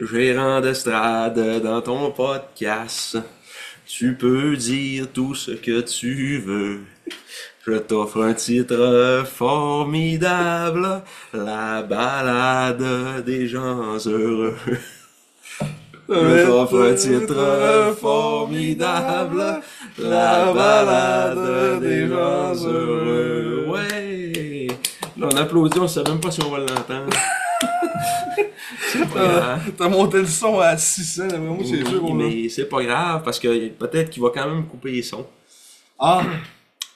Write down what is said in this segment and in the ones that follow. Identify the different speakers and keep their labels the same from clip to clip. Speaker 1: Gérant d'estrade dans ton podcast, tu peux dire tout ce que tu veux. Je t'offre un titre formidable, la balade des gens heureux. Je t'offre un titre formidable, la balade des gens heureux. Ouais! Là, on applaudit, on sait même pas si on va l'entendre. C'est pas
Speaker 2: T'as
Speaker 1: grave.
Speaker 2: t'as monté le son à 600, là, moi c'est
Speaker 1: Oui,
Speaker 2: sûr qu'on l'a.
Speaker 1: mais c'est pas grave parce que peut-être qu'il va quand même couper les sons.
Speaker 2: Ah,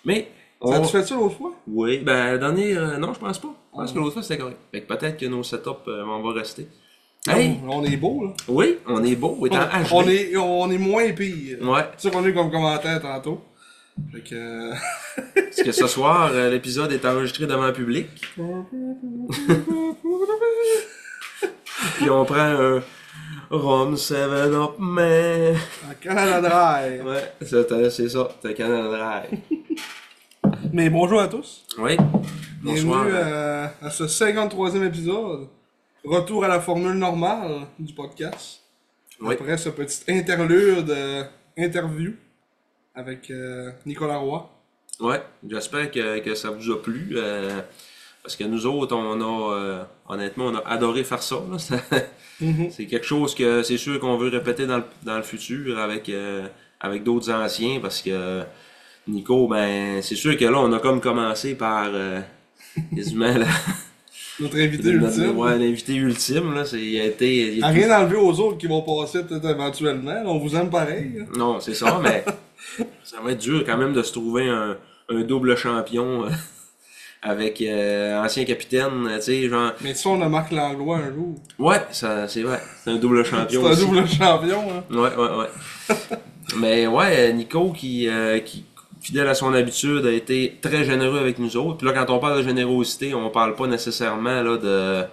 Speaker 1: Mais
Speaker 2: ça
Speaker 1: on-
Speaker 2: tu fait ça l'autre fois?
Speaker 1: oui, ben la dernière, euh, non, je pense pas. Je pense que l'autre fois c'était correct. Fait que peut-être que nos setups euh, on va rester. Hey,
Speaker 2: On, on est beau là.
Speaker 1: oui, on est beau, on est en HD.
Speaker 2: Ah On, on est, on est moins pire.
Speaker 1: Ouais,
Speaker 2: C'est ça qu'on a eu comme commentaire tantôt. Fait que. euh,
Speaker 1: parce que ce soir, euh, l'épisode est enregistré devant le public. Puis on prend un Rome 7-Up, mais...
Speaker 2: en Canada Dry.
Speaker 1: Ouais, c'est euh, c'est ça, t'as Canal Drive.
Speaker 2: Mais bonjour à tous.
Speaker 1: Oui, bonsoir.
Speaker 2: Bienvenue euh, à ce 53e épisode. Retour à la formule normale du podcast.
Speaker 1: Oui.
Speaker 2: Après ce petit interlude euh, interview avec euh, Nicolas Roy.
Speaker 1: Ouais, j'espère que, que ça vous a plu. euh, parce que nous autres, on a euh, honnêtement, on a adoré faire ça. là. Ça-
Speaker 2: Mhm.
Speaker 1: C'est quelque chose que c'est sûr qu'on veut répéter dans le, dans le futur avec, euh, avec d'autres anciens parce que Nico, ben c'est sûr que là, on a comme commencé par euh, quasiment la-
Speaker 2: Notre invité
Speaker 1: notre-
Speaker 2: ultime.
Speaker 1: ouais, l'invité ultime. Là, c'est, il a été, il a
Speaker 2: À
Speaker 1: été-
Speaker 2: rien enlever aux autres qui vont passer peut-être éventuellement. là, On vous aime pareil. là.
Speaker 1: Non, c'est ça, mais ça va être dur quand même de se trouver un, un double champion euh, avec euh, ancien capitaine, euh, tu sais, genre.
Speaker 2: Mais ça, on a Marc Langlois un jour.
Speaker 1: Ouais, ça, c'est vrai. C'est un double
Speaker 2: C'est
Speaker 1: champion
Speaker 2: un
Speaker 1: aussi.
Speaker 2: double champion. Hein.
Speaker 1: Ouais, ouais, ouais. Mais ouais, euh, Nico qui, euh, qui, fidèle à son habitude, a été très généreux avec nous autres. Puis là, quand on parle de générosité, on parle pas nécessairement là, de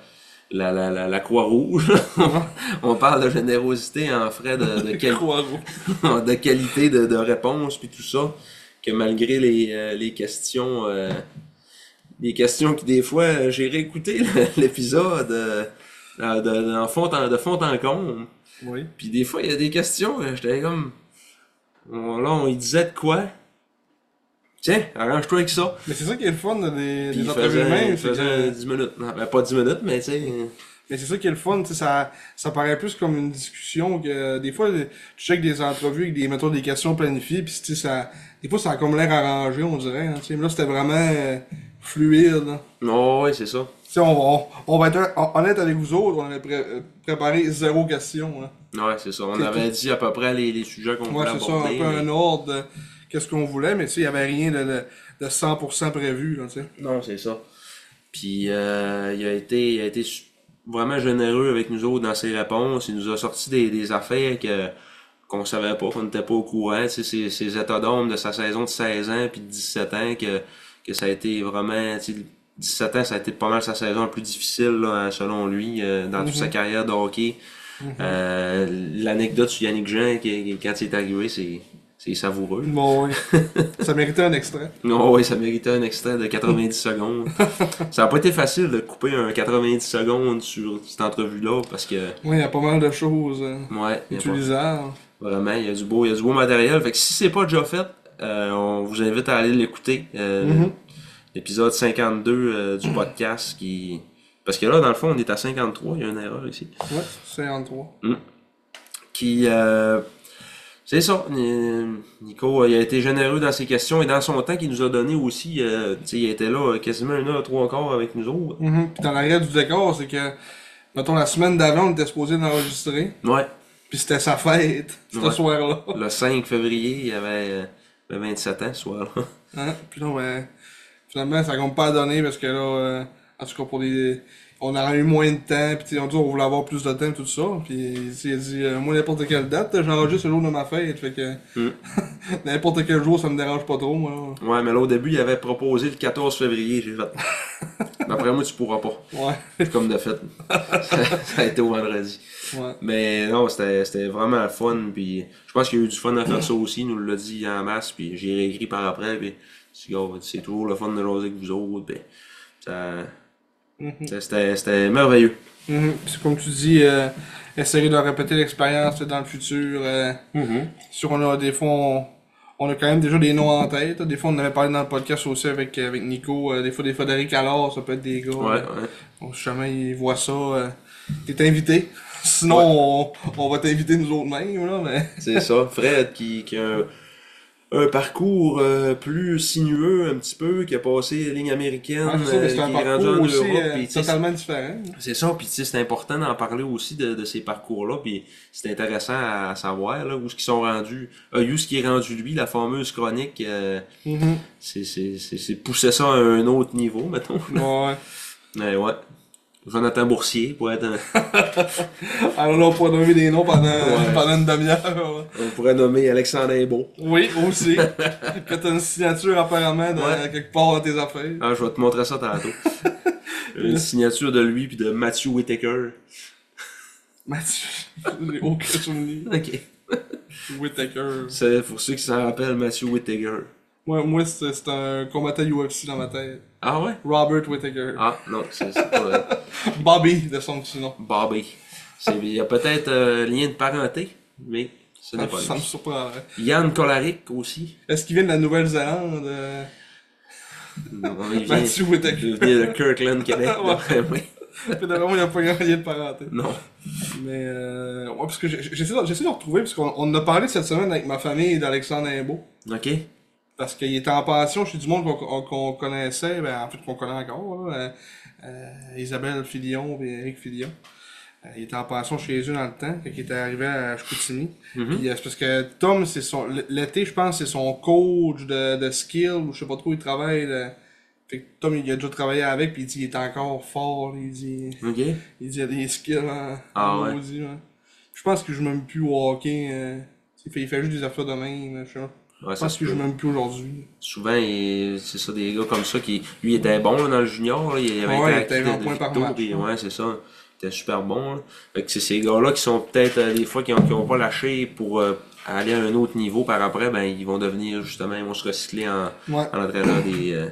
Speaker 1: la, la, la, la Croix-Rouge. on parle de générosité en frais de, de, quel-
Speaker 2: Croiseau.
Speaker 1: de qualité de, de réponse, puis tout ça. Que malgré les, euh, les questions... euh, des questions qui, des fois, euh, j'ai réécouté l'épisode euh, de, de, en fond en- de fond en comble.
Speaker 2: Oui.
Speaker 1: Puis des fois, il y a des questions, euh, j'étais comme. on- là, on y disait de quoi? Tiens, arrange-toi avec ça.
Speaker 2: Mais c'est ça qui est le fun de des,
Speaker 1: Puis
Speaker 2: des
Speaker 1: il
Speaker 2: entrevues de
Speaker 1: faisait,
Speaker 2: même.
Speaker 1: il
Speaker 2: c'est
Speaker 1: faisait
Speaker 2: que-
Speaker 1: 10 minutes. Non, ben, pas 10 minutes, mais tu sais.
Speaker 2: Mais c'est ça qui est le fun. tu sais, Ça, ça paraît plus comme une discussion que. Des fois, tu check des entrevues avec des, mettons, des questions planifiées. Puis tu sais, ça, des fois, ça a comme l'air arrangé, on dirait. hein, tu sais. Mais là, c'était vraiment euh, fluide. hein.
Speaker 1: Non, euh, ouais, c'est ça.
Speaker 2: Tu sais, on, on, on va être hon- honnête avec vous autres. On avait pré- euh, préparé zéro question. Là.
Speaker 1: Ouais, c'est ça. On
Speaker 2: C'est
Speaker 1: avait dit à peu près les, les sujets qu'on
Speaker 2: Ouais,
Speaker 1: voulait
Speaker 2: c'est ça, un
Speaker 1: aborder.
Speaker 2: peu un
Speaker 1: mais-
Speaker 2: ordre de qu'est-ce qu'on voulait, mais tu sais, il n'y avait rien de, de, de 100% prévu, là, tu sais.
Speaker 1: Non, c'est ça. Puis euh, il a été, il a été su- vraiment généreux avec nous autres dans ses réponses. Il nous a sorti des, des affaires que qu'on savait pas, qu'on n'était pas au courant. Tu sais, ses, ses états d'âme de sa saison de 16 ans puis de 17 ans que, que ça a été vraiment. tu sais, 17 ans, ça a été pas mal sa saison la plus difficile là, selon lui euh, dans toute sa carrière de hockey. Euh, L'anecdote sur Yannick Jean qui, qui- quand il est arrivé, c'est c'est savoureux.
Speaker 2: Bon, oui. ça méritait un extrait.
Speaker 1: Non, oui, ça méritait un extrait de 90 secondes. Ça n'a pas été facile de couper un 90 secondes sur cette entrevue-là parce que,
Speaker 2: Oui, il y a pas mal de choses euh,
Speaker 1: ouais, il y a pas-
Speaker 2: utilisables.
Speaker 1: vraiment, il y a du beau, il y a du beau matériel. Fait que si c'est pas déjà fait, euh, on vous invite à aller l'écouter. euh,
Speaker 2: Mhm.
Speaker 1: L'épisode 52 euh, du podcast qui. Parce que là, dans le fond, on est à 53, il y a une erreur ici.
Speaker 2: Ouais, 53.
Speaker 1: qui euh, c'est ça Ni- Nico euh, il a été généreux dans ses questions et dans son temps qu'il nous a donné aussi
Speaker 2: Mm-hmm.
Speaker 1: euh, tu sais, il était là euh, quasiment une heure trois quarts avec nous autres
Speaker 2: Mhm. Puis dans l'arrière du décor, c'est que mettons, la semaine d'avant, on était supposé l'enregistrer,
Speaker 1: Ouais.
Speaker 2: puis c'était sa fête, ce
Speaker 1: Ouais.
Speaker 2: soir-là.
Speaker 1: Le 5 février, il avait, euh, il avait 27 ans, ce soir-là.
Speaker 2: Hein? Puis là, ben, finalement, ça compte pas à donner parce que là, euh, en tout cas, pour les. On aurait eu moins de temps, puis tu sais, on dit on voulait avoir plus de temps, tout ça. Puis tu sais, il a dit, euh, moi, n'importe quelle date, j'enregistre le jour de ma fête, fait que
Speaker 1: Mm.
Speaker 2: n'importe quel jour, ça me dérange pas trop, moi.
Speaker 1: Ouais, mais là, au début, il avait proposé le 14 février. J'ai fait. D'après moi, tu pourras pas.
Speaker 2: là. Ouais,
Speaker 1: Comme de fait. ça a été au vendredi.
Speaker 2: ouais.
Speaker 1: Mais non, c'était c'était vraiment le fun. Puis je pense qu'il y a eu du fun à faire ça aussi. il nous l'a dit en masse. Puis j'ai réécrit par après. Puis c'est gars, c'est toujours le fun de jaser avec vous autres. Puis ça- Mm-hmm.
Speaker 2: Mhm.
Speaker 1: c'était c'était merveilleux.
Speaker 2: Mhm. Puis comme tu dis, euh, essayer de répéter l'expérience tu sais, dans le futur. euh, sur on a des fois on, on a quand même déjà des noms en tête. Des fois on en avait parlé dans le podcast aussi avec, avec Nico. euh, des fois des Frédéric alors ça peut être des gars.
Speaker 1: Ouais, hein. ouais.
Speaker 2: euh, on- si jamais ils voient ça, euh, t'es invité. Sinon on, on va t'inviter nous autres mêmes là, mais.
Speaker 1: C'est ça. Fred qui, qui a un, un parcours euh, plus sinueux un petit peu, qui a passé la ligne américaine,
Speaker 2: Ouais, Ah, c'est ça,
Speaker 1: euh,
Speaker 2: mais
Speaker 1: qui
Speaker 2: c'est un
Speaker 1: est rendu en
Speaker 2: parcours aussi
Speaker 1: Europe.
Speaker 2: euh,
Speaker 1: puis, tu sais,
Speaker 2: totalement différent.
Speaker 1: C'est ça, puis tu sais, c'est important d'en parler aussi de, de ces parcours-là, puis c'est intéressant à savoir là, où ce qu'ils sont rendus. Euh, où ce qui est rendu lui, la fameuse chronique, euh,
Speaker 2: Mhm.
Speaker 1: c'est- c'est c'est- c'est pousser ça à un autre niveau, mettons.
Speaker 2: Ouais.
Speaker 1: Mais ouais. Jonathan Boursier pour être un-
Speaker 2: Alors là on pourrait nommer des noms pendant,
Speaker 1: Ouais.
Speaker 2: pendant une demi-heure. ouais.
Speaker 1: on pourrait nommer Alexandre Imbeau.
Speaker 2: Oui, aussi. Quand t'as une signature apparemment dans-
Speaker 1: Ouais.
Speaker 2: quelque part dans tes affaires.
Speaker 1: Ah, je vais te montrer ça tantôt. Une signature de lui puis de Matthew Whittaker.
Speaker 2: Mathieu, j'ai aucun souvenir.
Speaker 1: Ok.
Speaker 2: Whittaker.
Speaker 1: C'est pour ceux qui s'en rappellent Matthew Whittaker.
Speaker 2: Moi, moi c'est c'est un combattant UFC dans ma tête.
Speaker 1: Ah ouais?
Speaker 2: Robert Whittaker.
Speaker 1: Ah non, c'est c'est pas
Speaker 2: Bobby, de son petit nom.
Speaker 1: Bobby. C'est- Il y a peut-être euh, lien de parenté, mais ce n'est
Speaker 2: Ça,
Speaker 1: pas
Speaker 2: ça me
Speaker 1: lui.
Speaker 2: surprendrait.
Speaker 1: Yann Kolaric aussi.
Speaker 2: Est-ce qu'il vient de la Nouvelle-Zélande euh,
Speaker 1: Non, il vient
Speaker 2: Mathieu Whittaker.
Speaker 1: il vient de Kirkland, Québec. d'après moi.
Speaker 2: Puis d'après moi, il n'y a pas grand lien de parenté.
Speaker 1: Non.
Speaker 2: Mais, euh, ouais, parce que j'ai- j'essaie de, j'essaie de le retrouver, parce qu'on on en a parlé cette semaine avec ma famille d'Alexandre Imbeau.
Speaker 1: Ok.
Speaker 2: Parce qu'il était en pension chez du monde qu'on qu'on connaissait, ben, en fait qu'on connaît encore, là, euh, euh, Isabelle Filion et Eric Filion. Euh, il était en pension chez eux dans le temps, quand il était arrivé à Chicoutimi.
Speaker 1: Mhm.
Speaker 2: Puis, euh, c'est parce que Tom, c'est son. l- L'été, je pense, c'est son coach de, de skill, ou je sais pas trop, il travaille. là. Fait que Tom, il a déjà travaillé avec, puis il dit il est encore fort, il dit.
Speaker 1: Ok.
Speaker 2: Il dit il a des skills en,
Speaker 1: Ah
Speaker 2: en
Speaker 1: ouais.
Speaker 2: maudit, ouais. Je pense que je joue même plus au hockey. euh, il, fait, il fait juste des affaires de même, je sais pas.
Speaker 1: Ouais,
Speaker 2: Je
Speaker 1: ça
Speaker 2: pense
Speaker 1: se
Speaker 2: que je
Speaker 1: peut.
Speaker 2: joue même plus aujourd'hui.
Speaker 1: Souvent, il- c'est ça, des gars comme ça qui. Lui, il était bon là, dans le junior. là, il avait
Speaker 2: Ouais, il
Speaker 1: été
Speaker 2: était
Speaker 1: acquis
Speaker 2: un
Speaker 1: de
Speaker 2: point par
Speaker 1: Victo,
Speaker 2: match,
Speaker 1: puis
Speaker 2: ouais.
Speaker 1: ouais, c'est ça. Il était super bon. là. Fait que c'est ces gars-là qui sont peut-être euh, des fois qui n'ont pas lâché pour euh, aller à un autre niveau par après, ben ils vont devenir justement, ils vont se recycler en,
Speaker 2: Ouais.
Speaker 1: en entraînant des, euh,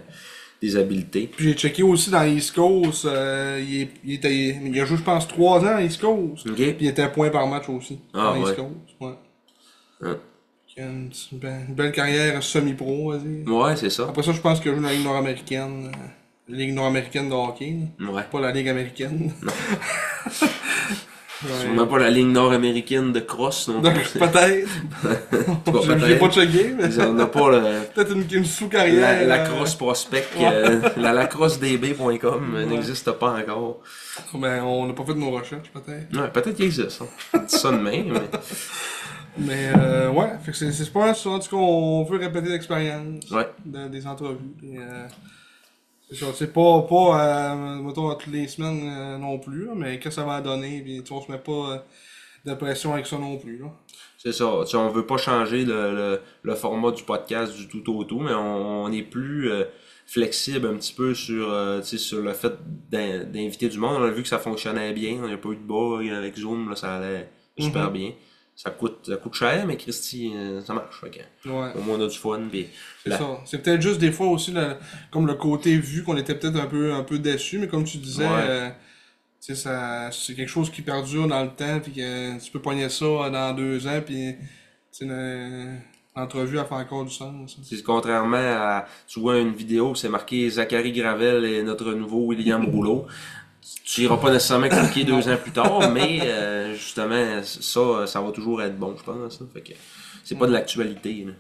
Speaker 1: des habiletés.
Speaker 2: Puis j'ai checké aussi dans East Coast. euh, il, est- il était, il a joué, je pense, 3 ans à East Coast.
Speaker 1: Ok?
Speaker 2: Puis il était un point par match aussi.
Speaker 1: Ah,
Speaker 2: dans East
Speaker 1: ouais.
Speaker 2: Coast, ouais.
Speaker 1: Hein.
Speaker 2: Il a une, petite- une belle- une belle carrière semi-pro, on va dire.
Speaker 1: Ouais, c'est ça.
Speaker 2: Après ça, je pense qu'il a joué dans la Ligue nord-américaine. euh, La Ligue nord-américaine de hockey. là.
Speaker 1: Ouais.
Speaker 2: Pas la Ligue américaine. Ouais. ben,
Speaker 1: Sûrement pas la ligne nord-américaine de cross non
Speaker 2: Donc,
Speaker 1: plus.
Speaker 2: peut-être.
Speaker 1: Bon,
Speaker 2: Je l'ai
Speaker 1: peut-être.
Speaker 2: pas checké, mais
Speaker 1: On n'a pas le,
Speaker 2: peut-être une, une
Speaker 1: la,
Speaker 2: sous-carrière.
Speaker 1: la
Speaker 2: euh,
Speaker 1: crosse prospect,
Speaker 2: Ouais.
Speaker 1: euh, la lacrossedb.com euh,
Speaker 2: Ouais.
Speaker 1: n'existe pas encore.
Speaker 2: Ben, on n'a pas fait de nos recherches, peut-être.
Speaker 1: Ouais, peut-être qu'il existe. On dit ça de même, mais.
Speaker 2: Mais euh, ouais, fait que c'est c'est pas mal ça. En tout cas, on veut répéter l'expérience
Speaker 1: Ouais.
Speaker 2: de- des entrevues. Puis, euh, c'est ça, c'est pas, pas euh, mettons, toutes les semaines euh, non plus, là, mais que ça va donner, puis tu vois, on se met pas euh, de pression avec ça non plus. Là.
Speaker 1: C'est ça. Tu sais, on veut pas changer le, le, le format du podcast du tout au tout, mais on, on est plus euh, flexible un petit peu sur, euh, tu sais, sur le fait d'in- d'inviter du monde. On a vu que ça fonctionnait bien. On n'a pas eu de bug avec Zoom. Là, ça allait super
Speaker 2: Mhm.
Speaker 1: bien. Ça coûte, ça coûte cher, mais Christy, euh, ça marche. Fait que,
Speaker 2: Ouais,
Speaker 1: au moins, on a du fun. Puis,
Speaker 2: c'est
Speaker 1: la-
Speaker 2: ça. C'est peut-être juste des fois aussi le- comme le côté vu qu'on était peut-être un peu, un peu déçu, mais comme tu disais,
Speaker 1: Ouais.
Speaker 2: euh, tu sais, ça- c'est quelque chose qui perdure dans le temps, puis que tu peux pogner ça euh, dans deux ans, puis tu sais, le- l'entrevue, elle fait encore du sens. ça.
Speaker 1: C'est contrairement à, tu vois une vidéo, c'est marqué Zachary Gravel et notre nouveau William Rouleau. Tu n'iras pas nécessairement cliquer deux ans plus tard, mais euh, justement, ça, ça va toujours être bon, je pense. hein. Fait que c'est pas de l'actualité. là.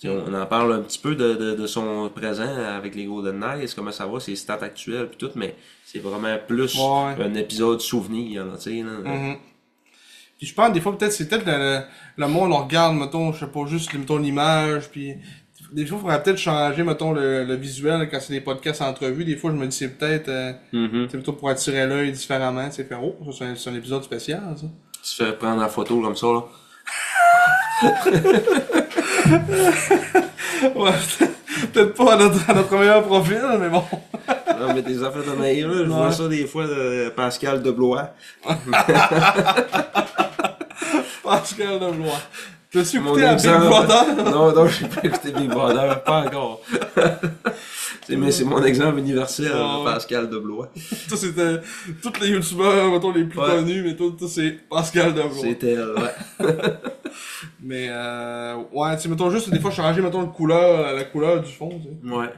Speaker 1: Tu sais, On en parle un petit peu de, de- de son présent avec les Golden Knights, comment ça va, ses stats actuelles puis tout, mais c'est vraiment plus
Speaker 2: Ouais.
Speaker 1: un épisode souvenir, là, tu sais. là.
Speaker 2: Mhm. Puis je pense des fois peut-être c'est peut-être le, le- le monde on regarde mettons je sais pas juste mettons l'image puis des fois il faudrait peut-être changer mettons le, le visuel quand c'est des podcasts entrevues des fois je me dis c'est peut-être euh,
Speaker 1: Mhm.
Speaker 2: c'est plutôt pour attirer l'œil différemment tu sais faire oh ça c'est un, c'est un épisode spécial ça
Speaker 1: Tu te fais prendre la photo comme ça, là.
Speaker 2: ouais peut-être pas à notre, à notre meilleur profil mais bon
Speaker 1: Non, Ah, mais tes affaires de maïs, là, je vois
Speaker 2: Ouais.
Speaker 1: ça des fois de Pascal de Blois.
Speaker 2: Pascal Leblanc t'as-tu
Speaker 1: Mon
Speaker 2: écouté à Big
Speaker 1: exemple.
Speaker 2: Brother
Speaker 1: Non, non, j'ai pas écouté Big Brother, pas encore. c'est, mais c'est mon exemple universel,
Speaker 2: Ouais.
Speaker 1: Oh. Pascal de Blois.
Speaker 2: ça c'était tous les youtubeurs mettons les plus
Speaker 1: Ouais.
Speaker 2: connus mais tout, tout c'est Pascal Leblanc
Speaker 1: C'est elle, euh, ouais.
Speaker 2: Mais euh, ouais, tu sais, mettons juste des fois changer mettons le couleur, la couleur du fond, tu sais.
Speaker 1: Ouais.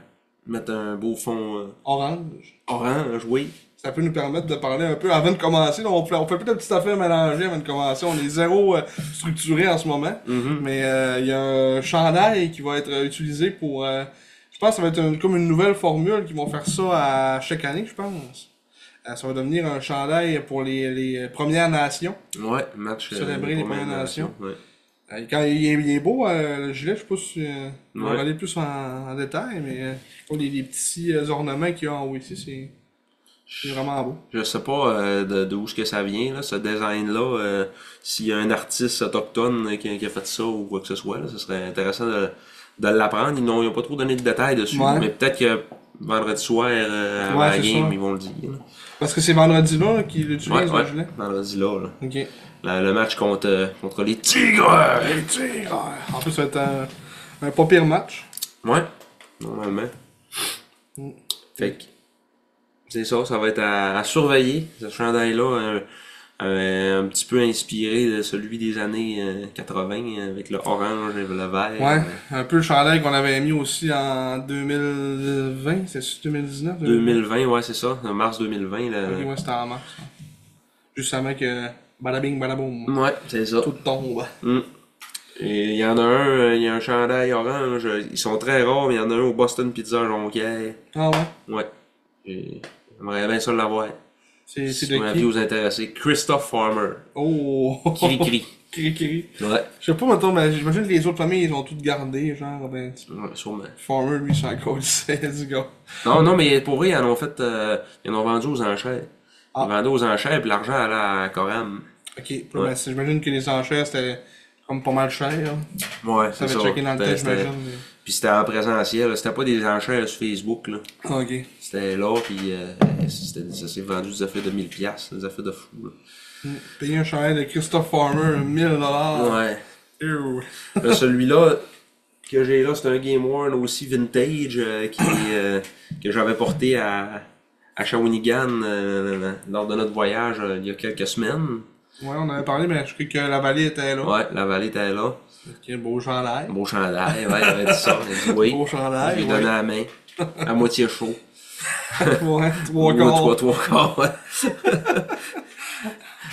Speaker 1: Mettre un beau fond euh,
Speaker 2: Orange.
Speaker 1: orange, oui.
Speaker 2: Ça peut nous permettre de parler un peu avant de commencer. là, on, fait, on fait plus de petites affaires mélangées avant de commencer. On est zéro euh, structuré en ce moment.
Speaker 1: Mhm.
Speaker 2: Mais euh, il y a un chandail qui va être euh, utilisé pour. euh, je pense que ça va être une- comme une nouvelle formule qu'ils vont faire ça à chaque année, je pense. Euh, ça va devenir un chandail pour les, les Premières Nations.
Speaker 1: Ouais, match. euh,
Speaker 2: Célébrer les Premières
Speaker 1: Ouais.
Speaker 2: Euh, Quand il est, il est beau, euh, le gilet, je sais pas si euh, on
Speaker 1: Ouais.
Speaker 2: va aller plus en, en détail, mais euh, oh, les, les petits euh, ornements qu'il y a en haut ici, c'est- c'est vraiment beau.
Speaker 1: Je sais pas euh, de- d'où ce que ça vient, là, ce design-là. euh, S'il y a un artiste autochtone euh, qui, qui a fait ça ou quoi que ce soit, là, ce serait intéressant de, de l'apprendre. Ils n'ont ils ont pas trop donné de détails dessus,
Speaker 2: Ouais.
Speaker 1: mais peut-être que vendredi soir, euh, avant
Speaker 2: Ouais,
Speaker 1: la
Speaker 2: c'est
Speaker 1: game,
Speaker 2: ça.
Speaker 1: ils vont le dire. là.
Speaker 2: Parce que c'est vendredi là, là, qu'il utilise
Speaker 1: Ouais,
Speaker 2: le
Speaker 1: ouais,
Speaker 2: gilet.
Speaker 1: vendredi là. là.
Speaker 2: Ok.
Speaker 1: La- le match contre, euh, contre les Tigres!
Speaker 2: Les Tigres! Ah, En plus, ça va être un, un pas pire match.
Speaker 1: Ouais, normalement.
Speaker 2: Mm.
Speaker 1: Fait que, c'est ça, ça va être à, à surveiller. Ce chandail-là, euh, euh, un petit peu inspiré de celui des années euh, 80, euh, avec le orange et le vert.
Speaker 2: Ouais, un peu le chandail qu'on avait mis aussi en 2020, c'est 2019?
Speaker 1: 2020, ouais, c'est ça, en mars 2020. là.
Speaker 2: Ok, ouais, c'était en mars. ça. Juste avant que badabing badaboum,
Speaker 1: Ouais, c'est ça.
Speaker 2: tout tombe.
Speaker 1: Mm. Et il y en a un, euh, il y a un chandail orange, euh, ils sont très rares, mais il y en a un au Boston Pizza à Jonquière.
Speaker 2: Ah ouais?
Speaker 1: Ouais. Et J'aimerais bien ça l'avoir.
Speaker 2: C'est c'est
Speaker 1: Si
Speaker 2: de
Speaker 1: vous aviez
Speaker 2: qui?
Speaker 1: vous intéressé, Christophe Farmer.
Speaker 2: Oh!
Speaker 1: Cri cri.
Speaker 2: Cri, cri.
Speaker 1: Ouais.
Speaker 2: Je sais pas, mettons, mais j'imagine que les autres familles, ils ont toutes gardé, genre, ben, tu-
Speaker 1: Ouais, sûrement.
Speaker 2: Farmer, lui, c'est encore le 16, gars.
Speaker 1: Non, non, mais pour vrai, ils en ont fait. euh, ils en ont vendu aux enchères.
Speaker 2: Ah.
Speaker 1: Ils vendaient aux enchères, puis l'argent allait à Coram.
Speaker 2: Ok, ben, c'est- j'imagine que les enchères, c'était comme pas mal cher. hein.
Speaker 1: Ouais,
Speaker 2: Ça
Speaker 1: c'est
Speaker 2: avait
Speaker 1: ça. ben,
Speaker 2: checké dans le
Speaker 1: C'était-
Speaker 2: tête, j'imagine.
Speaker 1: c'était- Puis c'était en présentiel, là. c'était pas des enchères sur Facebook, là.
Speaker 2: mais- Ah, Ok.
Speaker 1: C'était là, puis euh, c'était- ça s'est vendu des affaires de 1000$, des affaires de fou, là.
Speaker 2: Payer un chandail de Christophe Farmer, 1000$.
Speaker 1: Ouais.
Speaker 2: Ew.
Speaker 1: Là, Euh, celui-là que j'ai là, c'est un Game One aussi vintage euh, qui, euh, que j'avais porté à, à Shawinigan euh, lors de notre voyage euh, il y a quelques semaines.
Speaker 2: Ouais, on avait parlé, mais je crois que la vallée était là.
Speaker 1: Ouais, la vallée était là.
Speaker 2: Ok, beau chandail.
Speaker 1: Beau chandail, ouais, il avait dit ça. Il a dit oui.
Speaker 2: Beau chandail,
Speaker 1: Je lui ai
Speaker 2: ouais.
Speaker 1: donné la main. À moitié chaud.
Speaker 2: ouais, trois
Speaker 1: Ou
Speaker 2: quarts.
Speaker 1: Trois, trois quarts, ouais.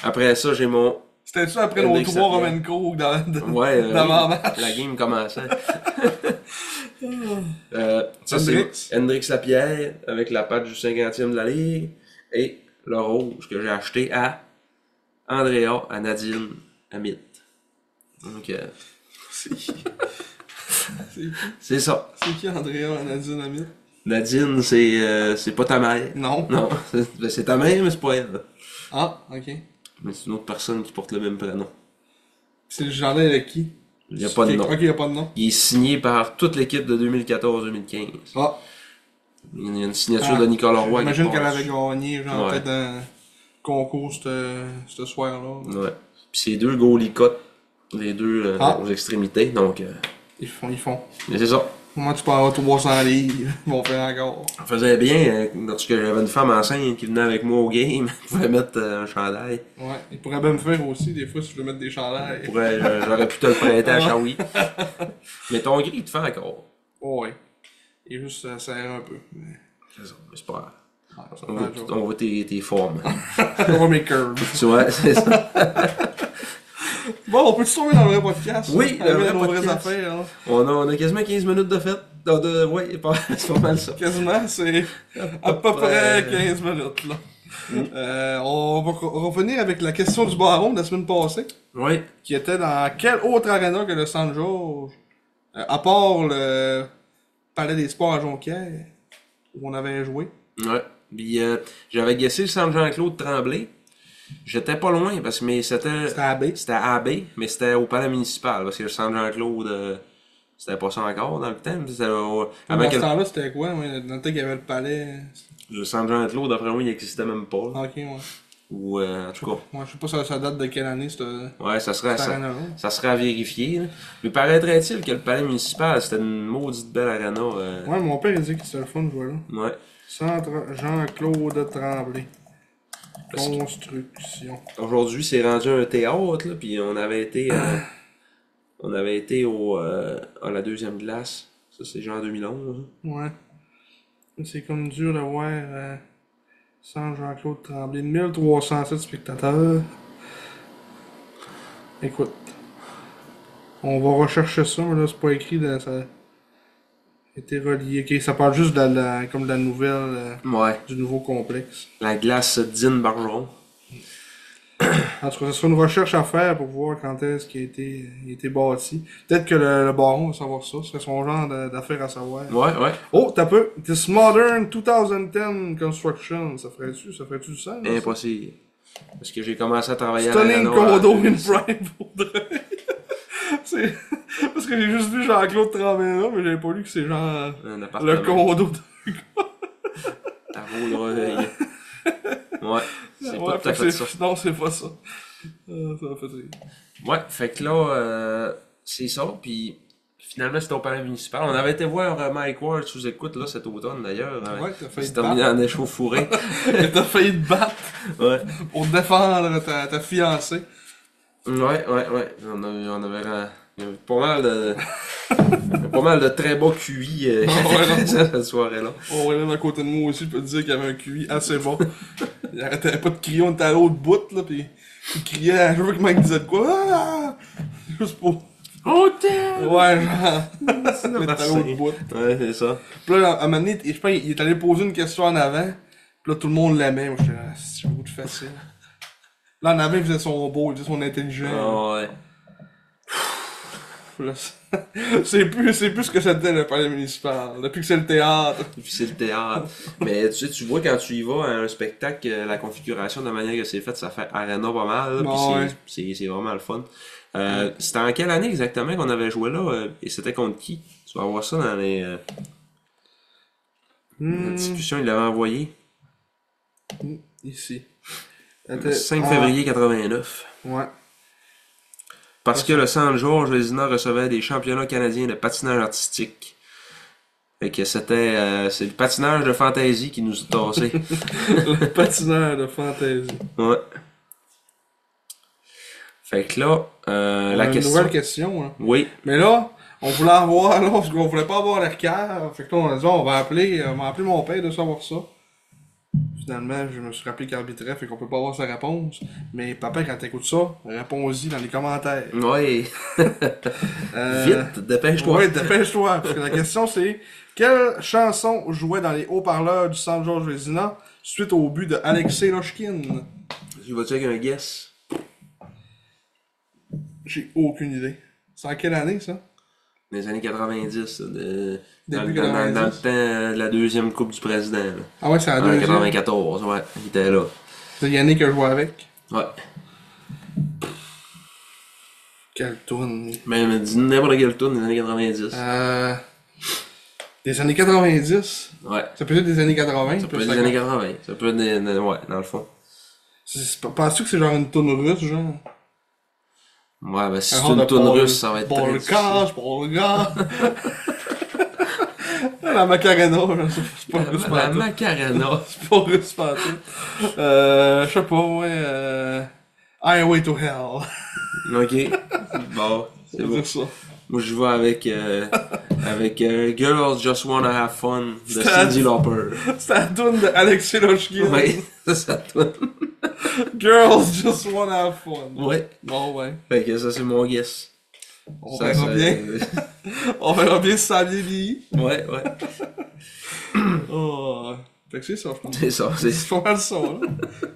Speaker 1: Après ça, j'ai mon.
Speaker 2: C'était-tu après
Speaker 1: Le
Speaker 2: nos
Speaker 1: mec
Speaker 2: trois
Speaker 1: s'appelait-
Speaker 2: Roman Coke dans, dans,
Speaker 1: Ouais, euh,
Speaker 2: dans l'avant-match?
Speaker 1: la game commençait. euh, ça,
Speaker 2: Hendrix.
Speaker 1: c'est Hendrix Lapierre avec la patte du 50e de la Ligue et le rouge que j'ai acheté à Andrea, à Nadine, à Mitt. Donc, euh,
Speaker 2: C'est
Speaker 1: c'est ça.
Speaker 2: c'est qui Andrea en dynamite?
Speaker 1: Nadine, c'est euh, c'est pas ta mère.
Speaker 2: Non.
Speaker 1: Non, c'est- ben, c'est ta mère, mais c'est pas elle.
Speaker 2: Ah, ok.
Speaker 1: Mais c'est une autre personne qui porte le même prénom.
Speaker 2: C'est le chandail de qui?
Speaker 1: Il n'y a pas de nom.
Speaker 2: Ok, il n'y a pas de nom.
Speaker 1: Il est signé par toute l'équipe de 2014-2015.
Speaker 2: Ah,
Speaker 1: Il y a une signature
Speaker 2: Ah,
Speaker 1: de Nicolas Roy. qui
Speaker 2: j'imagine
Speaker 1: passe.
Speaker 2: qu'elle avait gagné, genre,
Speaker 1: Ouais.
Speaker 2: peut-être un concours ce ce soir-là.
Speaker 1: Ouais. Puis c'est deux goalie cut, les deux euh,
Speaker 2: Ah.
Speaker 1: aux extrémités. Donc, euh,
Speaker 2: Ils font, ils font.
Speaker 1: mais c'est ça.
Speaker 2: Moi, tu peux avoir 300 livres, ils vont faire encore.
Speaker 1: On faisait bien, euh, lorsque j'avais une femme enceinte qui venait avec moi au game, elle pouvait mettre euh, un chandail.
Speaker 2: Ouais, ils pourraient bien me faire aussi, des fois, si je veux mettre des
Speaker 1: Elle
Speaker 2: chandails.
Speaker 1: pourrait- euh, j'a- J'aurais pu te le prêter à Shawi. mais ton gris, il te fait encore.
Speaker 2: Oh, ouais. Et juste, ça sert un peu. Mais...
Speaker 1: C'est ça, mais c'est pas grave.
Speaker 2: Ah, ça
Speaker 1: On
Speaker 2: fait un
Speaker 1: voit,
Speaker 2: jour.
Speaker 1: on voit tes, tes formes.
Speaker 2: On va mes curves.
Speaker 1: tu vois, c'est ça.
Speaker 2: Bon, on peut-tu tomber dans le vrai podcast?
Speaker 1: Oui,
Speaker 2: hein?
Speaker 1: le
Speaker 2: Avec
Speaker 1: vrai
Speaker 2: nos vraies
Speaker 1: podcast.
Speaker 2: affaires, hein?
Speaker 1: On a, on a quasiment 15 minutes de fête. De, de- ouais, pas- c'est pas mal ça.
Speaker 2: Quasiment, c'est à peu près 15 minutes, là.
Speaker 1: Mm.
Speaker 2: Euh, on va co- revenir avec la question du baron de la semaine passée,
Speaker 1: Ouais.
Speaker 2: qui était dans quel autre arena que le San Jorge, euh, à part le Palais des Sports à Jonquière, où on avait joué.
Speaker 1: Ouais. Puis euh, j'avais guessé le centre Jean-Claude Tremblay. J'étais pas loin parce que mais c'était
Speaker 2: C'était à B.
Speaker 1: c'était à AB, mais c'était au palais municipal parce que le centre Jean-Claude euh, c'était pas ça encore dans le temps. mais C'était au-
Speaker 2: Dans
Speaker 1: avant que
Speaker 2: ce temps-là, c'était quoi? ouais, Dans le temps qu'il y avait le palais.
Speaker 1: le centre Jean-Claude d'après moi il existait même pas. là.
Speaker 2: Ah, Ok, ouais.
Speaker 1: Ou euh, en tout cas,
Speaker 2: Moi, je sais pas ça, ça date de quelle année, cette,
Speaker 1: ouais, ça serait
Speaker 2: cette
Speaker 1: ça.
Speaker 2: arena-là.
Speaker 1: Ça serait à vérifier. là. Mais paraîtrait-il que le palais municipal, c'était une maudite belle arena. euh,
Speaker 2: Ouais, mon père, il dit que c'était le fun de jouer là.
Speaker 1: ouais.
Speaker 2: Centre Jean-Claude Tremblay.
Speaker 1: Parce que-
Speaker 2: Construction.
Speaker 1: Aujourd'hui, c'est rendu un théâtre, là, puis on avait été, euh, on avait été au, euh, à la deuxième glace. Ça, c'est genre 2011. hein.
Speaker 2: Ouais. C'est comme dur de voir euh, sans Jean-Claude Tremblay. 1307 spectateurs. Écoute. On va rechercher ça, mais là, c'est pas écrit. Dans, ça a été relié. Ok, ça parle juste de la, comme de la nouvelle, euh,
Speaker 1: Ouais.
Speaker 2: du nouveau complexe.
Speaker 1: La glace Dine Bargeron.
Speaker 2: En tout cas, ce sera une recherche à faire pour voir quand est-ce qu'il a été, il a été bâti. Peut-être que le, le baron va savoir ça. Ce serait son genre de- d'affaire à savoir.
Speaker 1: Ouais, ouais.
Speaker 2: Oh, t'as peu. This Modern 2010 Construction. Ça ferait-tu, ça ferait-tu du sens? là, ça?
Speaker 1: Impossible. Parce que j'ai commencé à travailler
Speaker 2: Stunning
Speaker 1: à l'arena.
Speaker 2: Condo in Prime pour vrai. C'est- Parce que j'ai juste vu Jean-Claude Tremblay là, mais j'avais pas lu que c'est genre
Speaker 1: euh, Un
Speaker 2: le
Speaker 1: appartement.
Speaker 2: condo de...
Speaker 1: à Vaudreuil. ouais. C'est
Speaker 2: Ouais,
Speaker 1: pas tout à
Speaker 2: fait
Speaker 1: fait
Speaker 2: que
Speaker 1: ça.
Speaker 2: c'est- Non, c'est pas ça. Euh, ça m'a fait rire.
Speaker 1: Ouais, fait que là, euh, c'est ça. Puis finalement, c'était au palais municipal. On avait été voir euh, Mike Ward sous écoute là, cet automne d'ailleurs. Euh,
Speaker 2: Ouais, t'as
Speaker 1: il
Speaker 2: failli
Speaker 1: s'est
Speaker 2: te
Speaker 1: terminé
Speaker 2: battre.
Speaker 1: en échauffouré.
Speaker 2: T'as failli te battre
Speaker 1: ouais.
Speaker 2: pour défendre ta, ta fiancée.
Speaker 1: Ouais, ouais, ouais. On, a- on avait euh, il y avait pas mal de. pas mal de très bas QI euh,
Speaker 2: Ah ouais, non.
Speaker 1: cette soirée-là.
Speaker 2: On ouais, même à côté de moi aussi, je peux te dire qu'il y avait un QI assez bon. Il arrêtait pas de crier, on était à l'autre bout, là, pis il criait, je veux que Mike disait de quoi, Ah! Juste pour.
Speaker 1: Oh, t'es!
Speaker 2: Ouais, genre.
Speaker 1: le
Speaker 2: Mais t'es à l'autre
Speaker 1: Marseille.
Speaker 2: bout.
Speaker 1: Ouais, c'est ça.
Speaker 2: Pis là, à un moment donné, il- je pense, il est allé poser une question en avant, pis là, tout le monde l'aimait. Moi, j'étais là, Ah, c'est beaucoup de facile. Là, en avant, il faisait son beau, il faisait son intelligent.
Speaker 1: Ah, ouais.
Speaker 2: Pis là, c'est- c'est plus, c'est plus ce que c'était le palais municipal, depuis que c'est le théâtre.
Speaker 1: Et puis c'est le théâtre. Mais tu sais, tu vois quand tu y vas à un spectacle, euh, la configuration de la manière que c'est fait, ça fait arena pas mal. là,
Speaker 2: Bon,
Speaker 1: puis c'est- c'est
Speaker 2: ouais.
Speaker 1: c'est vraiment le fun. Euh, C'était en quelle année exactement qu'on avait joué là euh, et c'était contre qui Tu vas voir ça dans les euh, dans la
Speaker 2: Hmm,
Speaker 1: discussion, il l'avait envoyé.
Speaker 2: ici. Ah.
Speaker 1: le 5 février 89.
Speaker 2: Ouais.
Speaker 1: Parce que le San Georges Vézina recevait des championnats canadiens de patinage artistique. Fait que c'était euh, c'est le patinage de fantaisie qui nous a tassé.
Speaker 2: Le patineur de fantaisie.
Speaker 1: Ouais. Fait que là, euh,
Speaker 2: On a
Speaker 1: la
Speaker 2: une
Speaker 1: question.
Speaker 2: nouvelle question. Là.
Speaker 1: Oui,
Speaker 2: Mais là, on voulait avoir, là, parce qu'on voulait pas avoir l'air cave. Fait que là, on a dit, on va appeler, euh, on va appeler mon père de savoir ça. Finalement, je me suis rappelé qu'il arbitrait, fait qu'on peut pas avoir sa réponse. Mais papa, quand t'écoutes ça, réponds-y dans les commentaires.
Speaker 1: ouais,
Speaker 2: Euh,
Speaker 1: vite, dépêche-toi.
Speaker 2: Ouais, dépêche-toi, parce que la question c'est quelle chanson jouait dans les haut-parleurs du San Georges Vézina suite au but de Alexei Loshkin
Speaker 1: Tu vas-tu avec un guess?
Speaker 2: J'ai aucune idée. C'est en quelle année ça
Speaker 1: Dans les années 90, là, de... dans,
Speaker 2: Début
Speaker 1: dans- dans-
Speaker 2: 90.
Speaker 1: dans le temps euh, de la deuxième Coupe du Président. Là.
Speaker 2: Ah ouais, c'est en
Speaker 1: En
Speaker 2: 2014.
Speaker 1: 94, ouais, il était là.
Speaker 2: C'est Yannick que je vois avec.
Speaker 1: Ouais.
Speaker 2: Quelle tourne.
Speaker 1: Même dis n'importe quel tour des années 90.
Speaker 2: Euh... Des années 90.
Speaker 1: Ouais.
Speaker 2: Ça peut être des années 80.
Speaker 1: Ça peut
Speaker 2: plus
Speaker 1: être
Speaker 2: la-
Speaker 1: des années 80. Ça peut être des. des- Ouais, dans le fond.
Speaker 2: C'est- c'est- Penses-tu que c'est genre une tourne russe, genre?
Speaker 1: Ouais, ben si c'est
Speaker 2: Genre de
Speaker 1: une tourne
Speaker 2: Paul-
Speaker 1: russe, ça va être.
Speaker 2: Paul
Speaker 1: très difficile.
Speaker 2: Cage, Paul Gage. La Macarena, genre, c'est c'est pas russe
Speaker 1: La
Speaker 2: pas tout.
Speaker 1: Macarena.
Speaker 2: C'est pas russe pas tout. Euh, je sais pas, ouais, euh... Highway to Hell.
Speaker 1: ok. Bon, c'est
Speaker 2: C'est
Speaker 1: bon.
Speaker 2: dire ça.
Speaker 1: Moi, je vais avec, euh, avec euh, Girls Just Wanna Have Fun de
Speaker 2: Stan.
Speaker 1: Cindy Lauper.
Speaker 2: C'est la tourne de Alexei Loshkin.
Speaker 1: Oui, ça, ça tourne.
Speaker 2: Girls just wanna have fun.
Speaker 1: Ouais.
Speaker 2: Bon, ouais.
Speaker 1: Fait que ça, c'est mon guess.
Speaker 2: On
Speaker 1: Ça,
Speaker 2: verra
Speaker 1: ça-
Speaker 2: bien. On verra bien si ça a bien vieilli.
Speaker 1: ouais, ouais.
Speaker 2: Oh. Fait que c'est ça, je pense.
Speaker 1: C'est ça. c'est-
Speaker 2: C'est pas mal ça, là.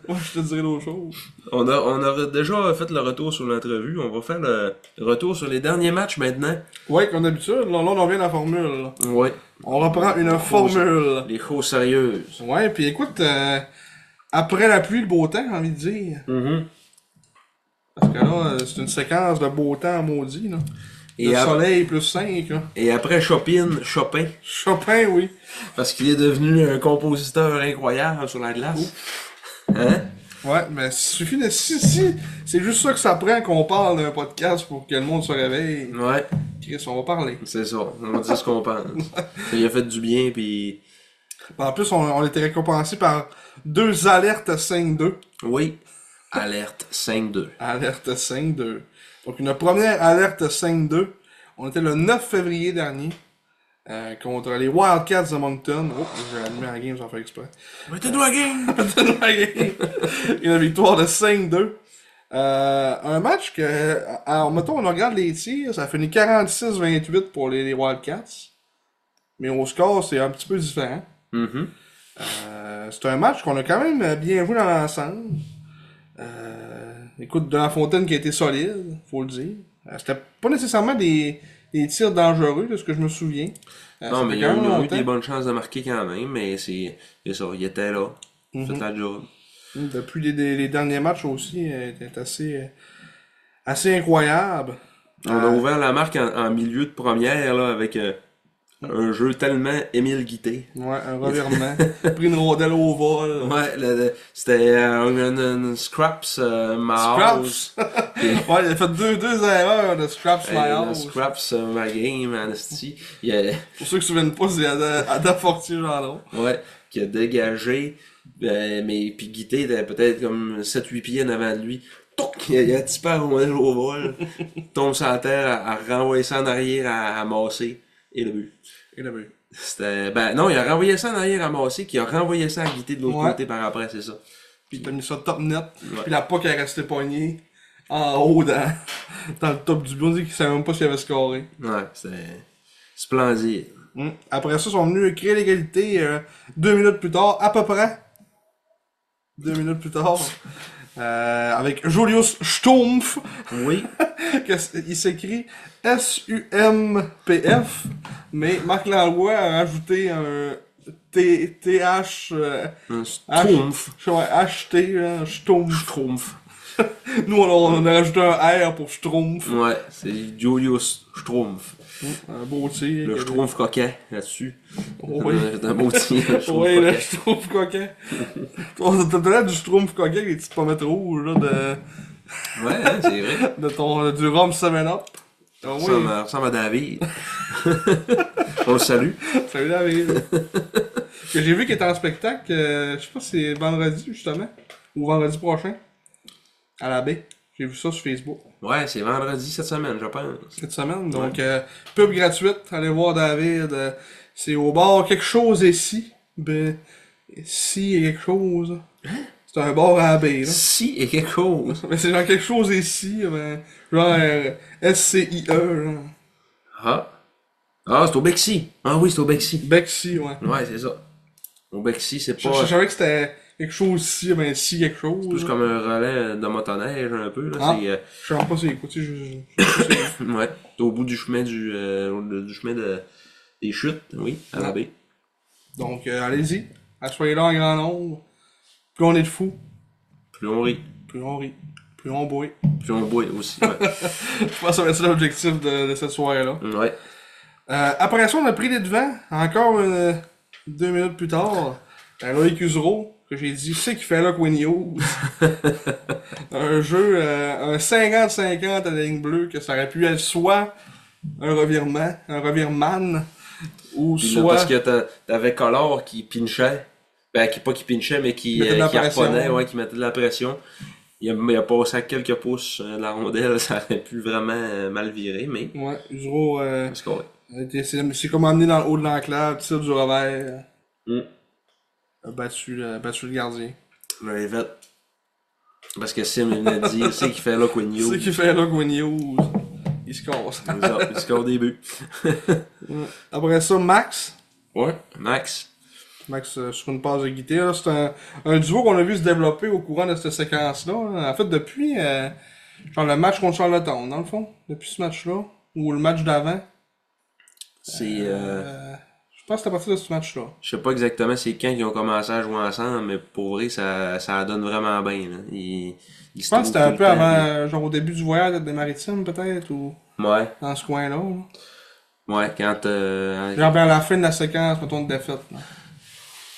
Speaker 2: Moi, je te dirais d'autres choses.
Speaker 1: On a, on a déjà fait le retour sur l'entrevue. On va faire le retour sur les derniers matchs maintenant.
Speaker 2: Ouais, comme d'habitude, là, là, on en vient à la formule. là.
Speaker 1: Ouais.
Speaker 2: On reprend une formule.
Speaker 1: Les choses sérieuses.
Speaker 2: Ouais, puis écoute, euh, après la pluie, le beau temps, j'ai envie de dire. Parce que là, euh, c'est une séquence de beau temps maudit, là.
Speaker 1: et,
Speaker 2: le
Speaker 1: ap-
Speaker 2: soleil plus 5, là.
Speaker 1: et après Chopin, Chopin,
Speaker 2: Chopin, oui.
Speaker 1: parce qu'il est devenu un compositeur incroyable sur la glace. Hein?
Speaker 2: Ouais, mais suffit de... Si, si, c'est juste ça que ça prend qu'on parle d'un podcast pour que le monde se réveille.
Speaker 1: Ouais,
Speaker 2: Chris, on va parler.
Speaker 1: c'est ça. On va dire ce qu'on pense. Il a fait du bien, puis
Speaker 2: En plus, on, on a été récompensé par deux alertes 5-2.
Speaker 1: oui, alerte 5-2.
Speaker 2: Alerte 5-2. Donc, une première alerte 5-2. On était le 9 février dernier euh, contre les Wildcats de Moncton. Oh, j'ai allumé la game, j'en fais exprès.
Speaker 1: Mais t'es toi, gang!
Speaker 2: une victoire de 5-2. Euh, un match que, alors, mettons, on regarde les tirs, ça finit 46-28 pour les, les Wildcats. Mais au score, c'est un petit peu différent.
Speaker 1: Mhm.
Speaker 2: Euh, c'est un match qu'on a quand même bien vu dans l'ensemble. Euh, écoute, De La Fontaine qui a été solide, faut le dire. Euh, C'était pas nécessairement des, des tirs dangereux, de ce que je me souviens. Euh, ça
Speaker 1: Non, mais
Speaker 2: fait
Speaker 1: il a
Speaker 2: quand
Speaker 1: eu,
Speaker 2: même
Speaker 1: il a eu
Speaker 2: longtemps.
Speaker 1: des bonnes chances de marquer quand même, mais c'est c'est ça, il était là.
Speaker 2: Mhm.
Speaker 1: C'était la job.
Speaker 2: Mm, Depuis les, les- les derniers matchs aussi, euh, était assez, euh, assez incroyable.
Speaker 1: On
Speaker 2: Ah.
Speaker 1: a ouvert la marque en, en milieu de première là, avec euh, un jeu tellement Émile Guité.
Speaker 2: Ouais, un revirement. pris une rondelle au vol.
Speaker 1: Ouais, le- le- c'était euh, un- un- un Scraps euh, Mahouse.
Speaker 2: Scraps! ouais, il a fait deux, deux erreurs de Scraps
Speaker 1: Hey,
Speaker 2: Lyons.
Speaker 1: le Scraps euh, ma game, Anastie. Il a-
Speaker 2: Pour ceux qui se souviennent pas, c'est Ada, Ada Fortier Gendron.
Speaker 1: ouais, qui a dégagé. euh, mais puis Guité était peut-être comme 7-8 pieds en avant de lui. Touc! Il a, il a typé à rondelle au vol. tombe sur la terre, à, renvoyer ça en arrière, à, à masser. Et le but.
Speaker 2: Et le but.
Speaker 1: C'était. Ben non, il a renvoyé ça en arrière à Massé, qui a renvoyé ça à Guité de l'autre
Speaker 2: Ouais.
Speaker 1: côté par après, c'est ça.
Speaker 2: Puis t'as mis ça top net. Puis la POC est restée poignée en haut dans, dans le top du but. On dit qu'il savait même pas s'il avait scoré.
Speaker 1: Ouais, c'était. Splendide.
Speaker 2: Mm. Après ça, ils sont venus créer l'égalité euh, deux minutes plus tard, à peu près. Deux minutes plus tard. Euh, avec Julius Stumpf,
Speaker 1: Oui.
Speaker 2: que c'est- il s'écrit S-U-M-P-F, mais Marc Laloy a rajouté un T-H, euh,
Speaker 1: Un
Speaker 2: H-
Speaker 1: Schtroumpf.
Speaker 2: ouais, H-T, là, hein, Stumpf.
Speaker 1: Schtroumpf.
Speaker 2: Nous, on a, on a rajouté un R pour Strumpf.
Speaker 1: Ouais, c'est Julius Schtroumpf.
Speaker 2: Un beau tir.
Speaker 1: Le
Speaker 2: que-
Speaker 1: Schtroumpf coquin, là-dessus.
Speaker 2: Oui.
Speaker 1: C'est un beau tir. le Schtroumpf
Speaker 2: Ouais,
Speaker 1: coquin.
Speaker 2: le Schtroumpf coquin. On t'a donné du Schtroumpf coquin avec les petites pommettes rouges, là, de,
Speaker 1: Ouais, hein, c'est vrai.
Speaker 2: de ton, du rhum 7-Up. Ah
Speaker 1: Ça
Speaker 2: oui,
Speaker 1: me ressemble à David. On le salue.
Speaker 2: salut David. que j'ai vu qu'il était en spectacle, euh, je sais pas si c'est vendredi, justement, ou vendredi prochain, à la baie. J'ai vu ça sur Facebook
Speaker 1: Ouais, c'est vendredi cette semaine, je pense.
Speaker 2: cette semaine. Donc, euh, pub gratuite, allez voir David. euh, c'est au bar quelque chose ici. Ben, ici, il y a quelque chose.
Speaker 1: Hein?
Speaker 2: C'est un bar à la baie, là.
Speaker 1: Si et quelque chose.
Speaker 2: Mais c'est genre quelque chose ici, ben, genre euh, S-C-I-E, E, genre.
Speaker 1: Ah. Ah, c'est au Bexy. Ah oui, c'est au Bexy.
Speaker 2: Bexi, ouais.
Speaker 1: Ouais, c'est ça. Au Bexy, c'est
Speaker 2: Je,
Speaker 1: pas.
Speaker 2: je- je savais que c'était quelque chose ici, ben ici quelque chose.
Speaker 1: plus
Speaker 2: là.
Speaker 1: comme un relais de motoneige un peu là
Speaker 2: Ah.
Speaker 1: c'est euh,
Speaker 2: Je sais même pas c'est écoute, tu sais, je- je-
Speaker 1: ouais t'es au bout du chemin du euh, le- du chemin de des chutes oui à
Speaker 2: Ah.
Speaker 1: la baie
Speaker 2: Donc, euh, allez-y, soyez là en grand nombre. Plus on est de fous,
Speaker 1: plus on rit
Speaker 2: plus on rit, plus on boit.
Speaker 1: plus on boit aussi ouais,
Speaker 2: Je pense que ça va être ça l'objectif de, de cette soirée-là.
Speaker 1: ouais.
Speaker 2: Euh, après ça, on a pris les devants, encore une- deux minutes plus tard, à Loïc Usereau, que j'ai dit, c'est qui fait là Queen Hughes. un jeu, euh, un 50-50 à la ligne bleue, que ça aurait pu être soit un revirement, un revirement, ou
Speaker 1: Puis là,
Speaker 2: soit...
Speaker 1: parce que t'a- t'avais Collard qui pinchait ben qui pas qui pinchait mais qui
Speaker 2: Mettait de la
Speaker 1: euh, qui
Speaker 2: pression.
Speaker 1: harponnait, ouais qui mettait de la pression il a, il a passé à quelques pouces euh, de la rondelle ça aurait pu vraiment euh, mal virer mais
Speaker 2: Ouais, Usereau, euh,
Speaker 1: parce qu'on-
Speaker 2: était- c'est c'est comme emmené dans le haut de l'enclave, tir du revers, euh,
Speaker 1: Mm.
Speaker 2: a battu, euh, le- battu le gardien.
Speaker 1: on avait fait Parce que Sim, il venait de dire, c'est qui fait là, Quinn
Speaker 2: C'est qui fait là, News. Il se casse.
Speaker 1: Il score des buts.
Speaker 2: Après ça, Max.
Speaker 1: Ouais. Max.
Speaker 2: Max euh, sur une passe de guitare. là. C'est un, un duo qu'on a vu se développer au courant de cette séquence-là. hein. En fait, depuis euh, genre le match contre Charlottetown, dans le fond. Depuis ce match-là. Ou le match d'avant.
Speaker 1: C'est. euh,
Speaker 2: Euh, je pense que c'est à partir de ce match-là.
Speaker 1: Je sais pas exactement c'est quand qu'ils ont commencé à jouer ensemble, mais pour vrai, ça, ça donne vraiment bien. Là. Ils, ils
Speaker 2: Je pense que c'était un peu avant, euh, genre au début du voyage des Maritimes, peut-être, ou
Speaker 1: Ouais,
Speaker 2: dans ce coin-là. là.
Speaker 1: ouais, quand. euh,
Speaker 2: Genre vers la fin de la séquence, mettons, de défaite. là.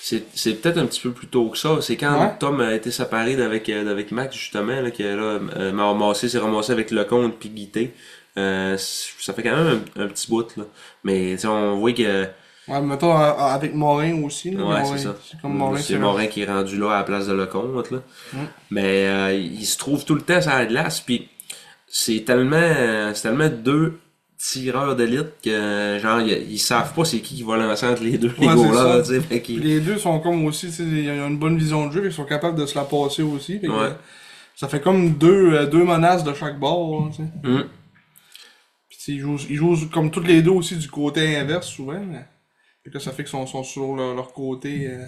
Speaker 1: c'est c'est peut-être un petit peu plus tôt que ça. C'est quand
Speaker 2: Ouais.
Speaker 1: Tom a été séparé d'avec, euh, d'avec Max, justement, là, que là, euh, Massé s'est ramassé avec Lecomte puis Guité. Euh, ça fait quand même un, un petit bout, là. Mais, tu sais, on voit que.
Speaker 2: Ouais, mettons euh, avec Morin aussi. là,
Speaker 1: Ouais,
Speaker 2: Morin,
Speaker 1: c'est ça.
Speaker 2: C'est comme Morin,
Speaker 1: C'est Morin qui est rendu là à la place de Lecomte, là.
Speaker 2: Mm.
Speaker 1: Mais euh, il se trouve tout le temps sur la glace, puis c'est tellement, euh, c'est tellement deux tireurs d'élite que, euh, genre, ils, ils savent pas c'est qui qui va lancer entre les deux, les
Speaker 2: Ouais, c'est
Speaker 1: goalers,
Speaker 2: ça.
Speaker 1: tu sais, fait
Speaker 2: Puis
Speaker 1: qu'ils-
Speaker 2: Les deux sont comme aussi, tu sais, ils ont une bonne vision de jeu, fait qu'ils sont capables de se la passer aussi. fait que,
Speaker 1: Ouais.
Speaker 2: euh, Ça fait comme deux, euh, deux menaces de chaque bord. là, tu sais.
Speaker 1: Mm.
Speaker 2: Puis tu sais, ils jouent, ils jouent comme toutes les deux aussi du côté inverse souvent. mais- Fait que ça fait qu'ils sont, sont sur leur, leur côté euh,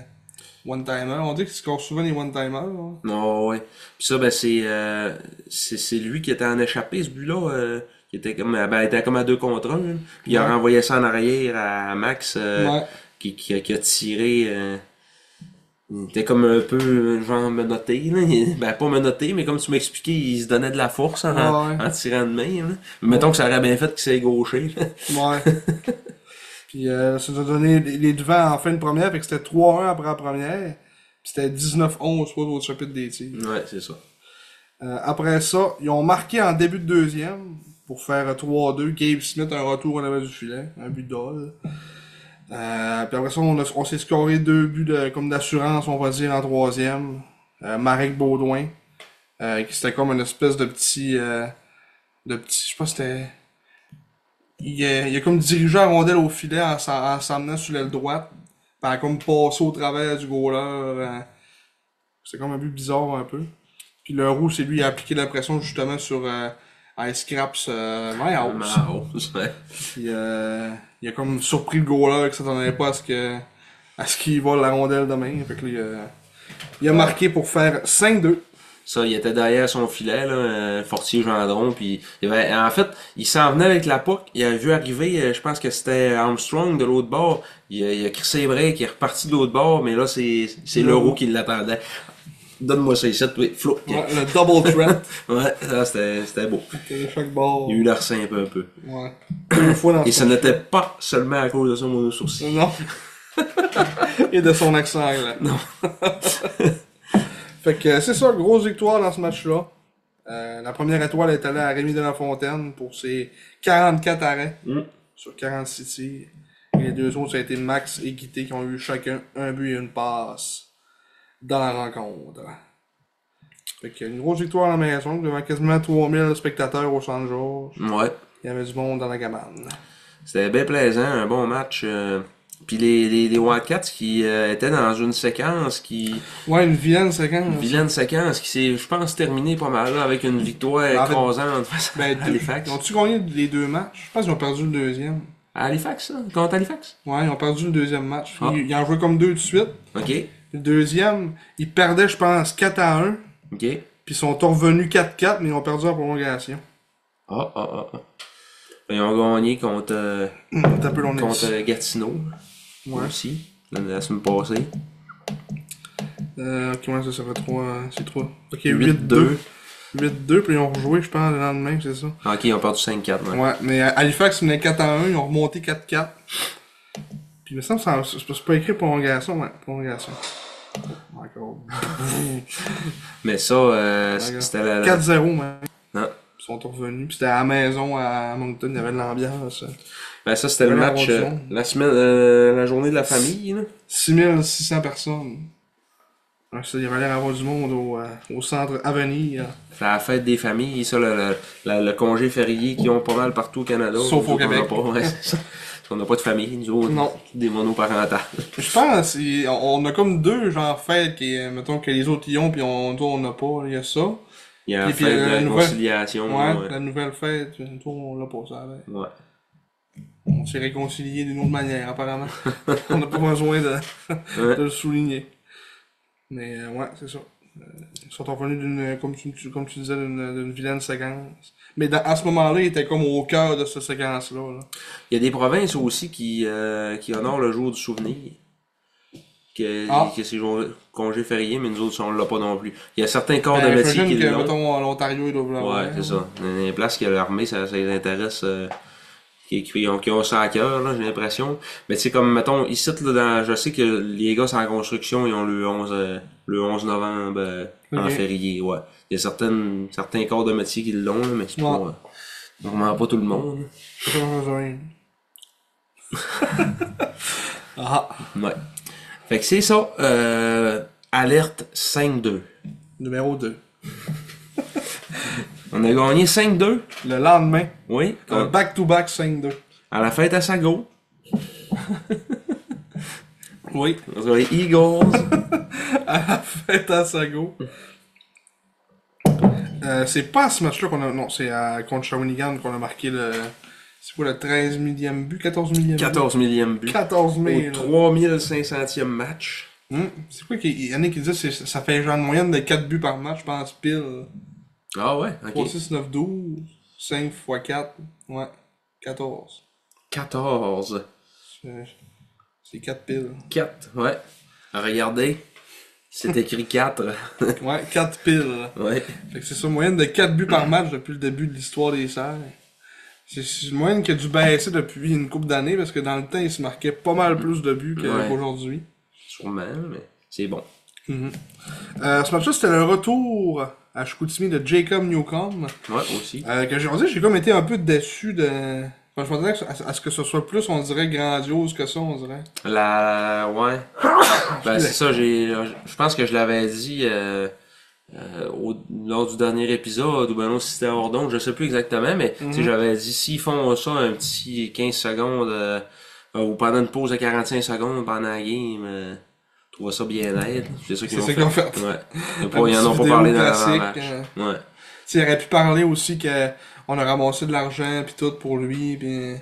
Speaker 2: one-timer. On dit qu'ils scorent souvent les one-timers. hein. là.
Speaker 1: Non, ouais. Puis ça, ben, c'est, euh, c'est, c'est lui qui était en échappé, ce but-là. euh, qui était comme, ben, il était comme à deux contre un. là. Puis il a
Speaker 2: Ouais.
Speaker 1: renvoyé ça en arrière à Max, euh,
Speaker 2: Ouais.
Speaker 1: qui, qui, a- qui a tiré. euh, il était comme un peu, euh, genre, menotté. Là. Il- Ben, pas menotté, mais comme tu m'expliquais, il se donnait de la force en,
Speaker 2: Ouais.
Speaker 1: en tirant de main. Là. Mais mettons que ça aurait bien fait qu'il s'est gaucher. là.
Speaker 2: Ouais. Puis euh, ça nous a donné les les devants en fin de première, fait que c'était 3-1 après la première. Puis c'était 19-11 pour au chapitre des tirs.
Speaker 1: Ouais, c'est ça.
Speaker 2: Euh, après ça, ils ont marqué en début de deuxième pour faire euh, 3-2. Gabe Smith un retour en avant du filet, un but d'ol. Euh, puis après ça, on, a- on s'est scoré deux buts de, comme d'assurance, on va dire, en troisième. Euh, Marek Baudouin, euh, qui c'était comme une espèce de petit... euh, de petit, je sais pas c'était... Il a, il a comme dirigé la rondelle au filet en, s'en- en s'emmenant sur l'aile droite. Puis elle a comme passé au travers du goaler. euh, c'était comme un but bizarre un peu. Puis le roux, c'est lui, il a appliqué la pression justement sur euh, Ice Craps euh, Winehouse.
Speaker 1: Marrant, ouais.
Speaker 2: Puis euh, il a comme surpris le goaler que ça s'attendait pas à ce que à ce qu'il vole la rondelle demain. Fait que là, il, a- il a marqué pour faire 5-2.
Speaker 1: Ça, il était derrière son filet, là, euh, Fortier Gendron, puis il avait- en fait, il s'en venait avec la POC, il a vu arriver, euh, je pense que c'était Armstrong de l'autre bord, il a, il a crissé les breaks, il est reparti de l'autre bord, mais là, c'est, c'est l'euro qui l'attendait. Donne-moi ça ici, oui, flou.
Speaker 2: Ouais, le double threat.
Speaker 1: Ouais, ça, c'était, c'était beau.
Speaker 2: C'était chaque bord.
Speaker 1: Il a eu l'air simple un peu.
Speaker 2: Ouais. Deux fois dans
Speaker 1: Et
Speaker 2: son-
Speaker 1: ça n'était pas seulement à cause de son monosourcil.
Speaker 2: Non. Et de son accent anglais.
Speaker 1: Non.
Speaker 2: fait que euh, c'est ça, grosse victoire dans ce match-là. Euh, la première étoile est allée à Rémi de la Fontaine pour ses 44 arrêts
Speaker 1: Mm.
Speaker 2: sur 46 tirs. Et les deux autres, ça a été Max et Guité qui ont eu chacun un but et une passe dans la rencontre. Fait que une grosse victoire à la maison, devant quasiment 3000 spectateurs au centre Georges.
Speaker 1: Ouais.
Speaker 2: Il y avait du monde dans la cabane.
Speaker 1: C'était bien plaisant, un bon match. euh, Puis les, les, les Wildcats qui euh, étaient dans une séquence qui...
Speaker 2: Ouais, une vilaine séquence.
Speaker 1: Une vilaine séquence qui s'est, je pense, terminée pas mal là, avec une victoire
Speaker 2: Ben, en fait,
Speaker 1: écrasante face à
Speaker 2: Ben, deux.
Speaker 1: Halifax.
Speaker 2: Ils ont-tu gagné les deux matchs? Je pense qu'ils ont perdu le deuxième.
Speaker 1: À Halifax, ça? Contre Halifax?
Speaker 2: Ouais, ils ont perdu le deuxième match.
Speaker 1: Ah.
Speaker 2: Ils, ils en jouaient comme deux de suite.
Speaker 1: OK.
Speaker 2: Le deuxième, ils perdaient, je pense, 4 à 1.
Speaker 1: OK.
Speaker 2: Puis ils sont revenus 4-4, mais ils ont perdu en prolongation.
Speaker 1: Ah, ah, ah, ah. Ils ont gagné contre, euh,
Speaker 2: T'as peu l'on est
Speaker 1: contre
Speaker 2: ici.
Speaker 1: euh, Gatineau.
Speaker 2: Ouais.
Speaker 1: Aussi. La, la semaine passée.
Speaker 2: Euh, ok, ouais, ça, ça fait 3. C'est 3. Ok,
Speaker 1: 8-2.
Speaker 2: 8-2. 8-2, puis ils ont rejoué, je pense, le lendemain, c'est ça.
Speaker 1: Ah, OK, ils ont perdu 5-4. ouais.
Speaker 2: Ouais, mais à Halifax, ils menaient 4 à 1, ils ont remonté 4-4. Puis il me semble que ça- c'est pas- c'est pas écrit prolongation, ouais, prolongation.
Speaker 1: Oh
Speaker 2: Encore.
Speaker 1: Mais ça, euh,
Speaker 2: D'accord.
Speaker 1: c'était la... la-
Speaker 2: 4-0, même.
Speaker 1: Ah.
Speaker 2: Ils sont revenus. Puis c'était à la maison à Moncton, il y avait de l'ambiance.
Speaker 1: Ben, ça, c'était le
Speaker 2: la
Speaker 1: match, euh,
Speaker 2: condition.
Speaker 1: la semaine, euh, la journée de la famille, là.
Speaker 2: 6600 personnes. Alors, ça, il y avait l'air d'avoir du monde au, euh, au centre Avenir.
Speaker 1: C'est la fête des familles, ça, le, le, la- le congé férié qu'ils ont pas mal partout au Canada.
Speaker 2: Sauf
Speaker 1: Nous
Speaker 2: au
Speaker 1: autres, on
Speaker 2: Québec.
Speaker 1: l'a pas, ouais, c'est ça. On n'a pas de famille, nous autres.
Speaker 2: Non.
Speaker 1: Des monoparentales.
Speaker 2: Je pense, il- on on a comme deux genre fêtes qui, euh, mettons, que les autres y ont, puis on, nous, on n'a pas, il y a ça.
Speaker 1: Il y a
Speaker 2: Et
Speaker 1: la
Speaker 2: puis,
Speaker 1: fête de
Speaker 2: euh,
Speaker 1: la
Speaker 2: une vraie-
Speaker 1: réconciliation.
Speaker 2: ouais,
Speaker 1: ouais.
Speaker 2: la nouvelle fête, nous, on l'a pas, ça. ben. ouais.
Speaker 1: Ouais.
Speaker 2: On s'est réconciliés d'une autre manière, apparemment. on n'a pas besoin de,
Speaker 1: Ouais.
Speaker 2: de le souligner. Mais euh, ouais, c'est ça. Euh, Ils sont revenus d'une, comme tu, tu- comme tu disais, d'une, d'une vilaine séquence. Mais dans- à ce moment-là, ils étaient comme au cœur de cette séquence-là. là.
Speaker 1: Il y a des provinces aussi qui, euh, qui honorent le jour du souvenir. Que,
Speaker 2: Ah.
Speaker 1: que c'est jour, congé férié, mais nous autres, on l'a pas non plus. Il y a certains corps
Speaker 2: Ben,
Speaker 1: de métier qui
Speaker 2: j'imagine que,
Speaker 1: l'ont.
Speaker 2: mettons, l'Ontario, ils doivent l'avoir. hein.
Speaker 1: Ouais, c'est ça. Il y a des places que l'armée, ça, ça les intéresse, euh, qui, qui, ont, qui ont ça à cœur, là, j'ai l'impression. Mais c'est comme, mettons, ici, là, dans, je sais que les gars, c'est en construction, ils ont le 11, euh, le 11 novembre euh, en
Speaker 2: Ok.
Speaker 1: février, ouais. Il y a certaines, certains corps de métier qui l'ont, là, mais c'est pas,
Speaker 2: Ouais.
Speaker 1: euh, normalement pas tout le monde.
Speaker 2: C'est pas besoin. ah,
Speaker 1: Ouais. Fait que c'est ça, euh, alerte 5-2.
Speaker 2: numéro 2.
Speaker 1: On a gagné 5-2,
Speaker 2: Le lendemain,
Speaker 1: oui,
Speaker 2: un
Speaker 1: on-
Speaker 2: back-to-back 5-2.
Speaker 1: à la fête à Sago,
Speaker 2: Oui.
Speaker 1: contre les Eagles.
Speaker 2: à la fête à Sago. Euh, c'est pas à ce match-là qu'on a. Non, c'est à contre Shawinigan qu'on a marqué le. C'est quoi le 13 millième but 14 millième
Speaker 1: 14 millième
Speaker 2: but
Speaker 1: but.
Speaker 2: 14
Speaker 1: Au
Speaker 2: 000.
Speaker 1: 3500e match.
Speaker 2: Hum, C'est quoi qu'il y en a qui disent c'est- ça fait genre une moyenne de 4 buts par match, je pense, pile.
Speaker 1: Ah ouais,
Speaker 2: 3,
Speaker 1: ok.
Speaker 2: 6, 9, 12. 5 x 4. Ouais. 14.
Speaker 1: 14.
Speaker 2: C'est- C'est 4 piles.
Speaker 1: 4, ouais. Regardez. C'est écrit 4.
Speaker 2: Ouais, 4 piles.
Speaker 1: ouais.
Speaker 2: Fait que c'est ça, moyenne de 4 buts par match depuis le début de l'histoire des Serres. C'est c'est une moyenne qui a dû baisser depuis une couple d'années parce que dans le temps, ils se marquaient pas mal plus de buts que-
Speaker 1: Ouais.
Speaker 2: qu'aujourd'hui.
Speaker 1: Sûrement, mais c'est bon.
Speaker 2: Euh, ce match-là, c'était le retour à Chicoutimi de Jacob Newcomb.
Speaker 1: Ouais, aussi.
Speaker 2: Euh, que j'ai on dirait que j'ai comme été un peu déçu de. Enfin, je m'attendais à ce- à, à ce que ce soit plus, on dirait, grandiose que ça, on dirait.
Speaker 1: La. Ouais. ben, c'est ça, j'ai. Je pense que je l'avais dit euh, euh, au- lors du dernier épisode, ou ben non, si c'était hors d'onde, je sais plus exactement, mais tu
Speaker 2: Mhm.
Speaker 1: sais, j'avais dit s'ils font ça un petit 15 secondes, euh, euh, ou pendant une pause de 45 secondes pendant la game, euh, je trouvais ça bien être. C'est ça qu'ils
Speaker 2: C'est
Speaker 1: ont
Speaker 2: ça
Speaker 1: fait.
Speaker 2: qu'ils ont fait.
Speaker 1: Ouais. Ils n'ont
Speaker 2: Un
Speaker 1: pas- Ils
Speaker 2: petit
Speaker 1: en ont pas
Speaker 2: vidéo
Speaker 1: parlé dans
Speaker 2: classique,
Speaker 1: l'avant-match.
Speaker 2: euh,
Speaker 1: Ouais.
Speaker 2: Tu sais, il aurait pu parler aussi que on a ramassé de l'argent pis tout pour lui pis.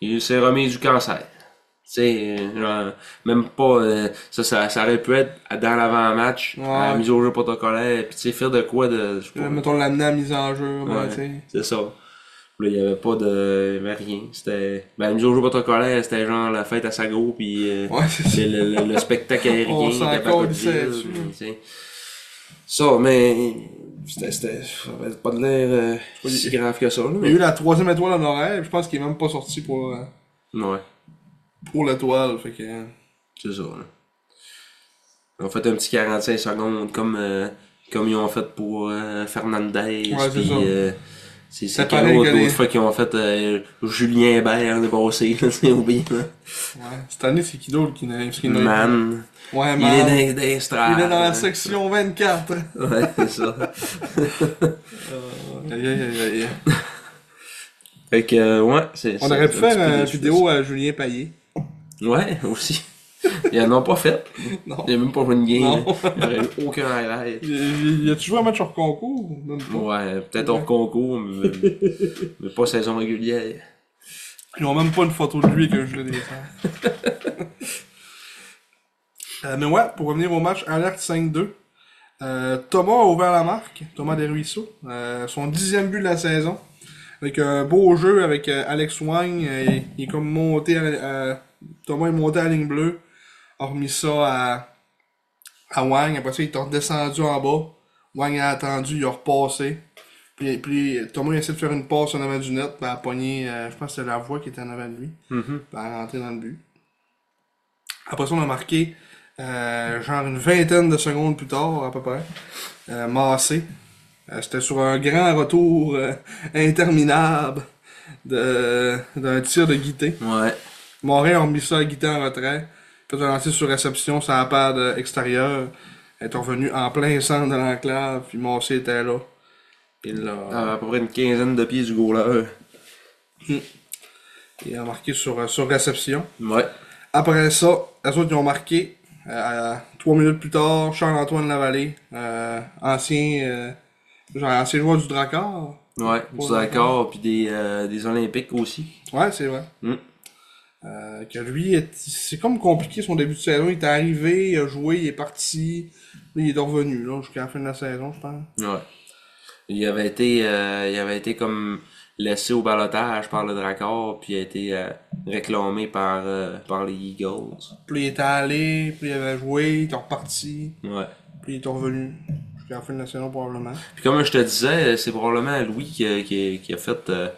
Speaker 1: Il s'est remis du cancer. Tu sais, euh, genre, même pas. euh, ça, ça, ça aurait pu être dans l'avant-match,
Speaker 2: Ouais.
Speaker 1: à la mise au jeu protocolaire, puis tu sais, faire de quoi de. je sais pas.
Speaker 2: Euh, mettons l'amener à mise en jeu, ben,
Speaker 1: Ouais.
Speaker 2: tu sais.
Speaker 1: C'est ça. Là, il y avait pas de. Il y avait rien. C'était. Ben, la mise au jeu protocolaire, c'était genre la fête à Sago, puis euh,
Speaker 2: Ouais, c'est ça.
Speaker 1: c'est le, le, le spectacle aérien.
Speaker 2: On s'en
Speaker 1: de la Pacote
Speaker 2: calissait
Speaker 1: Ville,
Speaker 2: dessus.
Speaker 1: tu sais. Ça, mais. C'était. c'était- ça avait pas de l'air euh, si grave que ça, là.
Speaker 2: Il y a
Speaker 1: mais-
Speaker 2: eu la troisième étoile honoraire, puis je pense qu'il est même pas sorti pour, euh,
Speaker 1: Ouais.
Speaker 2: pour l'étoile. Fait que. euh,
Speaker 1: C'est ça, là. Ils ont fait un petit 45 secondes comme, euh, comme ils ont fait pour euh, Fernandez.
Speaker 2: Ouais, c'est
Speaker 1: puis,
Speaker 2: ça.
Speaker 1: euh, c'est
Speaker 2: C'est
Speaker 1: c'est
Speaker 2: pareil
Speaker 1: quelqu'un d'autre
Speaker 2: que les-
Speaker 1: d'autres fois qu'ils ont fait euh, Julien Hébert l'année passée, là, c'est oublié. Là.
Speaker 2: Ouais. Cette année, c'est qui d'autre qui n'a. parce qu'il n'a-
Speaker 1: Man.
Speaker 2: Ouais,
Speaker 1: Il est
Speaker 2: man.
Speaker 1: dans
Speaker 2: Il est
Speaker 1: les- dans les
Speaker 2: dans,
Speaker 1: estrades,
Speaker 2: la
Speaker 1: hein.
Speaker 2: section 24.
Speaker 1: Ouais, c'est ça.
Speaker 2: Aïe, aïe, aïe, aïe.
Speaker 1: Fait que, euh, ouais, c'est. c'est
Speaker 2: On aurait pu
Speaker 1: un petit
Speaker 2: faire
Speaker 1: peu
Speaker 2: une
Speaker 1: déçu,
Speaker 2: vidéo à Julien Payet.
Speaker 1: ça. Ouais, aussi. Ils en ont pas fait.
Speaker 2: Non.
Speaker 1: Ils n'ont même pas joué une game.
Speaker 2: Non.
Speaker 1: là. Il n'y aurait eu aucun highlight.
Speaker 2: Y y a-tu joué un match hors concours Même pas.
Speaker 1: Ouais, peut-être hors concours, mais, mais pas saison régulière.
Speaker 2: Ils ont même pas une photo de lui avec un gilet des Serres. Euh, mais ouais, pour revenir au match, alerte 5-2. Euh, Thomas a ouvert la marque, Thomas Desruisseaux, euh, son dixième but de la saison. Avec un beau jeu avec euh, Alex Wang, euh, il, il est comme monté à la- euh, Thomas est monté à la ligne bleue, a remis ça à, à Wang, après ça il est redescendu en bas. Wang a attendu, il a repassé. Puis, puis Thomas a essayé de faire une passe en avant du net, puis elle a pogné, euh, je pense que c'est la voix qui était en avant de lui, puis elle a rentré dans le but. Après ça, on a marqué euh, genre une vingtaine de secondes plus tard, à peu près, euh, Massé. Euh, C'était sur un grand retour euh, interminable de- d'un tir de Guité.
Speaker 1: Ouais.
Speaker 2: Morin a remis ça à Guité en retrait, fait un lancer sur réception sur la pad euh, extérieure, est revenu en plein centre de l'enclave, puis Massé était là. Il l'a...
Speaker 1: Euh, à peu près une quinzaine de pieds du goaler.
Speaker 2: Il a marqué sur, euh, sur réception.
Speaker 1: Ouais.
Speaker 2: Après ça, les autres, ils ont marqué. Euh, trois minutes plus tard, Charles-Antoine Lavallée, euh, ancien, euh, genre, ancien joueur du Drakkar.
Speaker 1: Ouais, du d'accord, puis des, euh, des Olympiques aussi.
Speaker 2: Ouais, c'est vrai.
Speaker 1: Mm.
Speaker 2: Euh, que lui, est- c'est comme compliqué son début de saison. Il est arrivé, il a joué, il est parti. Là, il est revenu là, jusqu'à la fin de la saison, je pense.
Speaker 1: Ouais. Il avait été, euh, il avait été comme laissé au balotage par le Dracor, puis il a été euh, réclamé par, euh, par les Eagles.
Speaker 2: Puis il était allé, puis il avait joué, il était reparti,
Speaker 1: Ouais.
Speaker 2: puis il est revenu. Jusqu'à la fin de la saison, probablement.
Speaker 1: Puis comme je te disais, c'est probablement Louis qui, a- qui, a- qui a fait euh,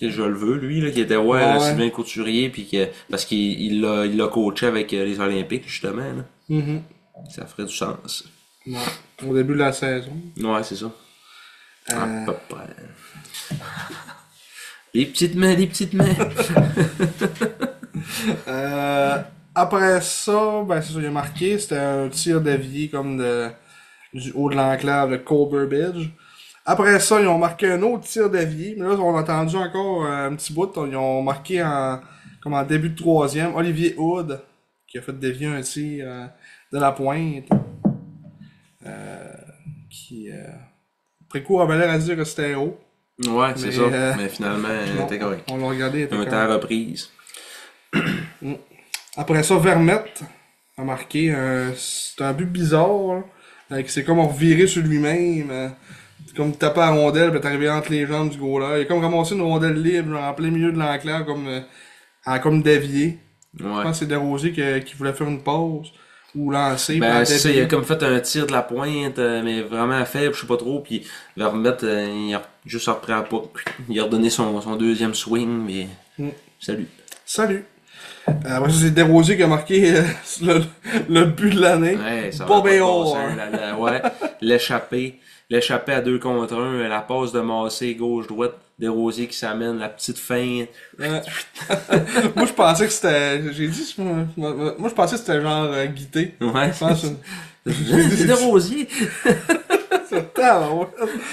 Speaker 1: que je le veux, lui, là, qui était ouais,
Speaker 2: Ouais.
Speaker 1: Sylvain Couturier, puis que, parce qu'il il l'a il l'a coaché avec euh, les Olympiques, justement. là.
Speaker 2: Mhm.
Speaker 1: Ça ferait du sens.
Speaker 2: Ouais. Au début de la saison.
Speaker 1: Ouais, c'est ça. À
Speaker 2: Euh,
Speaker 1: peu près. Des petites mains, des petites mains.
Speaker 2: Euh, après ça, ben c'est ça, il a marqué. C'était un tir dévié comme de, du haut de l'enclave de Colbert Bridge. Après ça, ils ont marqué un autre tir dévié. Mais là, on a attendu encore euh, un petit bout. Ils ont marqué en, comme en début de troisième Olivier Hood qui a fait dévier un tir euh, de la pointe. Euh, qui, euh, après coup, avait l'air à dire que c'était haut.
Speaker 1: Ouais, c'est
Speaker 2: Mais,
Speaker 1: ça.
Speaker 2: euh,
Speaker 1: Mais finalement,
Speaker 2: Non,
Speaker 1: t'es correct.
Speaker 2: On l'a regardé. il était
Speaker 1: Un
Speaker 2: comme-
Speaker 1: temps reprise.
Speaker 2: Après ça, Vermette a marqué un, c'est un but bizarre. là. Euh, qui s'est comme reviré sur lui-même. euh, comme tapé à la rondelle, puis est arrivé entre les jambes du goaler. Il a comme ramassé une rondelle libre genre, en plein milieu de l'enclave, comme, euh, en- comme dévié. Je
Speaker 1: Ouais.
Speaker 2: pense que c'est Desrosiers qui, qui voulait faire une pause ou lancer. puis
Speaker 1: Ben,
Speaker 2: a
Speaker 1: c'est ça, il
Speaker 2: dévié.
Speaker 1: a comme fait un tir de la pointe, euh, mais vraiment faible, je sais pas trop, puis Vermette, euh, il a juste repris la puck. Il a redonné son, son deuxième swing, mais
Speaker 2: Mm.
Speaker 1: salut.
Speaker 2: Salut! Euh, Après ça, c'est Desrosiers qui a marqué euh, le, le but de l'année.
Speaker 1: Ouais, ça va
Speaker 2: Pas
Speaker 1: pas
Speaker 2: bien
Speaker 1: de
Speaker 2: haut,
Speaker 1: bon sens,
Speaker 2: hein.
Speaker 1: la- la- ouais, l'échappée, l'échappée à deux contre un, la passe de Massé, gauche-droite, Desrosiers qui s'amène, la petite feinte.
Speaker 2: Ouais. Euh, moi, je pensais que c'était. J'ai dit. Moi, moi, moi, je pensais que c'était genre euh, guité.
Speaker 1: Ouais,
Speaker 2: Je pense que-
Speaker 1: c'est Desrosiers.
Speaker 2: Attends,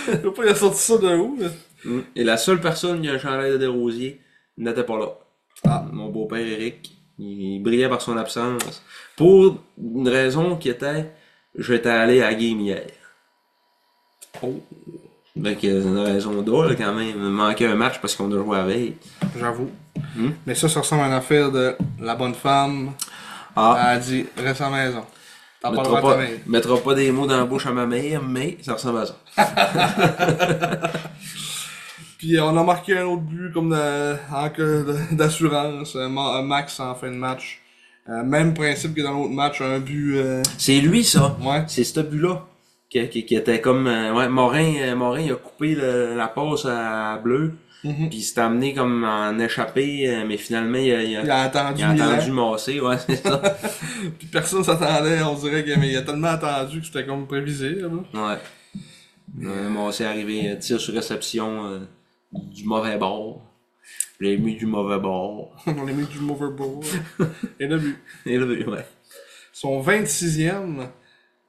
Speaker 2: je sais pas, il a sorti ça de où, là.
Speaker 1: Mm. Et la seule personne qui a un chandail de Desrosiers n'était pas là.
Speaker 2: Ah.
Speaker 1: Mon beau-père Eric, il brillait par son absence. Pour une raison qui était, j'étais allé à la game hier.
Speaker 2: Oh.
Speaker 1: Donc, c'est une raison d'or quand même. Il manquait un match parce qu'on a joué avec.
Speaker 2: J'avoue.
Speaker 1: Hmm.
Speaker 2: Mais ça, ça ressemble à une affaire de la bonne femme.
Speaker 1: Ah,
Speaker 2: Elle dit, reste à la maison. T'en
Speaker 1: mettra
Speaker 2: parleras Ah, pas.
Speaker 1: pas,
Speaker 2: ta mère.
Speaker 1: mettra pas des mots dans la bouche à ma mère, mais ça ressemble à ça.
Speaker 2: Puis euh, on a marqué un autre but comme de- en cas de- d'assurance. Un ma- un max en fin de match. Euh, même principe que dans l'autre match, un but. euh,
Speaker 1: C'est lui, ça.
Speaker 2: Ouais.
Speaker 1: C'est ce but-là. Qui, qui- qui était comme. euh, ouais, Morin, euh, Morin, il a coupé le- la passe à Bleu.
Speaker 2: Mhm.
Speaker 1: Puis il s'est amené comme en échappé, euh, mais finalement, il a, il a-
Speaker 2: Il a attendu,
Speaker 1: il a
Speaker 2: Milan,
Speaker 1: entendu masser, ouais, c'est ça.
Speaker 2: puis personne s'attendait, on dirait que, mais il a tellement attendu que c'était comme prévisé. Là. hein.
Speaker 1: Ouais. Euh, masser est arrivé, euh, tir sur réception euh, du mauvais bord. Je l'ai mis du mauvais bord.
Speaker 2: on a mis du mauvais ball. Et le but.
Speaker 1: Et là, ouais.
Speaker 2: Son 26e,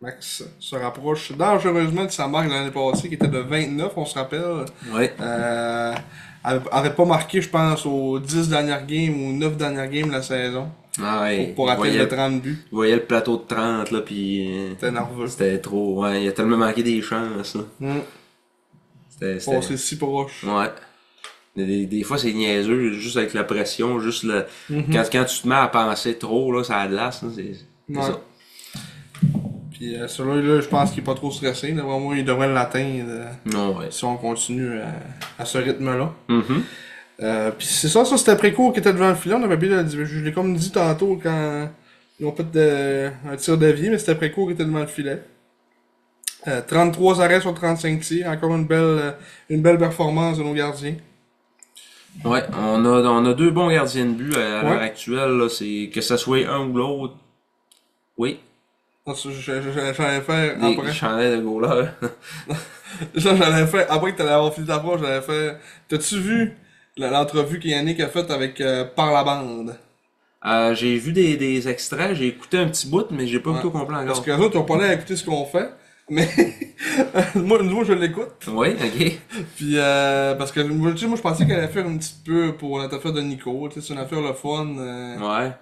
Speaker 2: Max se rapproche dangereusement de sa marque de l'année passée, qui était de 29, on se rappelle.
Speaker 1: Ouais.
Speaker 2: Euh, elle n'avait pas marqué, je pense, aux 10 dernières games ou 9 dernières games de la saison
Speaker 1: Ah, ouais.
Speaker 2: pour, pour
Speaker 1: Il voyait-
Speaker 2: atteindre le 30 buts.
Speaker 1: il voyait le plateau de 30, là, puis euh,
Speaker 2: C'était nerveux.
Speaker 1: c'était trop. Ouais, il a tellement manqué des chances, là.
Speaker 2: Hum,
Speaker 1: C'était. c'était-
Speaker 2: Passé si proche.
Speaker 1: Ouais. Des, des- des fois, c'est niaiseux, juste avec la pression, juste le.
Speaker 2: Mhm.
Speaker 1: quand, quand tu te mets à penser trop, là, ça glace, là, c'est. c'est
Speaker 2: Ouais.
Speaker 1: ça.
Speaker 2: Puis euh, celui-là, je pense qu'il n'est pas trop stressé. D'après moi, il devrait l'atteindre euh,
Speaker 1: Non, ouais.
Speaker 2: si on continue à, à ce rythme-là.
Speaker 1: Mhm.
Speaker 2: Euh, puis c'est ça, ça c'était Précourt qui était devant le filet, on avait bien dit, je l'ai comme dit tantôt quand ils ont fait de- un tir d'avis, mais c'était Précourt qui était devant le filet. Euh, 33 arrêts sur 35 tirs, encore une belle, euh, une belle performance de nos gardiens.
Speaker 1: Ouais, on a, on a deux bons gardiens de but à, à
Speaker 2: Ouais.
Speaker 1: l'heure actuelle. Là, c'est que ça soit un ou l'autre. Oui,
Speaker 2: Ça, je- je- je- J'allais faire
Speaker 1: des
Speaker 2: après.
Speaker 1: chandelles de goaler.
Speaker 2: Ça, j'allais faire, après que t'allais avoir fini ta phrase, j'allais faire. T'as-tu vu la- l'entrevue que Yannick a faite avec euh, Par la bande?
Speaker 1: Euh, j'ai vu des, des extraits, j'ai écouté un petit bout, mais j'ai pas
Speaker 2: Ouais.
Speaker 1: tout compris
Speaker 2: Parce
Speaker 1: encore.
Speaker 2: que les autres, ils ont pas l'air à écouter ce qu'on fait. Mais moi, moi, je l'écoute.
Speaker 1: Oui, ok.
Speaker 2: Puis, euh, parce que moi, tu sais, moi, je pensais qu'elle allait faire une petite pub pour notre affaire de Nico. Tu sais, c'est une affaire le fun. euh,
Speaker 1: Ouais.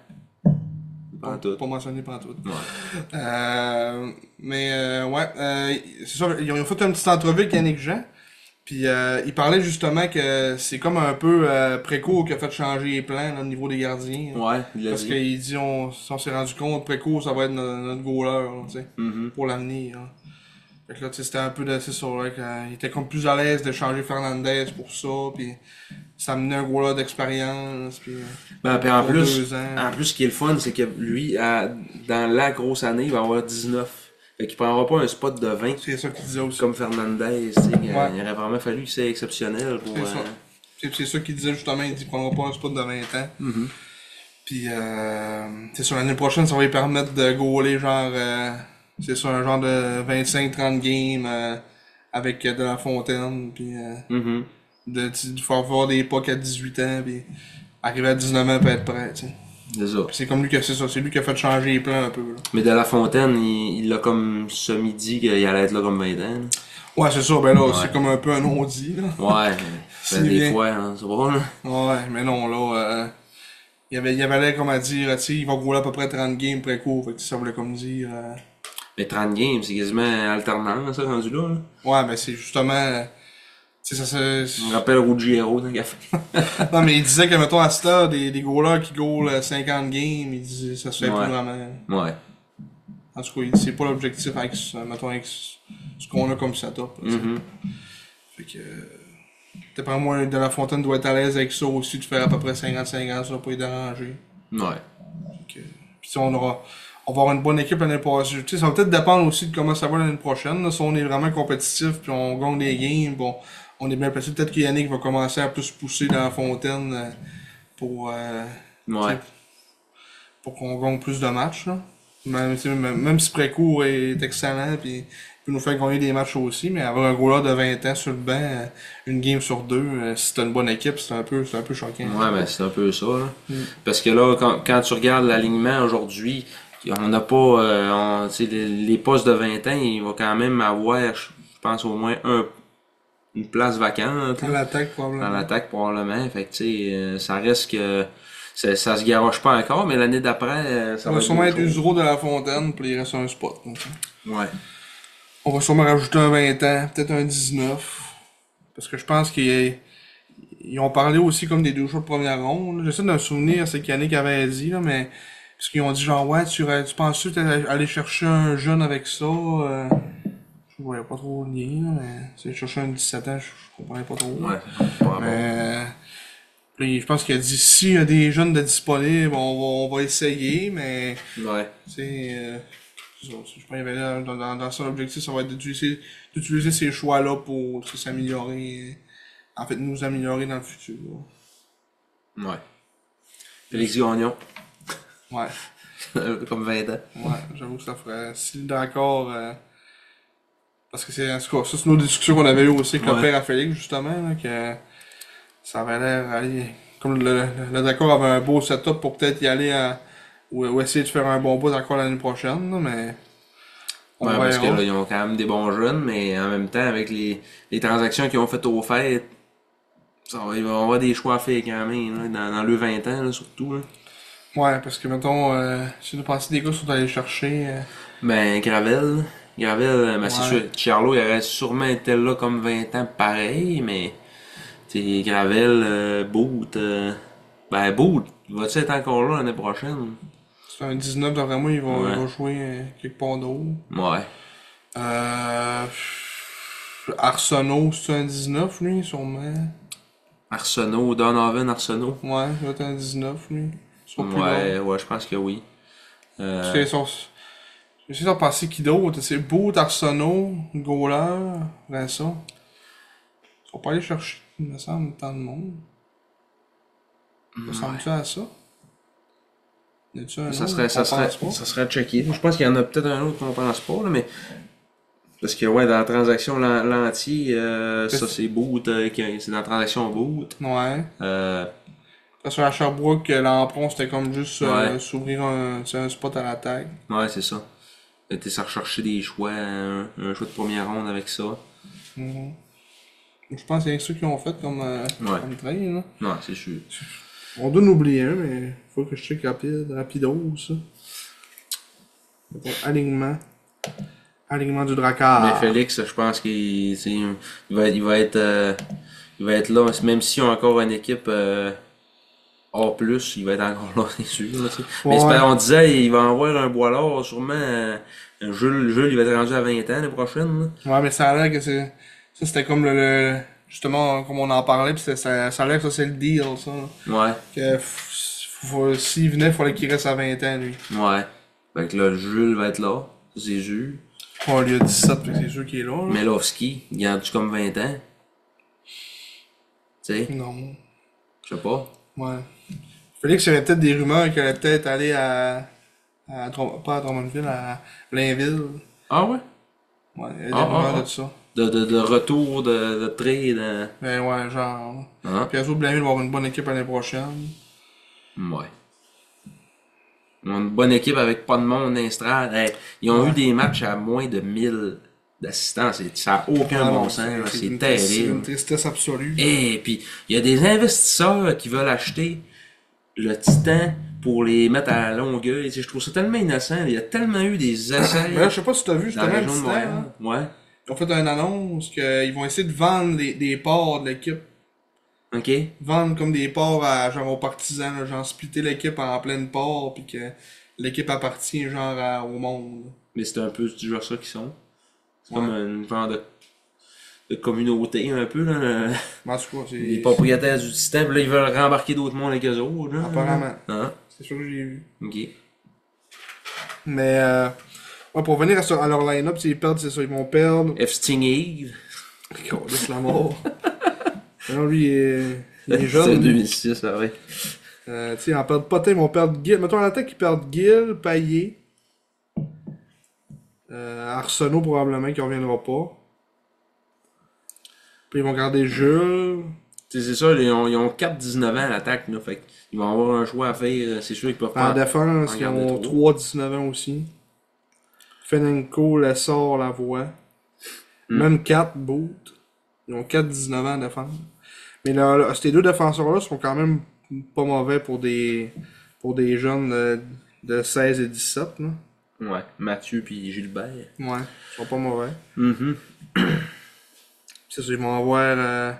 Speaker 1: Pas en tout.
Speaker 2: Pas mentionné pantoute.
Speaker 1: Ouais.
Speaker 2: Euh, mais euh, ouais, euh, c'est ça, ils ont, ils ont fait une petite entrevue avec Yannick Jean. Puis euh, il parlait justement que c'est comme un peu euh, Préco qui a fait changer les plans là, au niveau des gardiens. hein.
Speaker 1: Ouais, il l'a
Speaker 2: parce
Speaker 1: dit.
Speaker 2: qu'il dit, on, si on s'est rendu compte, Préco, ça va être notre, notre goaler là, tu sais,
Speaker 1: Mhm.
Speaker 2: pour l'avenir. hein. Fait que là, tu sais, c'était un peu de. C'est ça, là, qu'il était comme plus à l'aise de changer Fernandez pour ça. Puis ça amenait un goaler d'expérience. Puis euh,
Speaker 1: Ben, puis en
Speaker 2: pour
Speaker 1: plus,
Speaker 2: deux ans.
Speaker 1: en plus, ce qui est le fun, c'est que lui, à- dans la grosse année, il va avoir 19. Fait qu'il prendra pas un spot de 20
Speaker 2: c'est ça qu'il disait aussi.
Speaker 1: comme Fernandez. tu sais, Il
Speaker 2: Ouais.
Speaker 1: aurait vraiment fallu que c'est exceptionnel pour.
Speaker 2: C'est
Speaker 1: euh,
Speaker 2: ça. C'est- C'est ça qu'il disait justement, il dit qu'il prendra pas un spot de 20 ans.
Speaker 1: Mm-hmm.
Speaker 2: Puis, euh, c'est sûr, l'année prochaine, ça va lui permettre de gauler genre, euh, c'est sûr, un genre de 25-30 games euh, avec euh, de la fontaine, puis euh,
Speaker 1: mhm.
Speaker 2: de, tu- de faire voir des pucks à 18 ans, puis arriver à 19 ans peut être prêt, tu sais.
Speaker 1: C'est ça.
Speaker 2: Puis C'est comme lui que c'est ça, c'est lui qui a fait changer les plans un peu, là.
Speaker 1: Mais de la Fontaine, il il l'a comme ce midi qu'il allait être là comme 20 ans. là.
Speaker 2: Ouais, c'est sûr, ben là,
Speaker 1: Ouais.
Speaker 2: c'est comme un peu un non-dit, là.
Speaker 1: Ouais,
Speaker 2: C'est
Speaker 1: ben, des
Speaker 2: bien.
Speaker 1: fois, hein, c'est bon. là.
Speaker 2: Ouais, mais non, là, euh, il y avait, il y avait l'air comme à dire, tu sais, ils vont rouler à peu près 30 games pré-cours, fait que ça voulait comme dire, euh,
Speaker 1: Mais 30 games, c'est quasiment alternant, ça, rendu là. là.
Speaker 2: ouais, mais c'est justement, euh, tu sais, ça se...
Speaker 1: Je me rappelle Ruggiero dans le café.
Speaker 2: Non, mais il disait que, mettons, à cette heure, des, des goalers qui goalent euh, 50 games, il disait, ça se fait
Speaker 1: Ouais.
Speaker 2: plus vraiment.
Speaker 1: Ouais.
Speaker 2: En tout cas, il dit, c'est pas l'objectif avec, ce- mettons, avec ce ce qu'on a comme setup, là, tu sais.
Speaker 1: Mhm.
Speaker 2: Fait que, euh, d'après moi, De La Fontaine doit être à l'aise avec ça aussi, de faire à peu près 50-50, ça va pas les déranger.
Speaker 1: Ouais.
Speaker 2: Fait que- Puis si on aura, on va avoir une bonne équipe l'année prochaine. Tu sais, ça va peut-être dépendre aussi de comment ça va l'année prochaine. là. Si on est vraiment compétitif, puis on gagne des games, bon, on est bien placé. Peut-être que Yannick va commencer à plus pousser dans la fontaine euh, pour, euh,
Speaker 1: Ouais.
Speaker 2: tu sais, pour qu'on gagne plus de matchs. Là. Même, tu sais, même même si Précourt est excellent, puis il peut nous faire gagner des matchs aussi, mais avoir un goaler de 20 ans sur le banc, euh, une game sur deux, euh, si t'as une bonne équipe, c'est un peu, c'est un peu choquant.
Speaker 1: Ouais, ben c'est un peu ça. là.
Speaker 2: Mm.
Speaker 1: Parce que là, quand, quand tu regardes l'alignement aujourd'hui, on n'a pas. euh, on- tu sais, les, les postes de 20 ans, il va quand même avoir, je pense, au moins un, une place vacante.
Speaker 2: Dans
Speaker 1: là.
Speaker 2: l'attaque,
Speaker 1: dans
Speaker 2: probablement.
Speaker 1: l'attaque probablement. Fait que, tu sais, euh, ça reste que ça, ça se garoche pas encore, mais l'année d'après, euh, ça
Speaker 2: Ça va sûrement
Speaker 1: autre
Speaker 2: être
Speaker 1: chose.
Speaker 2: Usuro de la fontaine, puis il reste un spot. donc.
Speaker 1: Ouais.
Speaker 2: On va sûrement rajouter un 20 ans, peut-être un 19. Parce que je pense qu'ils ils ont parlé aussi comme des deux choix de première ronde. J'essaie de me souvenir, c'est qu'Yannick avait dit, là, mais. Parce qu'ils ont dit, genre, ouais, tu, aurais- tu penses-tu t'allais- aller chercher un jeune avec ça euh, Je voyais pas trop le lien, là, mais. Tu sais, chercher un 17 ans, je, je comprenais pas trop.
Speaker 1: Ouais. Par rapport-
Speaker 2: Mais. euh, puis je pense qu'il a dit, s'il y a des jeunes de disponibles, on va, on va essayer, mais.
Speaker 1: Ouais.
Speaker 2: Tu sais, euh, je pense qu'il y avait là, dans, dans, dans son objectif, ça va être d'utiliser, d'utiliser ces choix-là pour tu sais, s'améliorer, en fait, nous améliorer dans le futur.
Speaker 1: Ouais. Félix Gagnon,
Speaker 2: Ouais,
Speaker 1: comme 20 ans.
Speaker 2: ouais, j'avoue que ça ferait. Si d'accord. euh, parce que c'est, en tout cas, ça, c'est nos discussions qu'on avait eues aussi avec
Speaker 1: Ouais.
Speaker 2: le père à Félix, justement, là, que ça avait l'air. aller- Comme le, le- le d'accord avait un beau setup pour peut-être y aller à, ou, ou essayer de faire un bon bout encore l'année prochaine, là, mais. on
Speaker 1: Ouais, parce que
Speaker 2: verra.
Speaker 1: là, ils ont quand même des bons jeunes, mais en même temps, avec les, les transactions qu'ils ont faites aux fêtes, ça va, il va y avoir des choix à faire quand même, là, dans, dans le 20 ans, là, surtout. Là.
Speaker 2: Ouais, parce que mettons, euh, si nous pensons des gars sont allés chercher. euh,
Speaker 1: Ben, Gravel. Gravel, euh, ben, c'est
Speaker 2: Ouais.
Speaker 1: sûr, Charlo, il aurait sûrement été là comme 20 ans, pareil, mais. T'sais, Gravel, euh, Boot. euh, ben, Boot, va-tu être encore là l'année prochaine?
Speaker 2: c'est un 19, d'après moi, ils vont,
Speaker 1: Ouais.
Speaker 2: ils vont jouer euh, quelque part d'autre.
Speaker 1: Ouais.
Speaker 2: Euh. Arsenault, c'est un 19, lui, sûrement.
Speaker 1: Arsenault, Donovan Arsenault.
Speaker 2: Ouais, il va être un 19, lui. Sur plus
Speaker 1: Ouais, euh.
Speaker 2: long.
Speaker 1: ouais, je pense que oui.
Speaker 2: Parce
Speaker 1: Euh,
Speaker 2: qu'ils sont. J'essaie de penser qui d'autre. C'est Boot, Arsenault, Goaler, Vincent. Ils sont pas allés chercher, il me semble, tant de monde. Ça ressemble-tu à ça? Y a-tu un
Speaker 1: Mm, ça
Speaker 2: autre
Speaker 1: serait,
Speaker 2: qu'on
Speaker 1: ça serait,
Speaker 2: pense pas?
Speaker 1: ça serait checké. Je pense qu'il y en a peut-être un autre qu'on pense pas, là, mais. Parce que, ouais, dans la transaction l'an- l'anti, euh, ça c'est Boot, euh, qui- c'est dans la transaction Boot.
Speaker 2: Ouais.
Speaker 1: Euh,
Speaker 2: Parce qu'à Sherbrooke, l'emprunt, c'était comme juste euh,
Speaker 1: Ouais.
Speaker 2: s'ouvrir un, tu sais, un spot à l'attaque.
Speaker 1: Ouais, c'est ça. On était à rechercher des choix, un, un choix de première ronde avec ça.
Speaker 2: Mhm. Je pense qu'il y a ceux qui ont fait comme, euh,
Speaker 1: Ouais.
Speaker 2: comme train, là.
Speaker 1: Non, c'est sûr.
Speaker 2: On doit en oublier un, mais faut que je check rapide, rapido, ça. Bon, alignement. Alignement du
Speaker 1: Mais
Speaker 2: dracard.
Speaker 1: Félix, je pense qu'il tu sais, il va, il va être euh, il va être là, même s'ils ont encore une équipe euh, A+, il va être encore là, c'est sûr. là, tu sais. Mais
Speaker 2: Ouais.
Speaker 1: c'est pas- on disait il va en voir un bois l'or, sûrement euh, Jules, Jules, il va être rendu à 20 ans l'année prochaine. là.
Speaker 2: Ouais, mais ça a l'air que c'est. Ça, c'était comme le, le- Justement, comme on en parlait, pis c'était- ça, ça a l'air que ça, c'est le deal, ça.
Speaker 1: Ouais,
Speaker 2: Que f- faut- s'il venait, il fallait qu'il reste à 20 ans, lui.
Speaker 1: ouais. Fait que là, Jules va être là, c'est sûr.
Speaker 2: On lui a 17, fait que c'est sûr qu'il est là, là.
Speaker 1: Melovski, il a rendu comme 20 ans. Tu sais,
Speaker 2: Non.
Speaker 1: je sais pas.
Speaker 2: Ouais. Félix, il y avait peut-être des rumeurs qu'il allait peut-être aller à. à Trom- pas à Drummondville, à Blainville.
Speaker 1: Ah ouais?
Speaker 2: Ouais, il y a des
Speaker 1: Ah, ah,
Speaker 2: rumeurs
Speaker 1: ah.
Speaker 2: de ça.
Speaker 1: De, de, de retour de, de trade. euh,
Speaker 2: Ben ouais, genre.
Speaker 1: hein?
Speaker 2: Puis eux autres, Blainville va avoir une bonne équipe l'année prochaine.
Speaker 1: Ouais. Ils ont une bonne équipe avec pas de monde d'instrad. ils ont eu des matchs à moins de 1000 d'assistants. C'est- Ça n'a aucun bon sens. là. C'est
Speaker 2: Ah, une tristesse- une
Speaker 1: terrible.
Speaker 2: tristesse absolue.
Speaker 1: Et puis, il y a des investisseurs qui veulent acheter le Titan pour les mettre à la longueuil. Tu sais, Je trouve ça tellement innocent. Il y a tellement eu des essais
Speaker 2: Mais là, je sais pas si t'as vu
Speaker 1: dans la
Speaker 2: justement le
Speaker 1: région de
Speaker 2: Titan,
Speaker 1: Montréal.
Speaker 2: hein.
Speaker 1: Ouais.
Speaker 2: Ils ont fait une annonce qu'ils vont essayer de vendre les- des parts de l'équipe.
Speaker 1: OK.
Speaker 2: Vendre comme des parts à, genre, aux partisans, là, genre splitter l'équipe en pleine part, puis que l'équipe appartient genre à- au monde.
Speaker 1: Mais c'est un peu du genre ça qu'ils sont. C'est
Speaker 2: Ouais.
Speaker 1: comme un genre de, de communauté un peu. Là, le-
Speaker 2: Mais en tout cas, c'est.
Speaker 1: Les propriétaires du système, là, ils veulent rembarquer d'autres mondes avec eux autres. là.
Speaker 2: Apparemment.
Speaker 1: Hein?
Speaker 2: C'est sûr que j'ai vu.
Speaker 1: OK.
Speaker 2: Mais euh, ouais, pour revenir à, ce- à leur line-up, s'ils perdent, c'est ça, ils vont perdre.
Speaker 1: F. Sting Eve.
Speaker 2: laisse la mort. Alors lui, il est, il est
Speaker 1: C'est
Speaker 2: jeune.
Speaker 1: 2006, ah ouais.
Speaker 2: Euh, tu sais, ils en perdent pas tant, ils vont perdre Gill. Mettons à l'attaque, ils perdent Gill, Payet. Euh, Arsenault, probablement, qui reviendra pas. Puis ils vont garder Jules.
Speaker 1: Tu sais, C'est ça, ils ont, ils ont 4-19 ans à l'attaque. là, Fait qu'ils vont avoir un choix à faire. euh, C'est sûr qu'ils peuvent pas.
Speaker 2: En défense,
Speaker 1: en
Speaker 2: ils
Speaker 1: garder
Speaker 2: ont
Speaker 1: trois.
Speaker 2: 3-19 ans aussi. Fenenko, Lessard, Lavoie.
Speaker 1: Hmm.
Speaker 2: Même 4 Boot. Ils ont 4-19 ans en défense. Mais là, là, ces deux défenseurs-là sont quand même pas mauvais pour des, pour des jeunes de, de 16 et 17. Là.
Speaker 1: Ouais. Mathieu puis Gilbert.
Speaker 2: Ouais, ils sont pas mauvais.
Speaker 1: Mhm.
Speaker 2: C'est sûr, ils vont avoir. euh,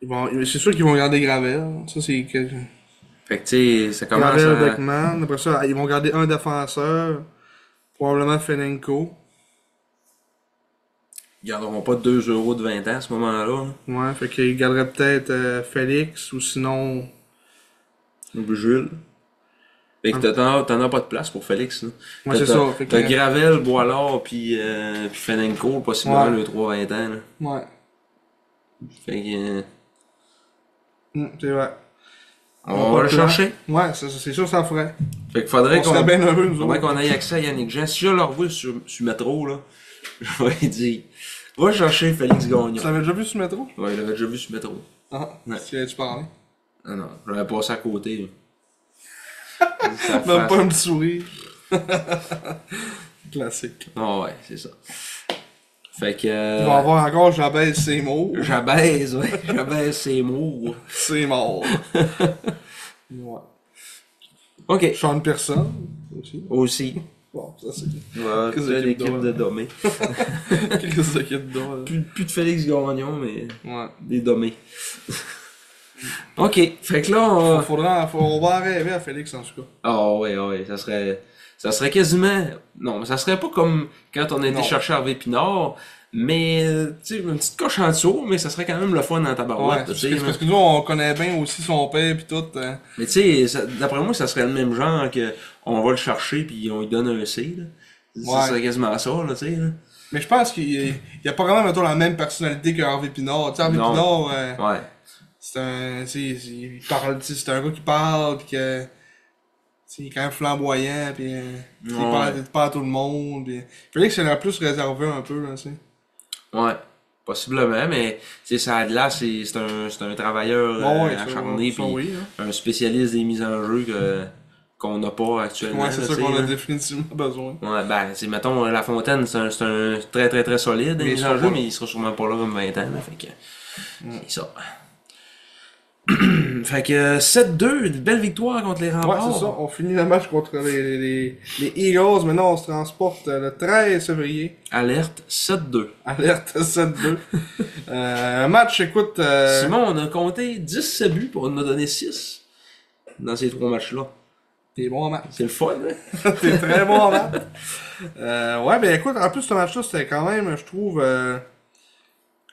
Speaker 2: ils vont, c'est sûr qu'ils vont garder Gravel. Ça, c'est. que-
Speaker 1: Fait que tu sais, ça commence
Speaker 2: Gravel,
Speaker 1: à.
Speaker 2: Beckman. Après ça, ils vont garder un défenseur. Probablement Fenenko.
Speaker 1: Ils garderont pas 2 euros de 20 ans à ce moment-là. hein. là.
Speaker 2: Ouais, fait qu'ils garderaient peut-être euh, Félix ou sinon.
Speaker 1: Ou Jules. Fait que t'en- t'en as- t'en as pas de place pour Félix. là.
Speaker 2: Hein? Ouais,
Speaker 1: T'as-
Speaker 2: c'est
Speaker 1: t'as-
Speaker 2: ça, fait que-
Speaker 1: T'as Gravel, Boilard, puis, euh, puis Fenenko, possiblement
Speaker 2: Ouais.
Speaker 1: le 3-20 ans. Là.
Speaker 2: Ouais.
Speaker 1: Fait que, euh,
Speaker 2: Mm, c'est vrai.
Speaker 1: on va le
Speaker 2: Pas de plan.
Speaker 1: chercher.
Speaker 2: Ouais, ça- ça- c'est sûr, ça ferait.
Speaker 1: Fait qu'il faudrait
Speaker 2: On
Speaker 1: qu'on
Speaker 2: serait bien heureux, nous
Speaker 1: faudrait
Speaker 2: autres.
Speaker 1: qu'on aille accès à Yannick Jean. Si je le revois sur, sur métro, là, je vais lui dire Va chercher Félix Gagnon.
Speaker 2: Tu l'avais déjà vu sur le métro
Speaker 1: Ouais, il l'avait déjà vu sur métro.
Speaker 2: Ah,
Speaker 1: Ouais.
Speaker 2: tu l'avais-tu parlé
Speaker 1: Non, non, j'avais passé à côté.
Speaker 2: Même
Speaker 1: Même
Speaker 2: pas un petit sourire. Classique.
Speaker 1: Ah ouais, c'est ça. Fait que.
Speaker 2: Il va
Speaker 1: euh,
Speaker 2: avoir encore, j'abaisse ses mots.
Speaker 1: J'abaise, ouais, j'abaise ses mots.
Speaker 2: C'est mort. ouais.
Speaker 1: Ok.
Speaker 2: Sean Person aussi.
Speaker 1: Aussi.
Speaker 2: Bon, ça c'est.
Speaker 1: Ouais,
Speaker 2: Qu'est-ce
Speaker 1: c'est
Speaker 2: que l'équipe
Speaker 1: l'équipe de Domé.
Speaker 2: Qu'est-ce qu'il y a dedans là?
Speaker 1: plus, plus de Félix Gagnon, mais
Speaker 2: Ouais.
Speaker 1: des Domé. ok, fait que là, on...
Speaker 2: Faudra, faut- on va en rêver à Félix en tout cas.
Speaker 1: Ah ouais, ouais, ça serait... Ça serait quasiment... Non, mais ça serait pas comme quand on a été
Speaker 2: Non.
Speaker 1: chercher Harvey Pinard, mais, euh, tu sais, une petite coche en dessous, mais ça serait quand même le fun dans ta
Speaker 2: Ouais,
Speaker 1: barouette, tu
Speaker 2: parce,
Speaker 1: sais.
Speaker 2: que,
Speaker 1: là.
Speaker 2: parce que nous on connaît bien aussi son père pis tout. hein.
Speaker 1: Mais tu sais, ça- d'après moi, ça serait le même genre que on va le chercher puis on lui donne un C, là. Ça
Speaker 2: Ouais.
Speaker 1: serait quasiment ça, là, tu sais. là.
Speaker 2: Mais je pense qu'il est- il a pas vraiment mettons, la même personnalité que Harvey Pinard. Tu sais, Harvey
Speaker 1: Non.
Speaker 2: Pinard, euh,
Speaker 1: Ouais.
Speaker 2: c'est un. tu sais, il parle, tu sais, c'est un gars qui parle pis que. tu sais, Il est quand même flamboyant, pis euh, tu sais, il
Speaker 1: Ouais.
Speaker 2: parle, il parle à tout le monde. Pis... Félix, il a plus réservé un peu, là, tu sais.
Speaker 1: Ouais, possiblement, mais tu sais, Sadla, c'est c'est un, c'est un travailleur euh,
Speaker 2: Bon, ouais, ça,
Speaker 1: acharné,
Speaker 2: ça,
Speaker 1: puis
Speaker 2: oui, hein.
Speaker 1: un spécialiste des mises en jeu que qu'on n'a pas actuellement.
Speaker 2: Ouais, c'est
Speaker 1: là,
Speaker 2: ça
Speaker 1: tu sais,
Speaker 2: qu'on a
Speaker 1: là.
Speaker 2: définitivement besoin.
Speaker 1: Ouais, ben, c'est, mettons, La Fontaine, c'est un, c'est un très, très, très solide,
Speaker 2: Mais ils
Speaker 1: les
Speaker 2: sont
Speaker 1: enjeux,
Speaker 2: pas- Mm.
Speaker 1: mais il sera sûrement pas là comme 20 ans, là, fait que. C'est ça. fait que 7-2, une belle victoire contre les
Speaker 2: Ouais,
Speaker 1: remparts.
Speaker 2: c'est ça. On finit le match contre les, les, les Eagles. Maintenant, on se transporte euh, le 13 février.
Speaker 1: Alerte 7-2.
Speaker 2: Alerte 7-2. euh, un match, écoute. euh,
Speaker 1: Simon, on a compté 10 buts pour en a donné 6 dans ces trois matchs-là.
Speaker 2: T'es bon en maths.
Speaker 1: C'est le fun, hein?
Speaker 2: T'es très bon en maths. Euh, ouais, ben écoute, en plus, ce match-là, c'était quand même, je trouve. euh,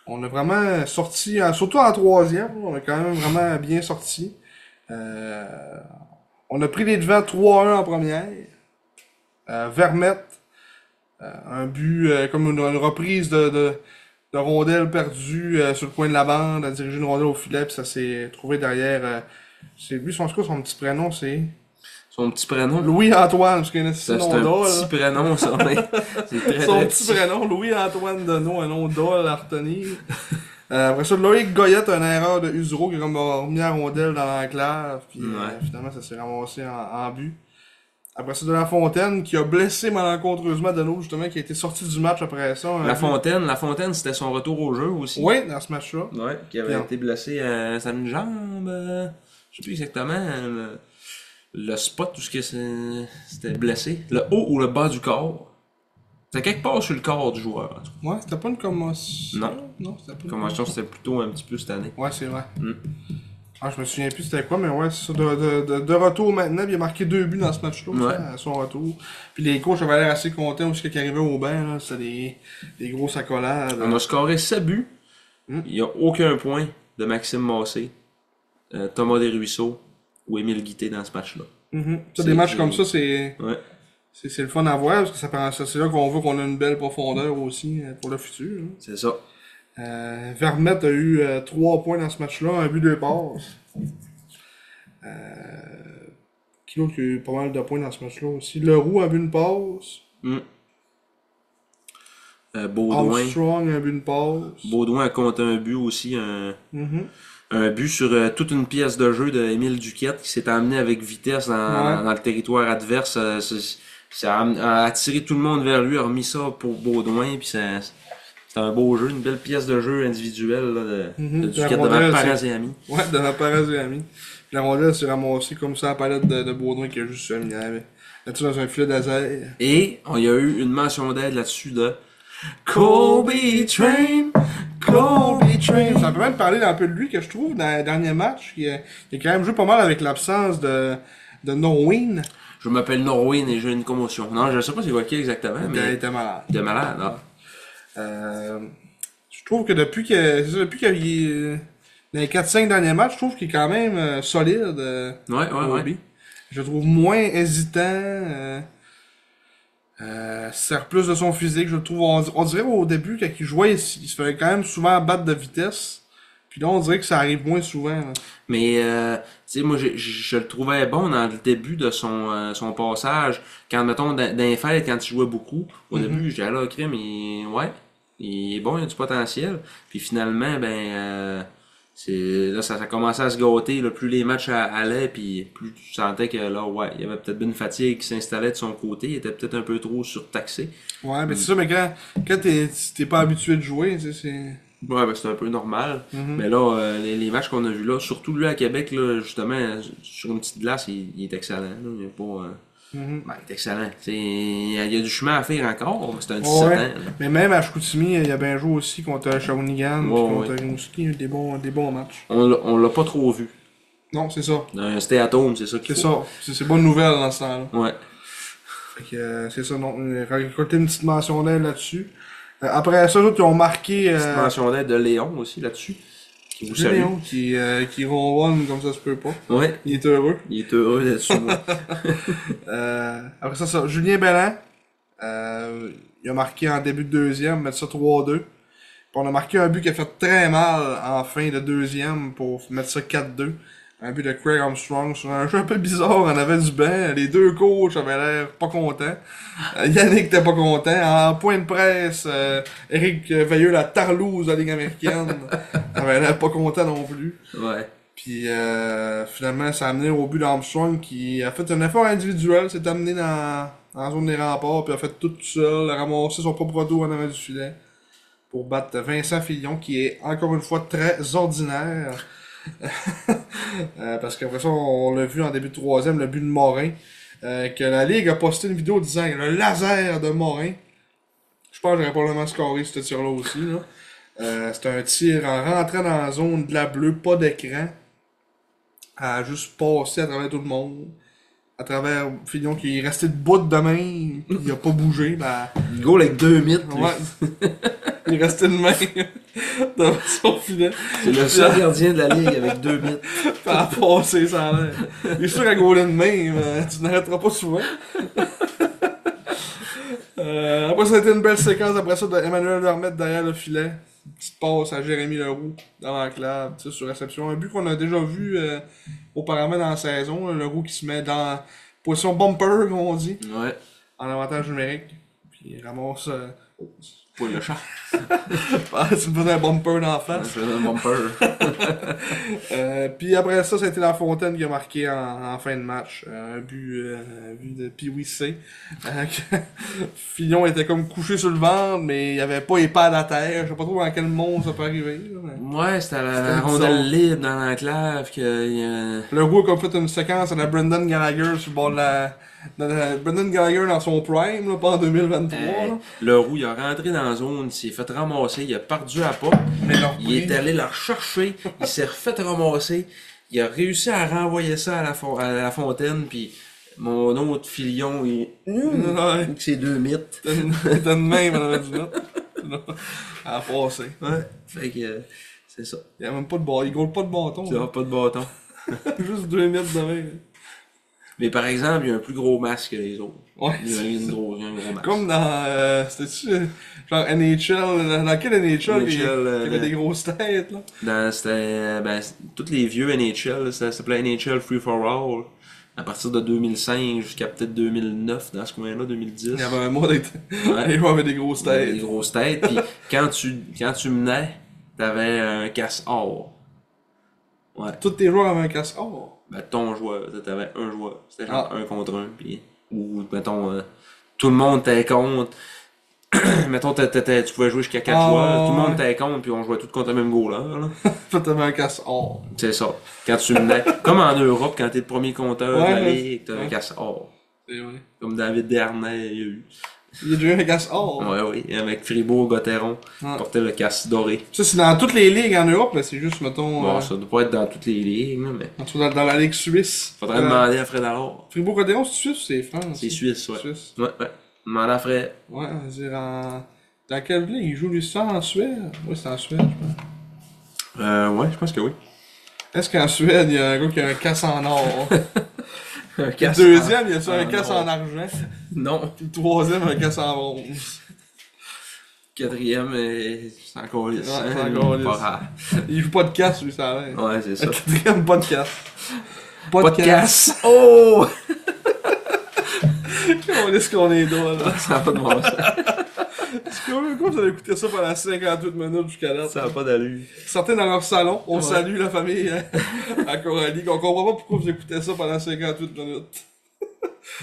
Speaker 2: on a vraiment sorti, en- surtout en troisième, on a quand même vraiment bien sorti. Euh, on a pris les devants 3-1 en première. Euh, Vermette, euh, un but euh, comme une, une reprise de, de, de rondelle perdue euh, sur le coin de la bande, a dirigé une rondelle au filet, puis ça s'est trouvé derrière. euh, c'est lui, son, score, son petit prénom, c'est.
Speaker 1: Son petit prénom.
Speaker 2: Louis-Antoine, parce qu'il y en a
Speaker 1: C'est
Speaker 2: six
Speaker 1: un
Speaker 2: noms d'or,
Speaker 1: petit
Speaker 2: là.
Speaker 1: prénom, ça. hein. C'est très,
Speaker 2: Son
Speaker 1: très
Speaker 2: petit prénom, Louis-Antoine Deneau, un nom d'ol à retenir. Euh, après ça, Loïc Goyette, une erreur de Usuro qui a comme euh, remis la rondelle dans l'enclave, puis euh,
Speaker 1: Ouais.
Speaker 2: finalement ça s'est ramassé en, en but. Après ça, De La Fontaine qui a blessé malencontreusement Deneau, justement, qui a été sorti du match après ça.
Speaker 1: La Fontaine, La Fontaine, c'était son retour au jeu aussi.
Speaker 2: Oui, dans ce match-là.
Speaker 1: Ouais, qui avait
Speaker 2: Bien.
Speaker 1: été blessé à sa jambe. euh, je sais plus exactement. euh, le, le spot où ce que c'est- c'était blessé. Le haut ou le bas du corps. C'était quelque part sur le corps du joueur. en tout cas.
Speaker 2: Ouais, c'était pas une commotion.
Speaker 1: Non.
Speaker 2: Non, c'était pas une
Speaker 1: Convention, c'était plutôt un petit peu cette année.
Speaker 2: Ouais, c'est vrai.
Speaker 1: Mm.
Speaker 2: Ah, je me souviens plus c'était quoi, mais ouais, c'est ça. De, de, de, de retour maintenant, puis il a marqué deux buts dans ce match-là,
Speaker 1: Ouais.
Speaker 2: ça, à son retour. Puis les coachs avaient l'air assez contents aussi qu'ils arrivaient au bain, là. C'était des, des grosses accolades.
Speaker 1: On a scoré 7 buts.
Speaker 2: Mm.
Speaker 1: Il n'y a aucun point de Maxime Massé, euh, Thomas Desruisseaux ou Émile Guité dans ce match-là.
Speaker 2: Mhm. Ça,
Speaker 1: C'est
Speaker 2: des matchs
Speaker 1: du-
Speaker 2: comme ça, c'est.
Speaker 1: Ouais.
Speaker 2: C'est c'est le fun à voir, parce que ça, prend- ça, c'est là qu'on voit qu'on a une belle profondeur aussi euh, pour le futur. hein.
Speaker 1: C'est ça.
Speaker 2: Euh, Vermette a eu euh, trois points dans ce match-là, un but, deux passes. Euh, qui d'autre qui a eu pas mal de points dans ce match-là aussi? Leroux a bu une passe.
Speaker 1: Mm. Euh, Baudouin.
Speaker 2: Armstrong a bu une passe.
Speaker 1: Baudouin a compté un but aussi, un,
Speaker 2: Mhm.
Speaker 1: un but sur euh, toute une pièce de jeu de Émile Duquette qui s'est amené avec vitesse dans,
Speaker 2: Ouais.
Speaker 1: dans le territoire adverse. Euh, c'est- ça a, am- a attiré tout le monde vers lui, a remis ça pour Baudouin. Puis ça- c'était un beau jeu, une belle pièce de jeu individuelle là, de,
Speaker 2: Mhm.
Speaker 1: de
Speaker 2: La
Speaker 1: Duquette devant
Speaker 2: rondelle,
Speaker 1: parents et amis.
Speaker 2: Ouais, de la paresse et amis. Puis La rondelle s'est ramassée comme ça à la palette de, de Baudouin qui a juste mis la- là-dessus dans un filet d'azur.
Speaker 1: Et il y a eu une mention d'aide là-dessus de Kobe Train, Kobe
Speaker 2: Ça
Speaker 1: Train.
Speaker 2: peut même parler un peu de lui que je trouve dans le dernier match. qui a, il a quand même joué pas mal avec l'absence de, de Norwin.
Speaker 1: Je m'appelle Norwin et j'ai une commotion. Non, je sais pas c'est quoi qui exactement,
Speaker 2: Il
Speaker 1: mais
Speaker 2: était malade.
Speaker 1: de malade. ah.
Speaker 2: Euh, je trouve que depuis que. c'est ça, depuis qu'il est- euh, Dans les 4-5 derniers matchs, je trouve qu'il est quand même euh, solide. euh,
Speaker 1: Ouais, ouais, ouais.
Speaker 2: Kobe. Je le trouve moins hésitant. Euh, euh, sert plus de son physique. Je le trouve. On, on dirait au début, quand il jouait, il, se- il se faisait quand même souvent battre de vitesse. Puis là, on dirait que ça arrive moins souvent. là.
Speaker 1: Mais, euh, tu sais, moi, je, je- je le trouvais bon dans le début de son, euh, son passage. Quand, mettons, dans, dans les fêtes, quand il jouait beaucoup, au début, j'allais là, crime, il... ouais, il est bon, il a du potentiel. Puis finalement, ben, euh, c'est, là, ça, ça commençait à se gâter. Là, plus les matchs a- allaient, puis plus tu sentais que là, ouais, il y avait peut-être une fatigue qui s'installait de son côté. Il était peut-être un peu trop surtaxé.
Speaker 2: Ouais,
Speaker 1: Mm.
Speaker 2: mais c'est ça, mais quand, quand t'es t'es pas habitué de jouer, tu sais, c'est. mm-hmm,
Speaker 1: Ouais, ben, c'est un peu normal. Mais là, euh, les, les matchs qu'on a vus là, surtout lui à Québec, là, justement, euh, sur une petite glace, il, il est excellent. là. Il est pas. euh,
Speaker 2: Mhm.
Speaker 1: ben, il est excellent. C'est- Il y, a, il y a du chemin à faire encore. C'est un 17
Speaker 2: Ouais.
Speaker 1: ans. là.
Speaker 2: Mais même à Chicoutimi, il a bien joué aussi contre Shawinigan, puis
Speaker 1: Ouais,
Speaker 2: contre
Speaker 1: ouais.
Speaker 2: Rimouski, il y a eu des bons, des bons matchs.
Speaker 1: On l'a- on l'a pas trop vu.
Speaker 2: Non, c'est ça.
Speaker 1: Un stay at home, c'est ça qu'il
Speaker 2: C'est
Speaker 1: faut.
Speaker 2: ça. C'est c'est bonne nouvelle dans ce temps-là.
Speaker 1: Ouais.
Speaker 2: Fait que euh, c'est ça, non. euh, Récolter une petite mention d'aide là-dessus. Euh, après ça, eux autres, ils ont marqué
Speaker 1: Petite
Speaker 2: euh,
Speaker 1: mention d'aide de Léon aussi là-dessus. Qui vous salue.
Speaker 2: Généon qui, euh, qui ronronne comme ça se peut pas.
Speaker 1: Ouais.
Speaker 2: Il est heureux.
Speaker 1: Il est heureux là-dessus. là.
Speaker 2: Euh, après ça, ça, Julien Bellan. euh, il a marqué en début de deuxième, mettre ça 3-2. Puis on a marqué un but qui a fait très mal en fin de deuxième pour mettre ça 4-2. Un but de Craig Armstrong sur un jeu un peu bizarre, on avait du bain. Les deux coachs avaient l'air pas contents. Euh, Yannick était pas content. En point de presse, euh, Eric Veilleux, la tarlouse de la Ligue américaine, avait l'air pas content non plus.
Speaker 1: ouais.
Speaker 2: Puis euh, finalement, ça a amené au but d'Armstrong qui a fait un effort individuel, s'est amené dans, dans la zone des remparts, puis a fait tout seul, a ramassé son propre dos en avant du filet pour battre Vincent Fillon qui est encore une fois très ordinaire. Euh, parce qu'après ça, on l'a vu en début de troisième, le but de Morin, euh, que la Ligue a posté une vidéo disant le laser de Morin. Je pense que j'aurais probablement scoré ce tir-là aussi. Là. Euh, c'est un tir en rentrant dans la zone de la bleue, pas d'écran. À juste passer à travers tout le monde. À travers Fillon qui est resté debout de même, puis il a pas bougé. Ben,
Speaker 1: Il goal avec deux mythes. lui.
Speaker 2: ouais. il est resté de même dans son filet.
Speaker 1: C'est le seul gardien de la ligue avec deux mythes.
Speaker 2: Ça a passé, ça a l'air. Il est sûr qu'à gauler de main, mais tu n'arrêteras pas souvent. Euh, après, ça a été une belle séquence. Après ça, de Emmanuel Vermette derrière le filet. Une Petite passe à Jérémy Leroux dans l'enclave, tu sais, sur réception. Un but qu'on a déjà vu euh, auparavant dans la saison. là, Leroux qui se met dans position bumper, comme on dit,
Speaker 1: Ouais.
Speaker 2: en avantage numérique. Puis il ramasse. Euh...
Speaker 1: Pour le chat.
Speaker 2: tu me faisais un bumper dans la
Speaker 1: Je
Speaker 2: face.
Speaker 1: fais un bumper.
Speaker 2: Euh, puis après ça, c'était La Fontaine qui a marqué en, en fin de match. Euh, un but, euh, un but de Pee-Wee C. Euh, que- Fillon était comme couché sur le ventre, mais il avait pas les pads à terre. Je sais pas trop dans quel monde ça peut arriver. là, mais-
Speaker 1: Ouais, c'était à
Speaker 2: C'était
Speaker 1: la
Speaker 2: une
Speaker 1: rondelle
Speaker 2: zone.
Speaker 1: libre dans l'enclave que. euh,
Speaker 2: Le gars qui a fait une séquence à la Brendan Gallagher sur le bord de la... dans la- Brendan Gallagher dans son prime, là, pas en 2023.
Speaker 1: Euh,
Speaker 2: là.
Speaker 1: Le roux, il a rentré dans la zone, il s'est fait ramasser, il a perdu à pas.
Speaker 2: Mais leur
Speaker 1: Il est allé la rechercher, il s'est refait ramasser, il a réussi à renvoyer ça à la, fon- à la fontaine, puis mon autre filion, il.
Speaker 2: Ouais.
Speaker 1: Avec ses deux mythes.
Speaker 2: T'as une t'as une main, mais on avait du nom. Non. À passer.
Speaker 1: Ouais, fait que. euh, C'est ça.
Speaker 2: Il y a même pas de bâton. Il goal pas de bâton.
Speaker 1: Tu n'auras pas de bâton.
Speaker 2: hein. Juste deux mètres de main.
Speaker 1: Mais par exemple, il a un plus gros masque que les autres.
Speaker 2: Ouais.
Speaker 1: Il a une gros, il a un gros masque.
Speaker 2: Comme dans. Euh, C'était-tu. euh, Genre NHL. euh, Dans, dans quel NHL, il, y
Speaker 1: NHL, euh,
Speaker 2: avait
Speaker 1: le-
Speaker 2: des grosses têtes, là
Speaker 1: Dans, c'était, euh, ben, c- tous les vieux NHL, là, ça s'appelait NHL Free For All. À partir de 2005 jusqu'à peut-être 2009, dans ce coin-là, 2010.
Speaker 2: Il y avait un mot d'être.
Speaker 1: Ouais.
Speaker 2: Les gens avaient des grosses
Speaker 1: Il y avait
Speaker 2: têtes.
Speaker 1: Des grosses têtes. Puis quand tu, quand tu menais, t'avais un casse or. Ouais.
Speaker 2: Tous tes joueurs avaient un casque. Oh
Speaker 1: Ben, ton joueur, t'sais, t'avais un joueur. C'était
Speaker 2: Ah.
Speaker 1: genre un contre un. Puis, ou, mettons, euh, tout le monde était contre. mettons, t'étais- t'étais- tu pouvais jouer jusqu'à 4
Speaker 2: Ah,
Speaker 1: joueurs. Tout le monde
Speaker 2: ouais.
Speaker 1: était contre. Puis on jouait tous contre le même goaler. Là.
Speaker 2: Toi, t'avais un casque. Oh
Speaker 1: C'est ça. Quand tu menais. comme en Europe, quand t'es le premier compteur
Speaker 2: Ouais,
Speaker 1: de la
Speaker 2: ouais.
Speaker 1: ligue, t'as un
Speaker 2: Ouais.
Speaker 1: casse or.
Speaker 2: C'est vrai.
Speaker 1: Comme David Dernay, il y a eu.
Speaker 2: Il y a déjà eu un casque. Oh
Speaker 1: Ouais, oui. Avec Fribourg, Gotteron,
Speaker 2: Ouais.
Speaker 1: il portait le casse doré.
Speaker 2: Ça, c'est dans toutes les ligues en Europe, là. C'est juste, mettons.
Speaker 1: Bon,
Speaker 2: euh,
Speaker 1: ça doit pas être dans toutes les ligues, là, mais.
Speaker 2: en tout cas, dans, dans la ligue suisse.
Speaker 1: Faudrait
Speaker 2: Euh,
Speaker 1: demander à Fred alors.
Speaker 2: Fribourg-Cotillon, c'est suisse ou c'est France
Speaker 1: C'est suisse, ouais.
Speaker 2: Suisse.
Speaker 1: Ouais, ouais. Demander à Fred.
Speaker 2: Ouais, on va dire en. Dans quelle ligue Il joue lui ça en Suède Oui, c'est en Suède, je pense.
Speaker 1: Euh, ouais, je pense que oui.
Speaker 2: Est-ce qu'en Suède, il y a un gars qui a un casse en or
Speaker 1: Un
Speaker 2: Le
Speaker 1: casse-
Speaker 2: deuxième, il y a un
Speaker 1: en
Speaker 2: casse
Speaker 1: or.
Speaker 2: en argent.
Speaker 1: Non.
Speaker 2: Puis le troisième, un casse en bronze.
Speaker 1: Quatrième, euh, c'est encore lisse.
Speaker 2: Ouais,
Speaker 1: hein,
Speaker 2: c'est encore
Speaker 1: pas
Speaker 2: lisse.
Speaker 1: rare.
Speaker 2: Il joue pas de casse, lui, ça a l'air.
Speaker 1: Ouais, c'est ça.
Speaker 2: Le quatrième, pas de casse.
Speaker 1: Pas de casse. Oh!
Speaker 2: On laisse qu'on est doigts, là.
Speaker 1: Ça n'a pas de bon sens.
Speaker 2: Combien de fois vous avez écouté ça pendant 58 minutes jusqu'à là?
Speaker 1: Ça n'a pas d'allure.
Speaker 2: Sortez dans leur salon. On
Speaker 1: Ouais.
Speaker 2: salue la famille hein, à Coralie. On comprend pas pourquoi vous écoutez ça pendant 58 minutes.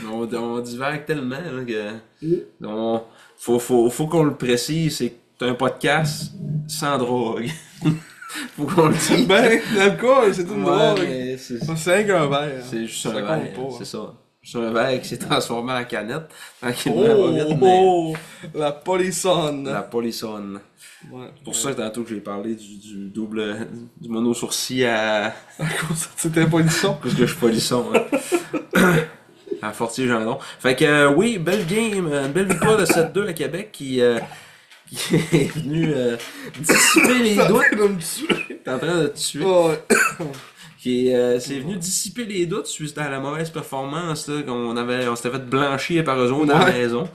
Speaker 1: On, on divague tellement là, que.
Speaker 2: Oui.
Speaker 1: On, faut faut, faut qu'on le précise, c'est que t'as un podcast sans drogue. faut qu'on le dise.
Speaker 2: Ben, l'alcool, c'est une
Speaker 1: Ouais,
Speaker 2: drogue.
Speaker 1: mais c'est
Speaker 2: C'est un verre.
Speaker 1: c'est juste
Speaker 2: Ça
Speaker 1: un
Speaker 2: compte
Speaker 1: verre.
Speaker 2: pas, hein.
Speaker 1: C'est ça. Juste un verre qui s'est transformé en canette. Tranquillement,
Speaker 2: Oh,
Speaker 1: pas vite, mais
Speaker 2: oh, la polissonne.
Speaker 1: la polissonne.
Speaker 2: Ouais.
Speaker 1: Pour ça, tantôt que j'ai parlé du, du double. du mono-sourcil à.
Speaker 2: C'était un polisson.
Speaker 1: Parce que je suis polisson, hein. à Fortier Gendron. Fait que euh, oui, belle game, euh, une belle victoire de 7-2 à Québec qui, euh, qui est venu euh, dissiper les
Speaker 2: T'es en
Speaker 1: doutes.
Speaker 2: train de me tuer.
Speaker 1: T'es en train de te tuer.
Speaker 2: Ouais.
Speaker 1: Qui est, euh, c'est venu dissiper les doutes suite à la mauvaise performance là, qu'on avait. On s'était fait blanchir par eux autres à la
Speaker 2: Ouais.
Speaker 1: maison.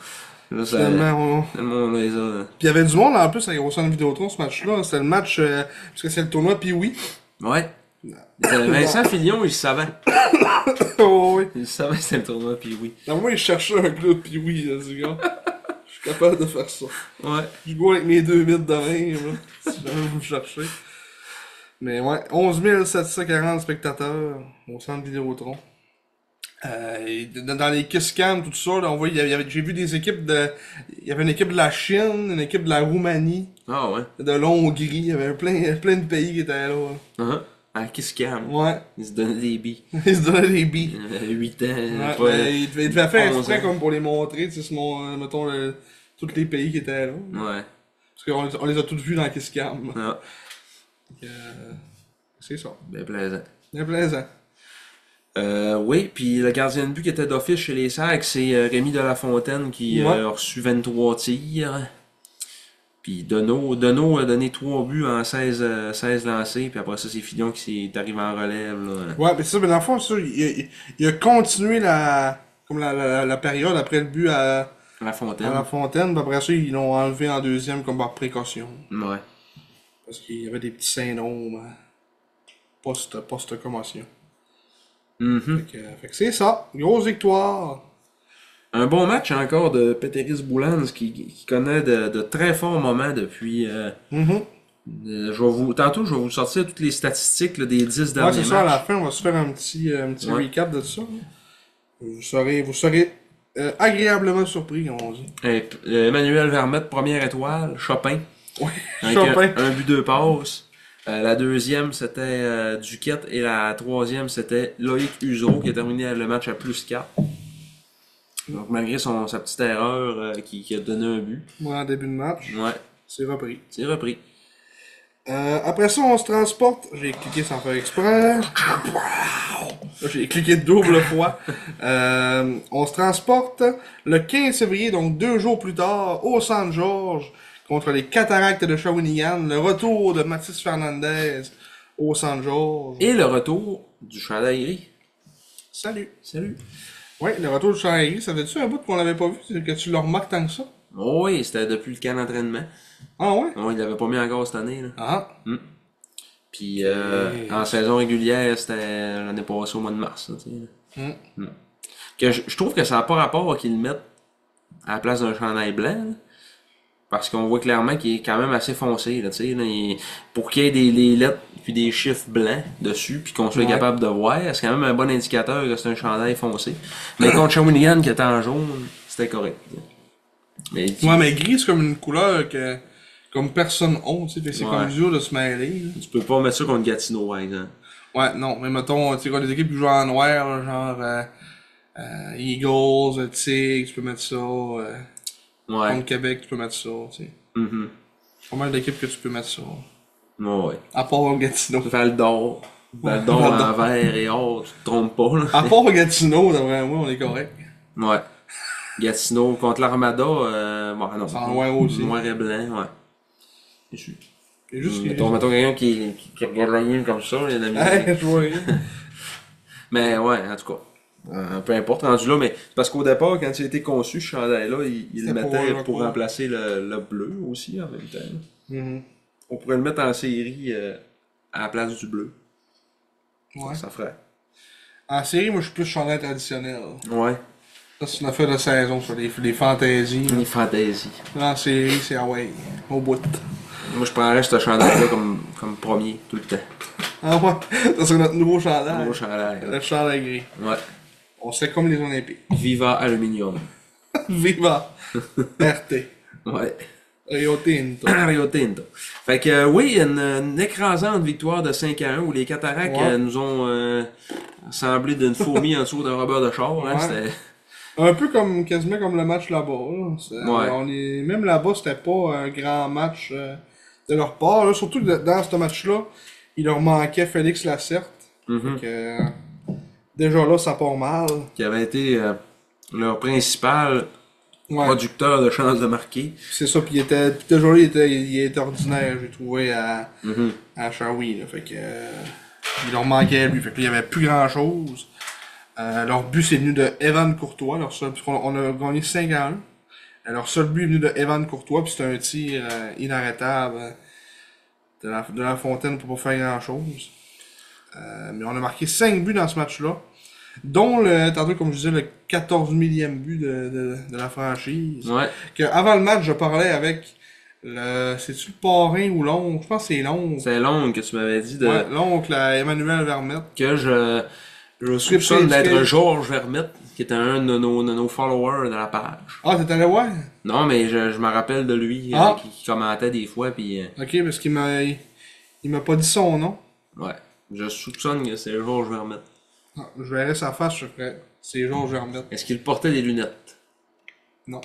Speaker 1: Là, ça-
Speaker 2: Finalement, on-
Speaker 1: Finalement, on les a. euh,
Speaker 2: Puis il y avait du monde en plus à Grossonne Vidéotron ce match-là. C'était le match, euh, parce que c'est le tournoi, puis oui.
Speaker 1: Ouais. Euh, Vincent Fillon, il le savait.
Speaker 2: oh, oui. Ben,
Speaker 1: Il le savait, c'était le tournoi, puis oui.
Speaker 2: Dans le moment, il cherchait un club, puis oui, là, ce gars. Je suis capable de faire ça.
Speaker 1: Ouais.
Speaker 2: Puis go avec mes deux mythes de même, là, si jamais vous me cherchez. Mais ouais, 11 740 spectateurs au centre Vidéotron. Euh, et d- dans les kiss cam, tout ça, là, on voit, il y avait- j'ai vu des équipes de, il y avait une équipe de la Chine, une équipe de la Roumanie,
Speaker 1: Ah ouais.
Speaker 2: de l'Hongrie, il y avait plein, plein de pays qui étaient là. là.
Speaker 1: Ah, ah, qui se calme.
Speaker 2: Ouais,
Speaker 1: Ils se donnent des billes.
Speaker 2: ils se donnaient des billes.
Speaker 1: Euh, 8 ans.
Speaker 2: Ouais,
Speaker 1: pas-
Speaker 2: ben, il, devait, il devait faire
Speaker 1: 11
Speaker 2: exprès
Speaker 1: ans.
Speaker 2: comme pour les montrer, tu sais, ce mon- euh, mettons, le- tous les pays qui étaient là.
Speaker 1: Ouais.
Speaker 2: Parce qu'on les- on les a tous vus dans Kiss Cam.
Speaker 1: Ah,
Speaker 2: Euh, c'est ça.
Speaker 1: ben plaisant.
Speaker 2: C'est plaisant.
Speaker 1: Euh, oui, puis le gardien de but qui était d'office chez les Sacs, c'est euh, Rémi Delafontaine qui euh,
Speaker 2: Ouais.
Speaker 1: a reçu 23 tirs. Puis Deneau, Deneau a donné 3 buts en 16, euh, 16 lancés, puis après ça, c'est Fillon qui est arrivé en relève. Là.
Speaker 2: Ouais, mais c'est ça, mais dans le fond, c'est ça, il, il- il a continué la, comme la, la, la période après le but à,
Speaker 1: La
Speaker 2: à
Speaker 1: Fontaine.
Speaker 2: la fontaine, puis après ça, ils l'ont enlevé en deuxième comme par précaution.
Speaker 1: Ouais.
Speaker 2: Parce qu'il y avait des petits syndromes hein, post- post-commotion.
Speaker 1: Mhm.
Speaker 2: Fait que- fait que c'est ça. Grosse victoire.
Speaker 1: Un bon match encore de Peteris Boulans qui, qui connaît de, de très forts moments depuis. euh,
Speaker 2: Mhm.
Speaker 1: euh, je vais vous, tantôt, je vais vous sortir toutes les statistiques là, des 10
Speaker 2: Ouais,
Speaker 1: derniers
Speaker 2: c'est
Speaker 1: matchs.
Speaker 2: ça, à la fin, on va se faire un petit, euh, un petit
Speaker 1: Ouais.
Speaker 2: recap de ça. Vous serez, vous serez euh, agréablement surpris, comme on dit.
Speaker 1: Et p- euh, Emmanuel Vermette, première étoile, Chopin.
Speaker 2: Ouais,
Speaker 1: Avec euh,
Speaker 2: Chopin.
Speaker 1: Un, un but, deux passes. Euh, la deuxième, c'était euh, Duquette. Et la troisième, c'était Loïc Useau qui a terminé le match à plus 4. Donc, malgré son, sa petite erreur euh, qui, qui a donné un but.
Speaker 2: Moi, en début de match,
Speaker 1: Ouais,
Speaker 2: c'est repris.
Speaker 1: c'est repris.
Speaker 2: Euh, après ça, on se transporte. J'ai cliqué sans faire exprès. Là, J'ai cliqué double fois. Euh, on se transporte le 15 février, donc deux jours plus tard, au San George, contre les Cataractes de Shawinigan. Le retour de Mathis Fernandez au San George.
Speaker 1: Et le retour du chandail gris.
Speaker 2: Salut!
Speaker 1: Salut.
Speaker 2: Ouais, le retour du Shangri, ça fait-tu un bout qu'on l'avait pas vu, c'est que tu le remarques tant que ça?
Speaker 1: Oh oui, c'était depuis le camp d'entraînement.
Speaker 2: Ah ouais?
Speaker 1: Oh, il l'avait pas mis encore cette année. Là.
Speaker 2: Ah,
Speaker 1: Puis euh,
Speaker 2: Et-
Speaker 1: en saison régulière, c'était l'année passée au mois de mars. là, tu sais, là.
Speaker 2: Hmm.
Speaker 1: Mm. Que je, je trouve que ça n'a pas rapport à qu'ils le mettent à la place d'un chandail blanc. là. Parce qu'on voit clairement qu'il est quand même assez foncé. Là, tu sais, là, il- pour qu'il y ait des, des lettres puis des chiffres blancs dessus, puis qu'on soit
Speaker 2: Ouais.
Speaker 1: capable de voir, c'est quand même un bon indicateur que c'est un chandail foncé. Mais contre Shawinigan qui était en jaune, c'était correct. Mais
Speaker 2: ouais, mais gris, c'est comme une couleur que, comme personne honte, tu sais, fait que c'est
Speaker 1: Ouais.
Speaker 2: comme dur de se mêler, là.
Speaker 1: tu peux pas mettre ça contre Gatineau, par exemple.
Speaker 2: Ouais, non, mais mettons, tu sais, quand les équipes qui jouent en noir, là, genre, euh, euh, Eagles, euh, Tigres, tu peux mettre ça, euh,
Speaker 1: Ouais.
Speaker 2: contre Québec, tu peux mettre ça, tu sais.
Speaker 1: Mhm.
Speaker 2: Pas mal d'équipes que tu peux mettre ça.
Speaker 1: Ouais, ouais.
Speaker 2: À part Gatineau.
Speaker 1: Val d'Or. Val d'Or
Speaker 2: Val d'Or.
Speaker 1: en vert et or, tu te trompes pas, là.
Speaker 2: À part Gatineau, d'après moi, on est correct.
Speaker 1: Ouais. Gatineau contre l'Armada, euh, bon, ah non.
Speaker 2: En noir aussi.
Speaker 1: Noir et blanc, ouais. Je suis-
Speaker 2: C'est juste que...
Speaker 1: Mm, Mettons, mettons quelqu'un qui, qui- qui regarde la ligne comme ça, il y en a mis-
Speaker 2: Hey, je vois rien.
Speaker 1: Mais ouais, en tout cas. Euh, peu importe, rendu là, mais c'est parce qu'au départ, quand il a été conçu, ce chandail-là, il, il le
Speaker 2: C'était
Speaker 1: mettait
Speaker 2: pour-
Speaker 1: pour, remplacer le, le bleu aussi en même temps.
Speaker 2: Mhm.
Speaker 1: On pourrait le mettre en série euh, à la place du bleu.
Speaker 2: Ouais.
Speaker 1: Ça ferait.
Speaker 2: En série, moi, je suis plus chandail traditionnel.
Speaker 1: Ouais.
Speaker 2: Ça, c'est une affaire de saison, ça, les, les fantaisies.
Speaker 1: Une fantaisie.
Speaker 2: En série, c'est Hawaii, au bout.
Speaker 1: Moi, je prendrais ce chandail-là comme, comme premier, tout le temps.
Speaker 2: Ah ouais, ça c'est notre nouveau
Speaker 1: Un
Speaker 2: chandail.
Speaker 1: Gros chandail. là.
Speaker 2: Le chandail gris.
Speaker 1: Ouais.
Speaker 2: On serait comme les Olympiques.
Speaker 1: Viva Aluminium.
Speaker 2: Viva! RT.
Speaker 1: Ouais.
Speaker 2: Rio Tinto.
Speaker 1: Rio Tinto. Fait que, euh, oui, une, une écrasante victoire de 5 à 1 où les cataractes
Speaker 2: Ouais.
Speaker 1: euh, nous ont euh, semblé d'une fourmi en dessous d'un robeur de char. Hein,
Speaker 2: Ouais.
Speaker 1: C'était.
Speaker 2: Un peu comme, quasiment comme le match là-bas. là. C'est- euh, on est, même là-bas, c'était pas un grand match euh, de leur part. là. Surtout que de- dans ce match-là, il leur manquait Félix Lacerte.
Speaker 1: Mhm.
Speaker 2: Fait que, euh, déjà là, ça part mal.
Speaker 1: Qui avait été euh, leur principal
Speaker 2: Ouais.
Speaker 1: producteur de chances de marquer.
Speaker 2: C'est ça, puis il était. Puis déjà là, il était, il était ordinaire, j'ai trouvé à,
Speaker 1: Mhm.
Speaker 2: à Shawi. Là, fait que. euh, il leur manquait lui. Fait que là, il n'y avait plus grand chose. Euh, leur but c'est venu de Evan Courtois, leur seul, parce qu'on on a gagné 5 à 1. Euh, Leur seul but est venu de Evan Courtois, puis c'était un tir euh, inarrêtable euh, de la, de la fontaine pour pas faire grand chose. mais on a marqué 5 buts dans ce match-là, dont le, tantôt, comme je disais, le 14 millième but de, de, de la franchise
Speaker 1: Ouais.
Speaker 2: que avant le match, je parlais avec le c'est-tu le parrain ou l'oncle? Je pense que c'est l'oncle.
Speaker 1: C'est long que tu m'avais dit de,
Speaker 2: Ouais, l'oncle à Emmanuel Vermette.
Speaker 1: que je, je soupçonne
Speaker 2: Script,
Speaker 1: d'être
Speaker 2: script.
Speaker 1: Georges Vermette, qui était un de nos, de nos followers de la page.
Speaker 2: Ah, t'es allé voir?
Speaker 1: Non, mais je, je me rappelle de lui, euh,
Speaker 2: Ah.
Speaker 1: qui, qui commentait des fois, puis euh,
Speaker 2: Ok, parce qu'il m'a, il, il m'a pas dit son nom.
Speaker 1: ouais. Je soupçonne que c'est Georges Vermette.
Speaker 2: Ah, je verrai sa face, je ferai. C'est Georges Vermette.
Speaker 1: Est-ce qu'il portait des lunettes?
Speaker 2: Non.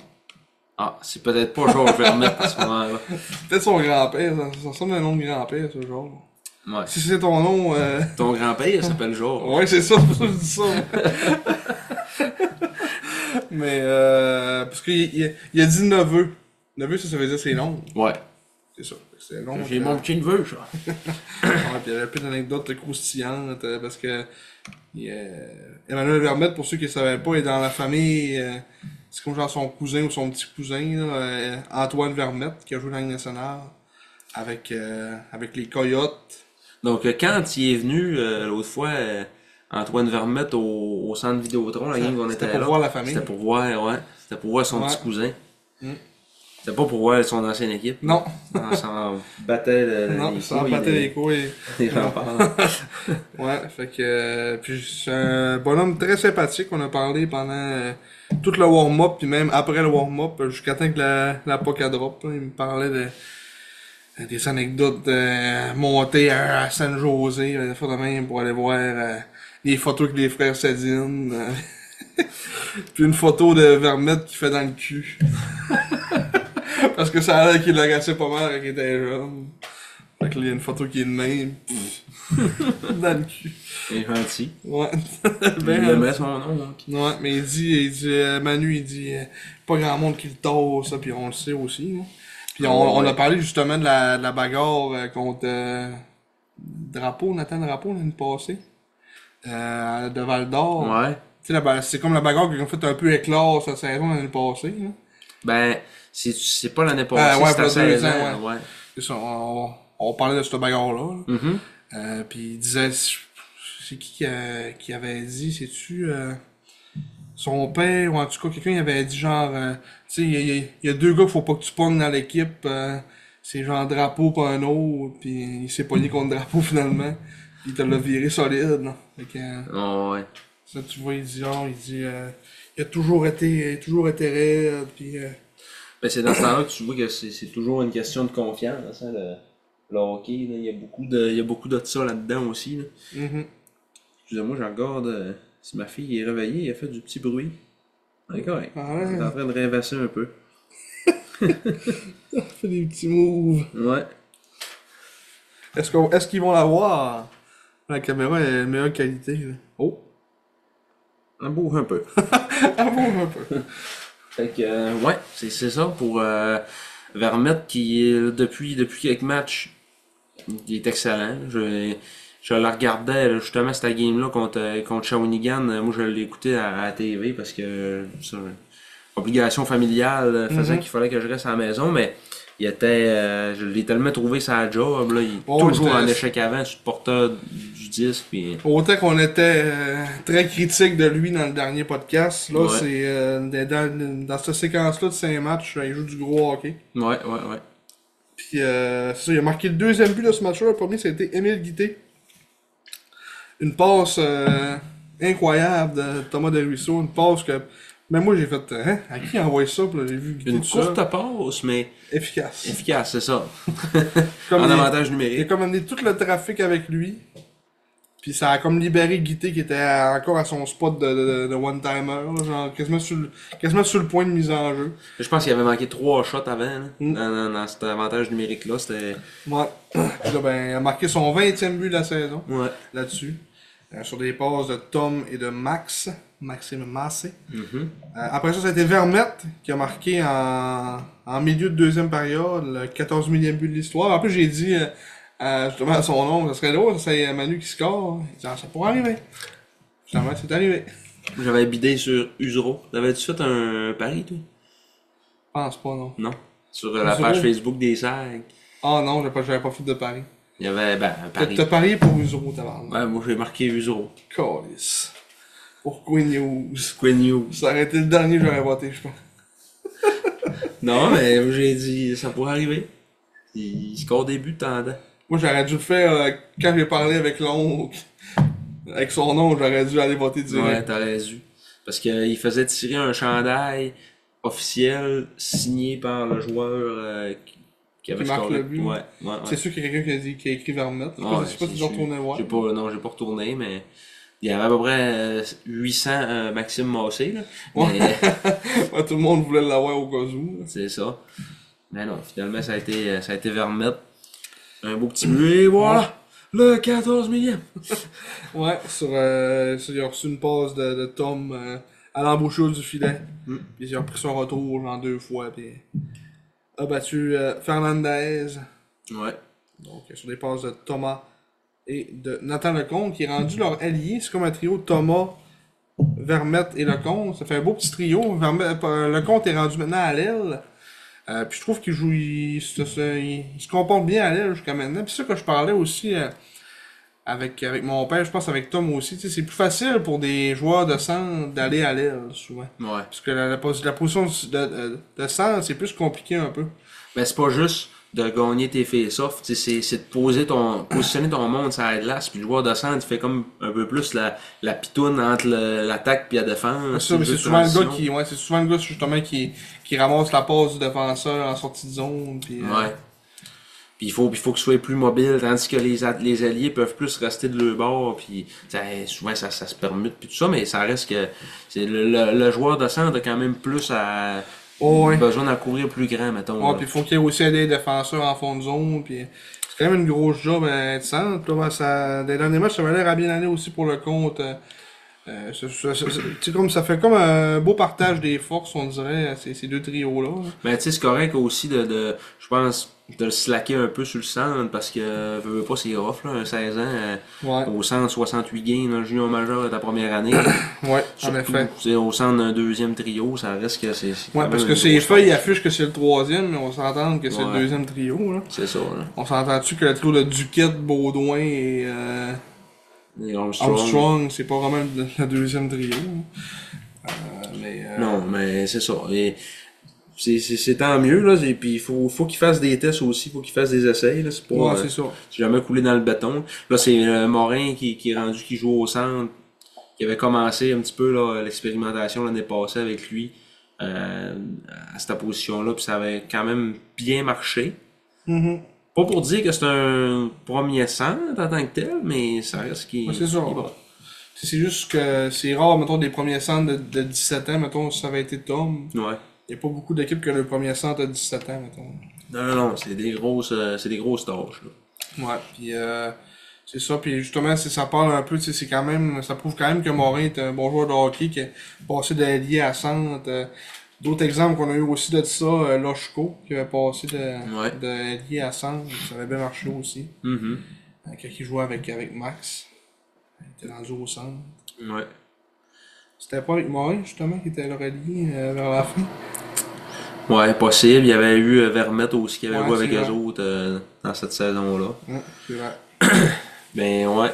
Speaker 1: Ah, c'est peut-être pas Georges Vermette à ce moment-là.
Speaker 2: Peut-être son grand-père, ça, ça ressemble à un nom de grand-père, ce genre.
Speaker 1: Ouais.
Speaker 2: Si c'est ton nom, euh...
Speaker 1: Ton grand-père s'appelle Georges.
Speaker 2: Ouais, c'est ça, c'est pour ça que je dis ça. Mais, euh, parce qu'il il, il a dit neveu. Neveu, ça, ça veut dire c'est long.
Speaker 1: Ouais.
Speaker 2: C'est ça. C'est euh, long.
Speaker 1: J'ai mon petit neveu, ça.
Speaker 2: Ouais, puis il y avait plein d'anecdotes croustillantes euh, parce que il, euh, Emmanuel Vermette, pour ceux qui ne savaient pas, est dans la famille, euh, c'est comme genre son cousin ou son petit cousin, là, euh, Antoine Vermette, qui a joué dans la Ligue nationale avec, euh, avec les Coyotes.
Speaker 1: Donc, euh, quand il est venu euh, l'autre fois, euh, Antoine Vermette au, au centre Vidéotron, la
Speaker 2: Ça-
Speaker 1: game qu'on
Speaker 2: c'était
Speaker 1: était
Speaker 2: pour
Speaker 1: là,
Speaker 2: voir la famille.
Speaker 1: C'était pour voir, ouais. C'était pour voir son
Speaker 2: Ouais.
Speaker 1: petit cousin.
Speaker 2: Mm.
Speaker 1: C'était pas pour voir son ancienne équipe.
Speaker 2: Non,
Speaker 1: Ça s'en battait le,
Speaker 2: non,
Speaker 1: Euh, les
Speaker 2: ça a
Speaker 1: couilles,
Speaker 2: battu
Speaker 1: les-
Speaker 2: les couilles.
Speaker 1: les remparts.
Speaker 2: Ouais, fait que. euh, puis c'est un bonhomme très sympathique. On a parlé pendant euh, tout le warm-up, puis même après le warm-up, euh, jusqu'à temps que la, la polka drop. là, il me parlait de, euh, des anecdotes de euh, monter à, à San Jose, euh, des fois de même, pour aller voir euh, les photos que les frères Sadine. euh, puis une photo de Vermette qui fait dans le cul. Parce que ça a l'air qu'il l'agaçait pas mal quand il était jeune. Fait que là, il y a une photo qui est de même. pff, dans le cul.
Speaker 1: Il est gentil.
Speaker 2: Ouais.
Speaker 1: Il
Speaker 2: Ben,
Speaker 1: aimait son nom. hein.
Speaker 2: ouais, mais il dit, il dit euh, Manu, il dit, euh, pas grand monde qui le tord, ça, puis on le sait aussi. hein. Puis on, on a parlé justement de la, de la bagarre euh, contre euh, Drapeau, Nathan Drapeau, l'année passée, euh, de Val d'Or.
Speaker 1: Ouais.
Speaker 2: Tu sais, la ba- c'est comme la bagarre qu'ils ont fait un peu éclore cette saison l'année passée. hein.
Speaker 1: Ben, c'est- c'est pas l'année
Speaker 2: Ah,
Speaker 1: passée,
Speaker 2: ouais,
Speaker 1: c'était
Speaker 2: voilà,
Speaker 1: à
Speaker 2: deux
Speaker 1: 16
Speaker 2: ans,
Speaker 1: ans, ouais.
Speaker 2: C'est ça, on, on parlait de cette bagarre-là. là.
Speaker 1: Mhm.
Speaker 2: Euh, puis il disait, c'est qui qui, a- qui avait dit, c'est-tu euh, son père ou en tout cas quelqu'un il avait dit genre, euh, tu sais, il y, a- il y a- il y a deux gars qu'il faut pas que tu pognes dans l'équipe, euh, c'est genre drapeau pas un autre, puis il s'est pogné contre drapeau finalement. Il te l'a viré solide. Là. Fait que, euh,
Speaker 1: Oh, ouais.
Speaker 2: ça, tu vois, il dit, genre, il dit, euh, il a toujours été, il a toujours été raide, puis euh,
Speaker 1: Ben, c'est dans ce temps-là que tu vois que c'est c'est toujours une question de confiance, hein, le, le hockey. là. Il y a beaucoup de, il y a beaucoup de ça là-dedans aussi. Là.
Speaker 2: mhm.
Speaker 1: Excusez-moi, je regarde euh, si ma fille est réveillée, elle fait du petit bruit. D'accord. Elle
Speaker 2: Ah ouais.
Speaker 1: est en train de rêvasser un peu.
Speaker 2: il fait des petits moves.
Speaker 1: Ouais.
Speaker 2: Est-ce qu'on, est-ce qu'ils vont l'avoir? La caméra est de meilleure qualité. là. Oh!
Speaker 1: Elle bouge un peu.
Speaker 2: Ah bon, un peu.
Speaker 1: Fait que, euh, ouais, c'est c'est ça pour euh, Vermette qui, est- depuis, depuis quelques matchs, il est excellent. Je, je le regardais là, justement cette game-là contre, euh, contre Shawinigan. Euh, Moi, je l'écoutais à, à la TV parce que, ça, obligation familiale euh, faisant
Speaker 2: Mhm.
Speaker 1: qu'il fallait que je reste à la maison, mais il était, euh, je l'ai tellement trouvé sa job. Là, il est
Speaker 2: Oh,
Speaker 1: toujours
Speaker 2: c'était-
Speaker 1: en échec avant, supporteur euh, du disque. Puis,
Speaker 2: Autant qu'on était euh, très critique de lui dans le dernier podcast, là,
Speaker 1: Ouais.
Speaker 2: c'est euh, dans, dans cette séquence-là de 5 matchs, euh, il joue du gros hockey.
Speaker 1: ouais, ouais, ouais.
Speaker 2: Puis, euh, c'est ça, il a marqué le deuxième but de ce match-là. Le premier, c'était Émile Guité. Une passe euh, incroyable de Thomas de Ruisseau. Une passe que. Même moi, j'ai fait. Hein, à qui envoie ça? Puis là, j'ai vu Guité.
Speaker 1: Une
Speaker 2: tout ça,
Speaker 1: courte pause, mais
Speaker 2: Efficace.
Speaker 1: efficace, c'est ça.
Speaker 2: Comme
Speaker 1: en
Speaker 2: il-
Speaker 1: avantage
Speaker 2: Il a
Speaker 1: numérique.
Speaker 2: comme amené tout le trafic avec lui. Puis ça a comme libéré Guité qui était à- encore à son spot de, de- de one-timer, là, genre quasiment sur, le, quasiment sur le point de mise en jeu.
Speaker 1: Je pense qu'il avait manqué trois shots avant, là,
Speaker 2: Mm.
Speaker 1: dans, dans- dans cet avantage numérique-là. C'était.
Speaker 2: Ouais. Puis là, ben, il a marqué son 20e but de la saison
Speaker 1: Ouais.
Speaker 2: là-dessus. Euh, sur des passes de Tom et de Max. Maxime Massé.
Speaker 1: Mhm.
Speaker 2: Euh, après ça, c'était Vermette qui a marqué en, en milieu de deuxième période le 14 millième but de l'histoire. En plus, j'ai dit euh, euh, justement à son nom, ça serait drôle, c'est Manu qui score. Il dit, Ah, ça pourrait arriver. Finalement, c'est arrivé. Je
Speaker 1: J'avais bidé sur Usuro. T'avais-tu fait un pari, toi
Speaker 2: pense pas, non.
Speaker 1: Non. Sur euh, la
Speaker 2: Usuro?
Speaker 1: page Facebook des sacs.
Speaker 2: Ah non, j'avais pas, j'avais pas fait de pari.
Speaker 1: Il y avait, ben, un
Speaker 2: T'as
Speaker 1: pari.
Speaker 2: t'as parié pour Usuro, tabarnak.
Speaker 1: Ouais, moi, j'ai marqué Usuro.
Speaker 2: Calice. Pour Queen News.
Speaker 1: Quinn Hughes.
Speaker 2: Ça aurait été le dernier que j'aurais voté, je pense.
Speaker 1: Non, mais j'ai dit, ça pourrait arriver. Il, il score des buts en dedans.
Speaker 2: Moi, j'aurais dû le faire euh, quand j'ai parlé avec l'oncle. Avec son nom, j'aurais dû aller voter
Speaker 1: Ouais,
Speaker 2: direct.
Speaker 1: t'aurais dû. Parce qu'il faisait tirer un chandail officiel signé par le joueur euh, qui- qui avait
Speaker 2: Qui marque
Speaker 1: scoré.
Speaker 2: le but.
Speaker 1: Ouais, ouais, ouais.
Speaker 2: C'est sûr qu'il y a quelqu'un qui a, dit, qui a écrit vers le mettre. Je sais
Speaker 1: Ouais,
Speaker 2: pas- je sais pas si
Speaker 1: c'est
Speaker 2: j'en
Speaker 1: sûr.
Speaker 2: retournais voir.
Speaker 1: J'ai pas, non, j'ai pas retourné, mais il y avait à peu près euh, 800 euh, Maxime Massé, là.
Speaker 2: Ouais.
Speaker 1: Mais euh,
Speaker 2: Ouais, tout le monde voulait l'avoir au cas où. là.
Speaker 1: c'est ça. Mais non, finalement, ça a été, euh, ça a été Vermette. Un beau petit but, et voilà! Le 14 millième!
Speaker 2: Ouais, sur, euh, sur- il a reçu une passe de, de Tom euh, à l'embouchure du filet.
Speaker 1: Mm.
Speaker 2: Puis il a repris son retour genre deux fois. Puis a battu euh, Fernandez.
Speaker 1: Ouais.
Speaker 2: Donc sur des passes de Thomas et de Nathan Lecomte qui est rendu leur allié. C'est comme un trio Thomas, Vermette et Lecomte. Ça fait un beau petit trio. Vermette, euh, Lecomte est rendu maintenant à l'aile. Euh, puis je trouve qu'il joue, il, se- se- il se comporte bien à l'aile jusqu'à maintenant. Puis c'est ça que je parlais aussi euh, avec, avec mon père, je pense avec Tom aussi. Tu sais, C'est plus facile pour des joueurs de centre d'aller à l'aile souvent.
Speaker 1: Ouais.
Speaker 2: Parce que la, la, pos- la position de, de, de centre, c'est plus compliqué un peu.
Speaker 1: Mais c'est pas juste de gagner tes face-offs, tu sais, c'est, c'est de poser ton, positionner ton monde sur la glace, puis le joueur de centre, il fait comme un peu plus la, la pitoune entre le- l'attaque puis la défense.
Speaker 2: C'est ça,
Speaker 1: jeu
Speaker 2: mais c'est
Speaker 1: de
Speaker 2: souvent le gars
Speaker 1: transition.
Speaker 2: qui, ouais, c'est souvent le gars justement qui, qui ramasse la passe du défenseur en sortie de zone. Puis, euh,
Speaker 1: Ouais. Puis il faut, il faut que ce soit plus mobile, tandis que les, a- les alliés peuvent plus rester de leur bord. Puis ça, souvent, ça, ça se permute, puis tout ça, mais ça reste que c'est le, le- le joueur de centre a quand même plus à,
Speaker 2: Oh, ouais.
Speaker 1: besoin d'en couvrir plus grand, mettons. là.
Speaker 2: Ouais, puis il faut qu'il y ait aussi des défenseurs en fond de zone. Puis euh, c'est quand même une grosse job à être centre. Puis là, ben, ça, des derniers matchs, ça va l'air à bien aller aussi pour le compte. euh, euh, ça- ça- ça- ça- tu sais, comme ça fait comme un beau partage des forces, on dirait, à ces, ces deux trios-là. hein.
Speaker 1: Mais Ben, tu sais, c'est correct aussi de, de je pense, de le slacker un peu sur le centre parce que, euh, veux, veux pas, c'est rough, là, un 16 ans, euh,
Speaker 2: Ouais,
Speaker 1: au centre, 68 gains, dans le junior majeur de ta première année.
Speaker 2: ouais, en
Speaker 1: Surtout,
Speaker 2: effet.
Speaker 1: tu sais, au centre d'un deuxième trio, ça reste que c'est. c'est
Speaker 2: Ouais,
Speaker 1: quand
Speaker 2: parce
Speaker 1: même
Speaker 2: que
Speaker 1: une
Speaker 2: ces
Speaker 1: Euh, grosse
Speaker 2: feuilles
Speaker 1: chose.
Speaker 2: affichent que c'est le troisième, mais on s'entend que c'est le
Speaker 1: Ouais.
Speaker 2: deuxième trio. Là.
Speaker 1: C'est ça, là.
Speaker 2: On s'entend-tu que le trio de Duquette, Baudouin et euh,
Speaker 1: Les Armstrong.
Speaker 2: Armstrong, c'est pas vraiment le, le deuxième trio. hein. Euh, mais, euh,
Speaker 1: Non, mais c'est ça. Et c'est, c'est, c'est tant mieux, là. Et puis, il faut, faut qu'ils fassent des tests aussi, il faut qu'ils fassent des essais, là. C'est pas,
Speaker 2: Ouais,
Speaker 1: euh,
Speaker 2: c'est ça.
Speaker 1: J'ai jamais coulé dans le béton. Là, c'est euh, Morin qui, qui est rendu, qui joue au centre, qui avait commencé un petit peu là, l'expérimentation l'année passée avec lui euh, à cette position-là, puis ça avait quand même bien marché.
Speaker 2: Mhm.
Speaker 1: Pas pour dire que c'est un premier centre en tant que tel, mais ça reste qui
Speaker 2: Ouais, c'est ça.
Speaker 1: qui va.
Speaker 2: C'est c'est juste que c'est rare, mettons, des premiers centres de, de 17 ans, mettons, ça avait été Tom.
Speaker 1: Ouais.
Speaker 2: Il n'y a pas beaucoup d'équipes que le premier centre a 17 ans, mettons.
Speaker 1: Non, non, non, c'est des grosses, euh, c'est des grosses tâches. là.
Speaker 2: Ouais, puis euh, c'est ça. Puis justement, c'est- ça parle un peu, tu sais, c'est quand même, ça prouve quand même que Morin est un bon joueur de hockey qui est passé d'allié à centre. Euh, D'autres exemples qu'on a eu aussi de ça, euh, Lochko, qui avait passé de,
Speaker 1: Ouais.
Speaker 2: de allié à centre. Ça avait bien marché aussi.
Speaker 1: Mhm.
Speaker 2: Euh, Quand il jouait avec, avec Max, il était rendu au centre.
Speaker 1: Ouais.
Speaker 2: C'était pas avec Morin, justement, qui était leur allié euh, vers la fin.
Speaker 1: Ouais, possible. Il y avait eu euh, Vermette aussi qui avait
Speaker 2: Ouais,
Speaker 1: joué avec
Speaker 2: c'est
Speaker 1: eux
Speaker 2: vrai.
Speaker 1: autres euh, dans cette saison-là.
Speaker 2: Ouais, c'est vrai.
Speaker 1: Ben ouais.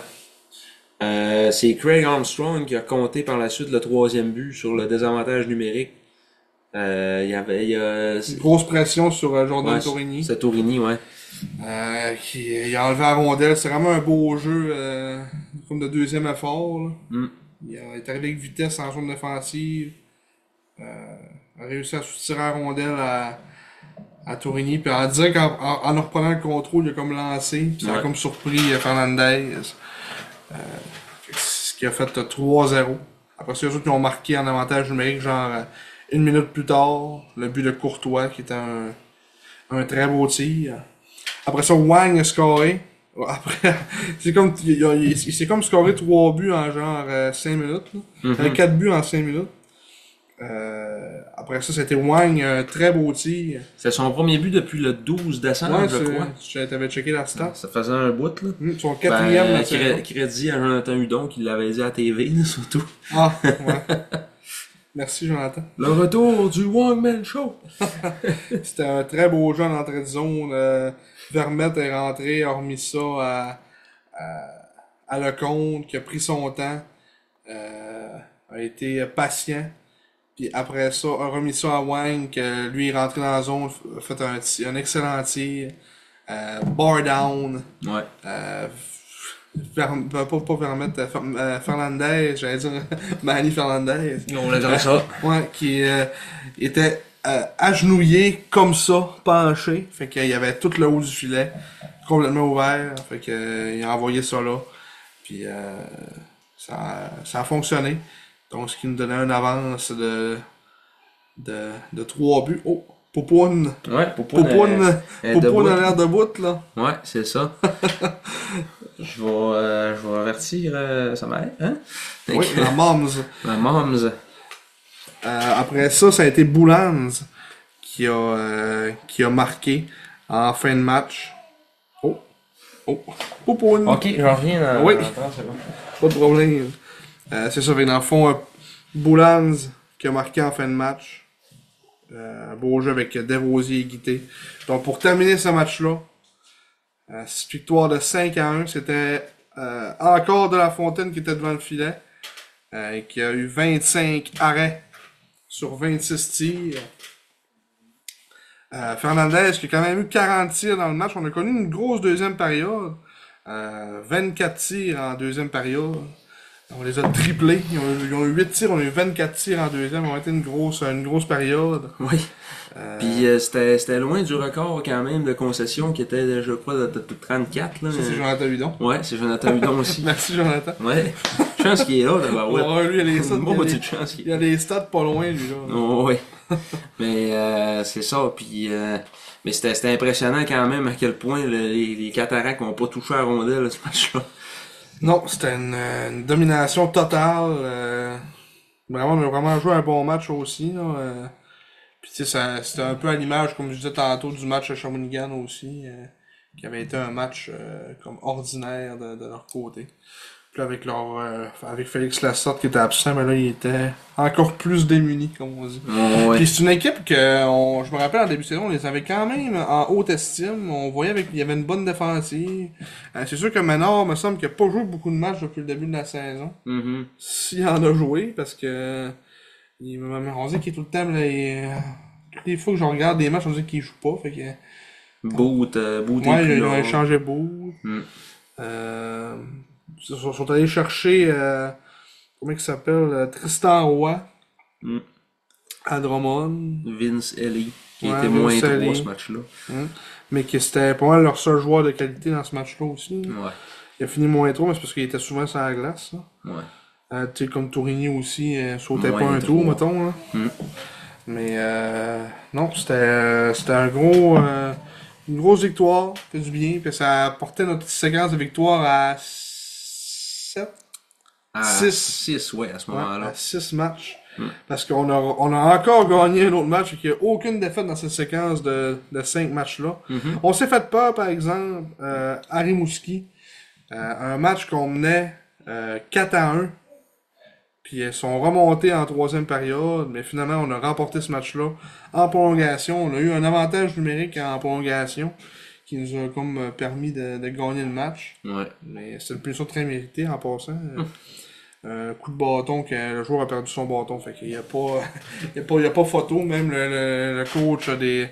Speaker 1: Euh, c'est Craig Armstrong qui a compté par la suite le troisième but sur le désavantage numérique. Euh, il y avait. il y a-
Speaker 2: Une grosse pression sur euh, Jordan
Speaker 1: ouais,
Speaker 2: Tourigny.
Speaker 1: C'est Tourigny, ouais.
Speaker 2: Euh, qui, il a enlevé la rondelle. C'est vraiment un beau jeu, euh, comme de deuxième effort. là.
Speaker 1: Mm.
Speaker 2: Il a- est arrivé avec vitesse en zone défensive. Euh, a réussi à soutirer la rondelle à, à Tourigny. Puis en direct, en, en, en reprenant le contrôle, il a comme lancé. Puis ça a
Speaker 1: Ouais.
Speaker 2: comme surpris euh, Fernandez. Euh, ce qui a fait euh, 3-0. Après ça, les autres qui ont marqué en avantage numérique, genre euh, une minute plus tard, le but de Courtois, qui était un, un très beau tir. Après ça, Wang a scoré. Après, c'est comme, il, il- il- il s'est comme scoré trois buts en genre 5 minutes. là.
Speaker 1: Mhm.
Speaker 2: Il avait quatre buts en 5 minutes. Euh, après ça, c'était Wang, un très beau tir.
Speaker 1: C'est son premier but depuis le 12 décembre,
Speaker 2: ouais,
Speaker 1: Ah je
Speaker 2: c'est-
Speaker 1: crois.
Speaker 2: tu- t'avais checké la stat.
Speaker 1: Ça faisait un bout, là.
Speaker 2: Mm, son quatrième
Speaker 1: Ben,
Speaker 2: la saison.
Speaker 1: cré- crédit à Jonathan Hudon qui l'avait dit à la TV, là, surtout.
Speaker 2: Ah, ouais. Merci, Jonathan.
Speaker 1: Le retour du One Man Show.
Speaker 2: C'était un très beau jeu en entrée de zone. Euh, Vermette est rentré, a remis ça à, à, à Lecomte, qui a pris son temps, euh, a été patient. Puis après ça, a remis ça à Wang, que lui est rentré dans la zone, f- a fait un, ti- un excellent tir. Euh, bar down.
Speaker 1: Ouais.
Speaker 2: Euh, Fer- pas, pas permettre à Fer- euh, Fernandez, j'allais dire Manny Fernandez.
Speaker 1: On va dire ça.
Speaker 2: Ouais, qui euh, était euh, agenouillé comme ça, penché. Fait qu'il y avait tout le haut du filet, complètement ouvert. Fait que, euh, il a envoyé ça là. Puis euh, ça, a- ça a fonctionné. Donc ce qui nous donnait une avance de, de, de 3 buts. Oh, Popoun!
Speaker 1: Ouais, Euh, pour
Speaker 2: Popoun,
Speaker 1: elle est
Speaker 2: Popoun a
Speaker 1: debout.
Speaker 2: l'air de bout là.
Speaker 1: Ouais, c'est ça. je vais, euh, je vais avertir euh, sa mère, hein? Fait
Speaker 2: Oui,
Speaker 1: que-
Speaker 2: la Moms.
Speaker 1: ma mom's.
Speaker 2: Euh, après ça, ça a été Boulans qui a, euh, qui a marqué en fin de match. Oh! Oh! Oh, pour une-
Speaker 1: Ok, j'en reviens dans.
Speaker 2: Oui.
Speaker 1: Attends, c'est bon.
Speaker 2: Pas de problème. Euh, c'est ça, fait que dans le fond, euh, Boulans qui a marqué en fin de match. Euh, beau jeu avec Desrosiers et Guité. Donc pour terminer ce match-là, euh, cette victoire de 5 à 1, c'était euh, encore de la Fontaine qui était devant le filet. euh, et qui a eu 25 arrêts sur 26 tirs. Euh, Fernandez qui a quand même eu 40 tirs dans le match. On a connu une grosse deuxième période. Euh, 24 tirs en deuxième période. On les a triplés. Ils ont, eu- ils ont eu 8 tirs, on a eu 24 tirs en deuxième. On a été une grosse, une grosse période.
Speaker 1: Oui.
Speaker 2: Euh,
Speaker 1: Puis euh, c'était c'était loin du record quand même de concession qui était, je crois, de, de- de 34. Là.
Speaker 2: ça, c'est Jonathan Hudon.
Speaker 1: Ouais, c'est Jonathan Hudon aussi.
Speaker 2: Merci, Jonathan.
Speaker 1: Ouais. Chance qu'il est là, d'abord. Ah Ouais.
Speaker 2: Ouais, lui, il a les stats.
Speaker 1: Une
Speaker 2: il a
Speaker 1: bonne
Speaker 2: les-
Speaker 1: petite chance qu'il
Speaker 2: Il a les stats pas loin, lui, là.
Speaker 1: Oh, ouais. mais euh, c'est ça. Puis, euh, mais c'était c'était impressionnant quand même à quel point le- les, les cataractes n'ont pas touché à rondelle ce match-là.
Speaker 2: Non, c'était une, euh, une domination totale. euh, vraiment, on a vraiment joué un bon match aussi. Là, euh. Puis tu sais, ça- c'était un peu à l'image, comme je disais tantôt, du match à Shawinigan aussi, euh, qui avait été un match euh, comme ordinaire de, de leur côté. Puis avec leur euh, avec Félix Lassorte qui était absent, mais là il était encore plus démuni, comme on dit.
Speaker 1: Oh, ouais.
Speaker 2: Puis c'est une équipe que on- je me rappelle en début de saison, on les avait quand même en haute estime. On voyait avec il y avait une bonne défensive. Euh, c'est sûr que Manor me semble qu'il n'a pas joué beaucoup de matchs depuis le début de la saison.
Speaker 1: Mhm.
Speaker 2: S'il en a joué, parce que il m'a m'a- on dit qu'il est tout le temps là, il- toutes les fois que je regarde des matchs, on dit qu'il joue pas. Fait que
Speaker 1: Boot, euh, boot est
Speaker 2: moi,
Speaker 1: plus
Speaker 2: ils ont
Speaker 1: là.
Speaker 2: échangé beaucoup.
Speaker 1: Mm.
Speaker 2: Euh, ils sont, sont allés chercher euh, comment il s'appelle euh, Tristan Roy
Speaker 1: Mm.
Speaker 2: à Drummond.
Speaker 1: Vince Ellie, qui
Speaker 2: Ouais,
Speaker 1: était moins
Speaker 2: Vince
Speaker 1: 3
Speaker 2: Ellie.
Speaker 1: ce match-là.
Speaker 2: Mais qui c'était pas mal leur seul joueur de qualité dans ce match-là aussi.
Speaker 1: Ouais.
Speaker 2: Il a fini moins trop, mais c'est parce qu'il était souvent sur la glace. là.
Speaker 1: Ouais.
Speaker 2: Euh, tu sais, comme Tourigny aussi, euh, sautait
Speaker 1: Moins
Speaker 2: pas un
Speaker 1: trop.
Speaker 2: tour, mettons. là.
Speaker 1: Mm.
Speaker 2: Mais euh, non, c'était euh, c'était un gros, euh, une grosse victoire, fait du bien. Puis ça portait notre séquence de victoire à 7,
Speaker 1: À
Speaker 2: Six.
Speaker 1: 6, ouais, à ce moment-là.
Speaker 2: à 6 matchs.
Speaker 1: Mm.
Speaker 2: Parce qu'on a, on a encore gagné un autre match et qu'il n'y a aucune défaite dans cette séquence de, de 5 matchs-là.
Speaker 1: Mhm.
Speaker 2: On s'est fait peur, par exemple, euh, à Rimouski. Euh, un match qu'on menait euh, 4 à 1. Puis ils sont remontés en troisième période, mais finalement on a remporté ce match-là en prolongation. On a eu un avantage numérique en prolongation qui nous a comme euh, permis de, de gagner le match.
Speaker 1: Ouais.
Speaker 2: Mais c'est une punition très méritée en passant. Euh, euh, coup de bâton que le joueur a perdu son bâton. Fait qu'il n'y a pas. il y a pas, il y a pas photo. Même le, le, le coach des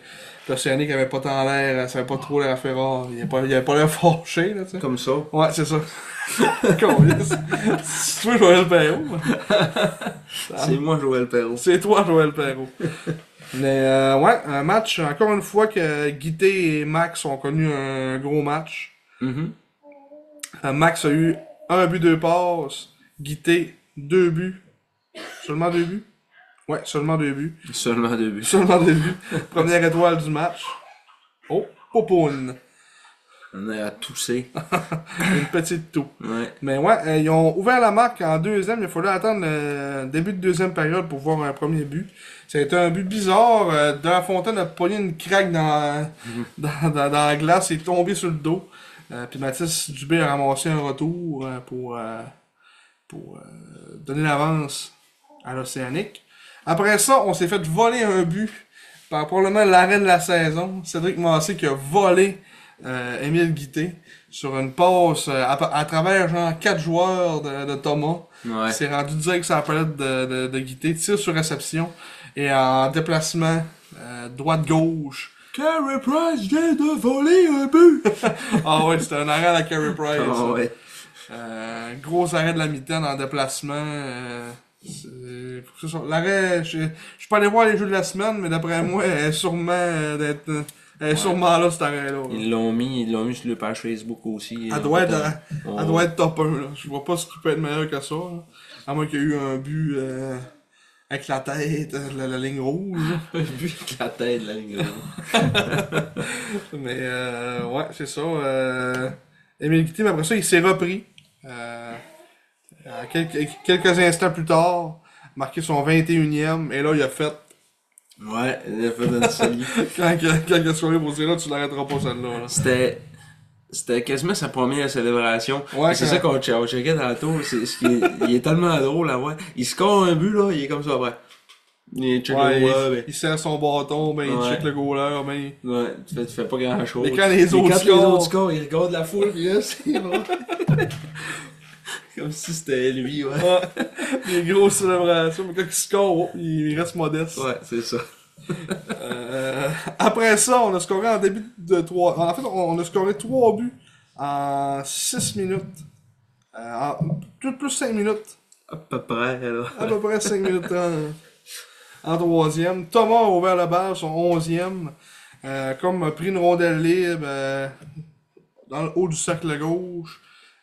Speaker 2: l'Océanique E avait pas tant l'air, ça avait pas trop l'air Ferrard. Il n'y pas, il avait pas l'air fâché, là, tu sais.
Speaker 1: Comme ça.
Speaker 2: Ouais, c'est ça. Câlisse. c'est toi, Joël Perrault.
Speaker 1: C'est moi, Joël Perrault.
Speaker 2: C'est toi, Joël Perrault. Mais euh, ouais, un match, encore une fois, que Guité et Max ont connu un gros match.
Speaker 1: Mhm.
Speaker 2: Euh, Max a eu un but, deux passes. Guité, deux buts. Seulement deux buts? Ouais, seulement deux buts.
Speaker 1: Seulement deux buts.
Speaker 2: Seulement deux buts. Première étoile du match. Oh, popoune.
Speaker 1: On est à tousser.
Speaker 2: Une petite toux.
Speaker 1: Ouais.
Speaker 2: Mais ouais, euh, ils ont ouvert la marque en deuxième. Il a fallu attendre le début de deuxième période pour voir un premier but. C'était un but bizarre. euh, De la Fontaine a pogné une craque dans, dans, dans- dans la glace et est tombé sur le dos. Euh, puis Mathis Dubé a ramassé un retour euh, pour, euh, pour euh, donner l'avance à l'Océanique. Après ça, on s'est fait voler un but par probablement l'arrêt de la saison. Cédric Massé qui a volé euh, Émile Guité sur une passe euh, à, à travers genre quatre joueurs de, de Thomas.
Speaker 1: Ouais.
Speaker 2: C'est rendu direct sur la palette de, de, de Guité, tire sur réception et en déplacement euh, droite-gauche.
Speaker 1: Carey Price vient de voler un but!
Speaker 2: Ah ouais, c'était un arrêt à la Carey Price.
Speaker 1: Ah ouais.
Speaker 2: Euh, gros arrêt de la mitaine en déplacement. Euh, c'est- faut que ce soit- L'arrêt, je je suis pas allé voir les jeux de la semaine, mais d'après moi, elle est sûrement, euh, d'être, euh, elle est sûrement là, cet arrêt-là. là.
Speaker 1: Ils l'ont mis, ils l'ont mis sur le page Facebook aussi.
Speaker 2: Elle doit, être,
Speaker 1: Ouais.
Speaker 2: elle- elle doit être top 1. Là. Je vois pas ce qui peut être meilleur que ça. là. À moins qu'il y ait eu un but euh, avec la tête, euh, la, la ligne rouge.
Speaker 1: Un but avec la tête de la ligne rouge.
Speaker 2: Mais euh, ouais, c'est ça. Euh, Émile Guitté, mais après ça, il s'est repris. Euh, à quelques, quelques instants plus tard, marqué son 21e. Et là, il a fait.
Speaker 1: Ouais, le feu de Soli.
Speaker 2: Quand quelques soirées pour dire là, tu l'arrêteras pas celle-là. là.
Speaker 1: C'était. C'était quasiment sa première célébration.
Speaker 2: Ouais,
Speaker 1: Et c'est
Speaker 2: quand-
Speaker 1: ça qu'on che- on checkait tantôt. C'est ce qui est, il est tellement drôle à voir. Il score un but, là, il est comme ça après. Il est check
Speaker 2: Ouais,
Speaker 1: le
Speaker 2: il,
Speaker 1: ouais,
Speaker 2: il serre son bâton, ben, il
Speaker 1: Ouais.
Speaker 2: check le goaler, ben,
Speaker 1: mais- ouais, tu, fais, tu fais pas grand chose.
Speaker 2: Mais quand les autres
Speaker 1: quand les
Speaker 2: scorent-
Speaker 1: autres scorent, il regarde la foule, puis là, c'est bon. comme si c'était lui, ouais.
Speaker 2: Ouais. Des grosses célébrations, mais quand il score, oh, il reste modeste.
Speaker 1: Ouais, c'est ça.
Speaker 2: Euh, après ça, on a scoré en début de 3. En fait, on on a scoré 3 buts en 6 minutes. Euh, en- tout plus 5 minutes.
Speaker 1: À peu près, là.
Speaker 2: À peu près 5 minutes en, en troisième. Thomas a ouvert la balle, son 11e. Euh, comme a pris une rondelle libre euh, dans le haut du cercle gauche,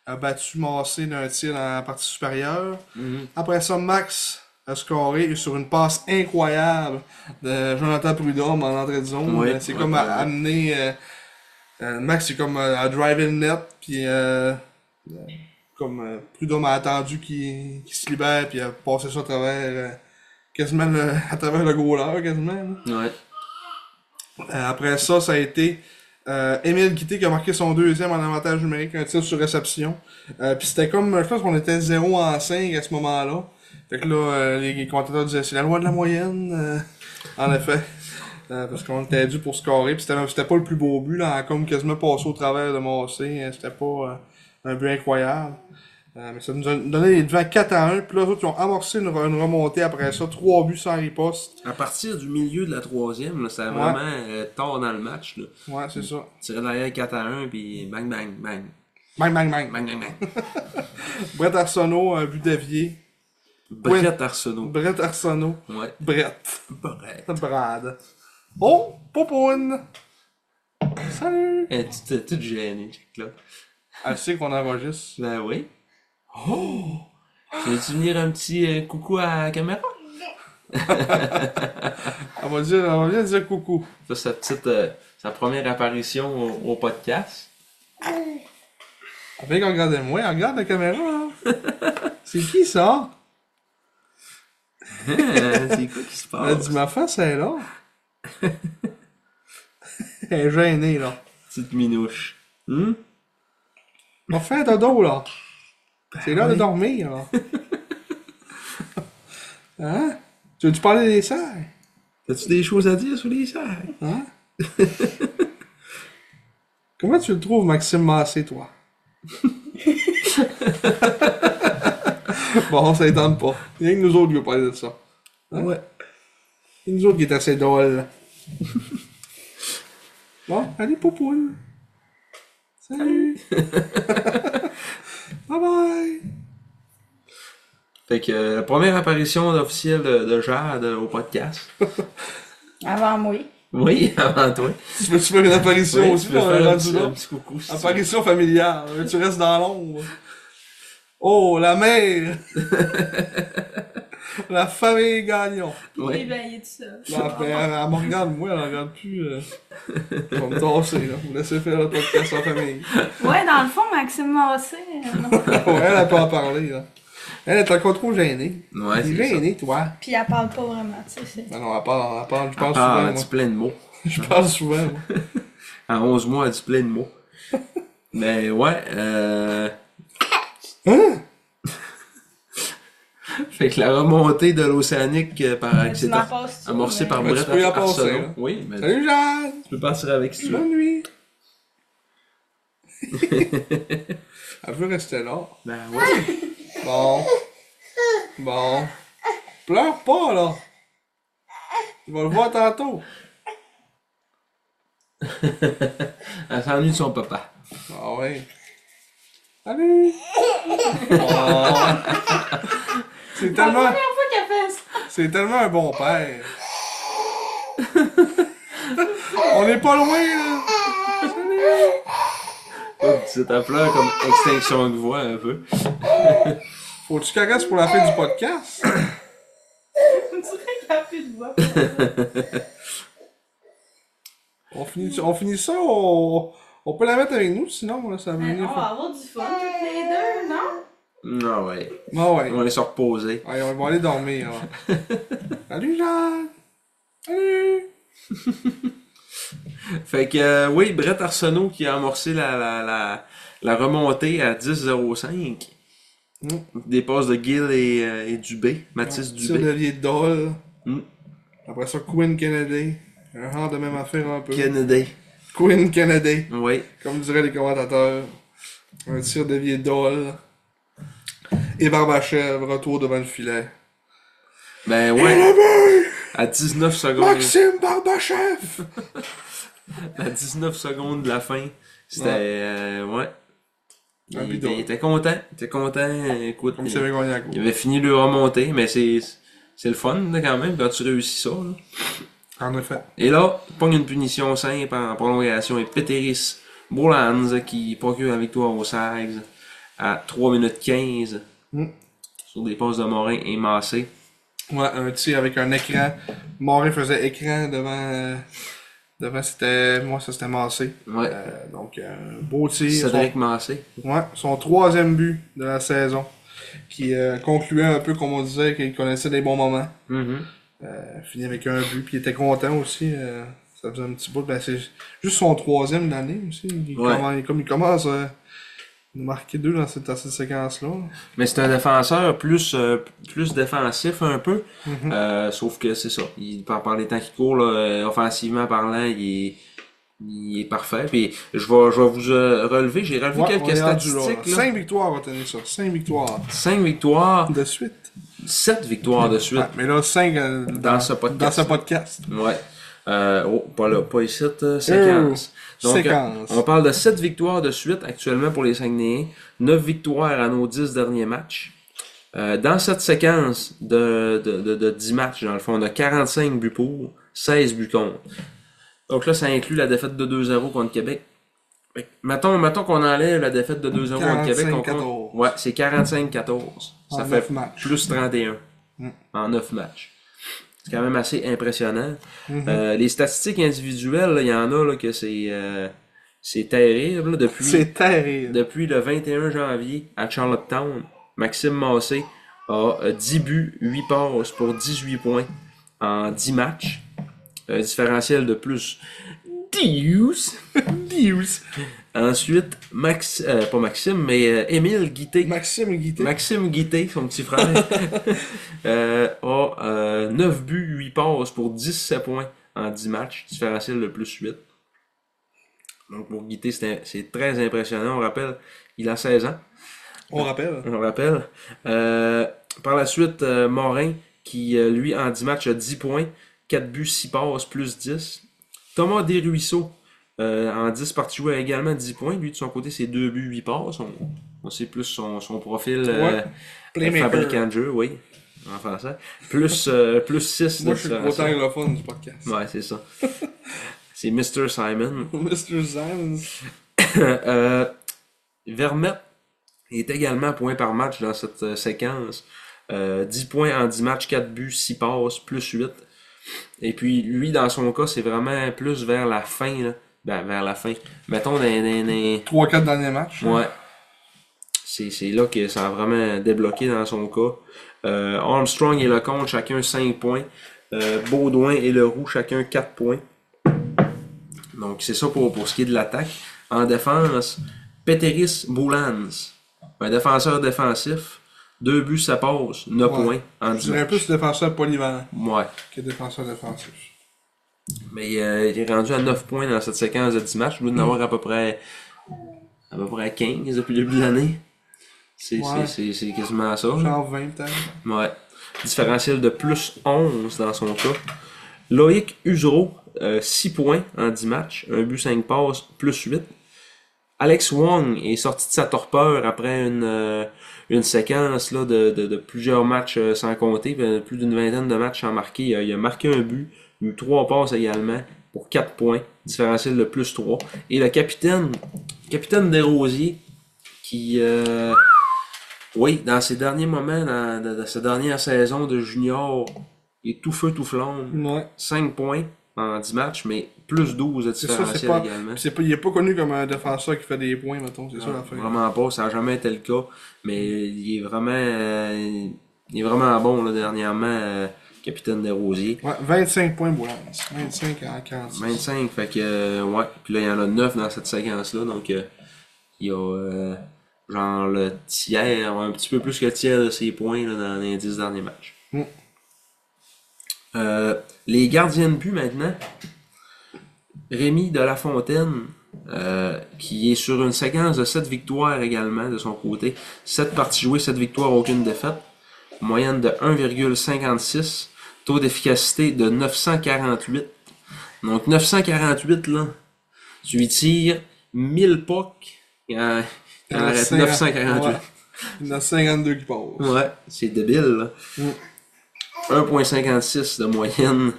Speaker 2: a battu Massé d'un tir dans la partie supérieure.
Speaker 1: Mhm.
Speaker 2: Après ça, Max a scoré sur une passe incroyable de Jonathan Prudhomme en entrée de zone. Euh,
Speaker 1: Ouais,
Speaker 2: c'est
Speaker 1: ouais,
Speaker 2: comme
Speaker 1: ouais.
Speaker 2: à- amener. euh, euh, Max, c'est comme euh, à drive in net, puis euh, euh, comme euh, Prudhomme a attendu qu'il qu'il se libère, puis a passé ça à travers. euh, quasiment le- à travers le goaler, quasiment. là.
Speaker 1: Ouais.
Speaker 2: Euh, après ça, ça a été euh, Émile Guité qui a marqué son deuxième en avantage numérique, un tir sur réception. Euh, Puis c'était comme, je pense qu'on était 0 en 5 à ce moment-là. Fait que là, euh, les commentateurs disaient c'est la loi de la moyenne. euh, en effet. Euh, parce qu'on était dû pour scorer. Puis c'était c'était pas le plus beau but, là, comme quasiment passé au travers de Massé. hein, C'était pas euh, un but incroyable. Euh, mais ça nous a donné les devants 4 à 1. Puis là, eux autres, ils ont amorcé une, re- une remontée après ça. 3 buts sans riposte.
Speaker 1: À partir du milieu de la troisième, là, c'était
Speaker 2: Ouais.
Speaker 1: vraiment euh, tard dans le match. Là.
Speaker 2: Ouais, c'est ça.
Speaker 1: Tirer derrière 4 à 1, puis bang, bang, bang.
Speaker 2: Bang, bang, bang.
Speaker 1: Bang, bang, bang.
Speaker 2: Brett Arsenault, un but dévié.
Speaker 1: Brett Arsenault.
Speaker 2: Brett Arsenault.
Speaker 1: Ouais.
Speaker 2: Brett.
Speaker 1: Brett.
Speaker 2: Brad. Oh, Popoun. Salut.
Speaker 1: Eh, tu t'es tout gêné, check là.
Speaker 2: Elle sait qu'on enregistre.
Speaker 1: Ben oui. Oh! Veux-tu venir un petit euh, coucou à la caméra?
Speaker 2: Elle va dire, elle va venir dire coucou.
Speaker 1: Ça, sa petite, euh, sa première apparition au, au podcast.
Speaker 2: Elle vient qu'on regarde moi, elle regarde la caméra. hein. C'est qui ça?
Speaker 1: Euh, C'est quoi qui se
Speaker 2: Elle a dit
Speaker 1: passe?
Speaker 2: ma face, elle est là. elle est gênée là.
Speaker 1: Petite minouche. Hum?
Speaker 2: On fait un dodo là. C'est l'heure de dormir là. hein? Tu veux-tu parler des serres?
Speaker 1: As-tu des choses à dire sur les serres?
Speaker 2: Hein? Comment tu le trouves, Maxime Massé, toi? bon, ça étonne pas. Il y a que nous autres qui veut parler de ça.
Speaker 1: Ouais.
Speaker 2: Il y a que nous autres qui est assez drôle. bon, allez, poupoule. Salut. bye bye.
Speaker 1: Fait que, euh, la première apparition officielle de, de Jade euh, au podcast.
Speaker 3: Avant moi.
Speaker 1: Oui, avant toi.
Speaker 2: Tu peux faire une apparition
Speaker 1: Oui,
Speaker 2: aussi
Speaker 1: tu peux
Speaker 2: dans le
Speaker 1: faire un
Speaker 2: rendu
Speaker 1: petit,
Speaker 2: là?
Speaker 1: un petit coucou. si tu veux.
Speaker 2: Apparition familiale. Mais Tu restes dans l'ombre. Oh, la mère! la famille Gagnon.
Speaker 1: Ouais.
Speaker 3: ben, Il est baillé de ça.
Speaker 2: La mère, elle me regarde, moi, elle regarde plus. euh. Je vais me tasser, là. Vous laissez faire le podcast en famille.
Speaker 3: Ouais, dans le fond, Maxime Massé. euh, non.
Speaker 2: Ouais, elle, elle peut en parler, là. Elle est encore trop gênée.
Speaker 1: Ouais,
Speaker 2: Elle
Speaker 1: c'est
Speaker 2: est
Speaker 1: ça.
Speaker 2: gênée, toi. Ben
Speaker 3: Puis elle parle pas vraiment, tu sais. c'est-
Speaker 2: Non, non, elle parle, elle parle, je parle
Speaker 1: Ah, elle
Speaker 2: souvent,
Speaker 1: dit
Speaker 2: moi.
Speaker 1: plein de mots.
Speaker 2: Je parle souvent, moi.
Speaker 1: À 11 mois, elle dit plein de mots. Mais ouais, euh...
Speaker 2: Hein?
Speaker 1: Fait que la remontée de l'océanique euh, par
Speaker 2: Ah,
Speaker 3: Mais tu
Speaker 1: accident.
Speaker 3: m'en passes, tu
Speaker 1: Amorcée
Speaker 3: vois.
Speaker 1: par
Speaker 2: Mais tu
Speaker 1: Brett
Speaker 2: peux y en passer,
Speaker 1: Arsenault.
Speaker 2: hein.
Speaker 1: Oui, mais
Speaker 2: Salut, Jeanne!
Speaker 1: tu peux partir avec si tu veux.
Speaker 2: Bonne nuit! Elle veut rester là.
Speaker 1: Ben ouais.
Speaker 2: Bon. Bon. Pleure pas, là. Tu vas le voir tantôt.
Speaker 1: Elle s'ennuie de son papa.
Speaker 2: Ah ouais. Salut! Oh. C'est
Speaker 3: La
Speaker 2: tellement,
Speaker 3: première fois qu'elle fait ça.
Speaker 2: c'est tellement un bon père. On est pas loin, là.
Speaker 1: Oh, C'est un fleur comme extinction de voix un peu.
Speaker 2: Faut que tu caresses pour la fin du podcast.
Speaker 3: On dirait qu'elle a plus de voix.
Speaker 2: On finit, on finit ça, on, on peut la mettre avec nous, sinon, là, ça va
Speaker 3: Mais non,
Speaker 2: venir.
Speaker 3: on va avoir du fun toutes les deux, non?
Speaker 1: Ah ouais.
Speaker 2: Ah ouais.
Speaker 1: On va se reposer.
Speaker 2: Ouais, on va aller dormir, là. Salut, Jean! Salut!
Speaker 1: Fait que euh, oui, Brett Arsenault qui a amorcé la, la, la, la remontée à 10-05.
Speaker 2: Mm.
Speaker 1: Des passes de Gill et, euh, et Dubé. Mathis
Speaker 2: Tir
Speaker 1: Dubé.
Speaker 2: de lier de Dole.
Speaker 1: Mm.
Speaker 2: Après ça, Quinn Kennedy. Un genre de même affaire un peu.
Speaker 1: Kennedy.
Speaker 2: Quinn Kennedy.
Speaker 1: Oui.
Speaker 2: Comme diraient les commentateurs. Un tir dévié Dole. Et Barbachev, retour devant le filet.
Speaker 1: Ben ouais. À 19 secondes.
Speaker 2: Maxime Barbachev!
Speaker 1: À 19 secondes de la fin. C'était.
Speaker 2: Ouais.
Speaker 1: euh, ouais.
Speaker 2: Un
Speaker 1: Il,
Speaker 2: bidon.
Speaker 1: était- il était content. Il était content. Écoute.
Speaker 2: Comme
Speaker 1: il-
Speaker 2: s'il avait gagné la coupe.
Speaker 1: Il avait fini de remonter, mais c'est, c'est le fun là, quand même quand tu réussis ça. là.
Speaker 2: En effet.
Speaker 1: Et là, tu pognes une punition simple en prolongation et Peteris Bourlands qui procure la victoire aux Sags à 3 minutes 15
Speaker 2: Mm.
Speaker 1: sur des passes de Morin et Massé.
Speaker 2: Ouais, un tir avec un écran. Morin faisait écran devant. euh, Devant, c'était. Moi, ça c'était Massé.
Speaker 1: Ouais.
Speaker 2: Euh, donc, un beau tir.
Speaker 1: Cédric Massé.
Speaker 2: Ouais, son troisième but de la saison, qui euh, concluait un peu comme on disait qu'il connaissait des bons moments.
Speaker 1: Mhm.
Speaker 2: Euh, fini avec un but, puis il était content aussi. euh, ça faisait un petit bout. Ben, c'est juste son troisième de l'année aussi. Il
Speaker 1: Ouais.
Speaker 2: commence, comme il commence euh, à nous marquer deux dans cette, dans cette séquence-là.
Speaker 1: Mais c'est un défenseur plus, euh, plus défensif un peu.
Speaker 2: Mhm.
Speaker 1: Euh, sauf que c'est ça. Il, par, par les temps qui courent, là, euh, offensivement parlant, il est, il est parfait. Puis je vais, je vais vous euh, relever. J'ai relevé
Speaker 2: Ouais, on
Speaker 1: quelques
Speaker 2: est rendu là,
Speaker 1: statistiques.
Speaker 2: là.
Speaker 1: là.
Speaker 2: Cinq victoires, retenez ça. Cinq victoires
Speaker 1: 5 victoires,
Speaker 2: de suite.
Speaker 1: 7 victoires de suite.
Speaker 2: Ouais, mais là, cinq euh,
Speaker 1: Dans ce podcast.
Speaker 2: Dans ce podcast.
Speaker 1: Ouais. Euh, oh, pas là, pas ici, euh, séquence.
Speaker 2: Oh,
Speaker 1: Donc, euh,
Speaker 2: Hmm, séquence.
Speaker 1: on parle de 7 victoires de suite actuellement pour les Saguenayens, 9 victoires à nos 10 derniers matchs. Euh, dans cette séquence de, de, de, de 10 matchs, dans le fond, on a 45 buts pour, 16 buts contre. Donc là, ça inclut la défaite de 2-0 contre Québec. Fait que, Mettons, mettons qu'on enlève la défaite de 2-0 contre Québec. on compte-
Speaker 2: 45-14.
Speaker 1: Ouais, c'est 45-14.
Speaker 2: En
Speaker 1: Ça fait
Speaker 2: Ah, neuf matchs.
Speaker 1: plus 31
Speaker 2: Mm.
Speaker 1: en 9 matchs. C'est quand même assez impressionnant.
Speaker 2: Mm-hmm.
Speaker 1: Euh, les statistiques individuelles, là, il y en a là, que c'est euh, c'est terrible. là. depuis,
Speaker 2: C'est terrible.
Speaker 1: depuis le 21 janvier à Charlottetown, Maxime Massé a euh, 10 buts, 8 passes pour 18 points en 10 matchs. Un différentiel de plus 10. 10. Ensuite, Max, euh, pas Maxime, mais euh, Émile Guité.
Speaker 2: Maxime Guité.
Speaker 1: Maxime Guité, son petit frère, euh, a 9 buts, 8 passes pour 17 points en 10 matchs, différentiel de plus 8. Donc pour Guité, c'est un- c'est très impressionnant. On rappelle, il a 16 ans,
Speaker 2: On rappelle.
Speaker 1: on rappelle. Euh, par la suite, euh, Morin, qui euh, lui, en 10 matchs, a 10 points, 4 buts, 6 passes, plus 10. Thomas Desruisseaux, euh, en 10 parties jouées, a également 10 points. Lui, de son côté, c'est 2 buts, 8 passes. On, on sait plus son, son profil. euh,
Speaker 2: Ouais.
Speaker 1: le
Speaker 2: Playmaker.
Speaker 1: fabricant de jeu, oui, en français. Plus, euh, plus 6
Speaker 2: Moi, je suis le gros anglophone du podcast.
Speaker 1: Ouais, c'est ça. c'est Mr. Simon.
Speaker 2: Mr. Zans.
Speaker 1: euh, Vermette est également point par match dans cette euh, séquence. Euh, 10 points en 10 matchs, 4 buts, 6 passes, plus 8. Et puis, lui, dans son cas, c'est vraiment plus vers la fin. Là. Ben, vers la fin. Mettons, dans, dans, dans,
Speaker 2: 3-4 derniers matchs.
Speaker 1: Ouais. C'est, c'est là que ça a vraiment débloqué dans son cas. Euh, Armstrong et Lecomte, chacun 5 points. Euh, Baudouin et Leroux, chacun 4 points. Donc, c'est ça pour, pour ce qui est de l'attaque. En défense, Peteris Boulans, un défenseur défensif. 2 buts, ça passe. 9
Speaker 2: Ouais.
Speaker 1: points en
Speaker 2: Je
Speaker 1: 10
Speaker 2: dirais
Speaker 1: matchs.
Speaker 2: plus défenseur polyvalent
Speaker 1: Ouais.
Speaker 2: que défenseur défensif.
Speaker 1: Mais euh, il est rendu à 9 points dans cette séquence de 10 matchs. Il doit en avoir à peu près à peu près 15 depuis le début de l'année. C'est c'est-
Speaker 2: Ouais.
Speaker 1: c'est- c'est quasiment ça. là.
Speaker 2: Genre 20 peut-être.
Speaker 1: Ouais. Différentiel de plus 11 dans son cas. Loïc Usereau, 6 points en 10 matchs, un but 5 passes, plus 8. Alex Wong est sorti de sa torpeur après une, euh, une séquence là, de, de, de plusieurs matchs euh, sans compter, ben, plus d'une vingtaine de matchs sans marquer. Il a, il a marqué un but, eu 3 passes également pour 4 points, différentiel de plus 3. Et le capitaine, capitaine Desrosiers, qui... euh, oui, dans ses derniers moments, dans, dans- dans sa dernière saison de junior, il est tout feu, tout flamme.
Speaker 2: Ouais.
Speaker 1: 5 points en 10 matchs, mais plus 12 de
Speaker 2: C'est ça, c'est
Speaker 1: différentiel
Speaker 2: pas.
Speaker 1: également.
Speaker 2: C'est pas. Il est pas connu comme un défenseur qui fait des points, mettons, c'est ça
Speaker 1: Non,
Speaker 2: la fin.
Speaker 1: Vraiment pas, ça n'a jamais été le cas. Mais il est vraiment, euh, il est vraiment bon là, dernièrement, euh, capitaine des Rosiers.
Speaker 2: Ouais, 25 points Boulance. 25 en 46.
Speaker 1: 25, fait que, euh, ouais. Puis là, il y en a 9 dans cette séquence-là, donc euh, il y a euh, genre le tiers, ouais, un petit peu plus que le tiers de ses points là, dans les 10 derniers matchs.
Speaker 2: Mm.
Speaker 1: Euh, les gardiens de but maintenant. Rémi de La Fontaine, euh, qui est sur une séquence de 7 victoires également de son côté. 7 parties jouées, 7 victoires, aucune défaite. Moyenne de 1,56. Taux d'efficacité de 948. Donc 948, là, tu lui tires euh, 1000 pucks, il en, il en reste 948.
Speaker 2: Il y en a 52 qui passent.
Speaker 1: Ouais, c'est débile, là.
Speaker 2: Mm.
Speaker 1: 1.56 de moyenne.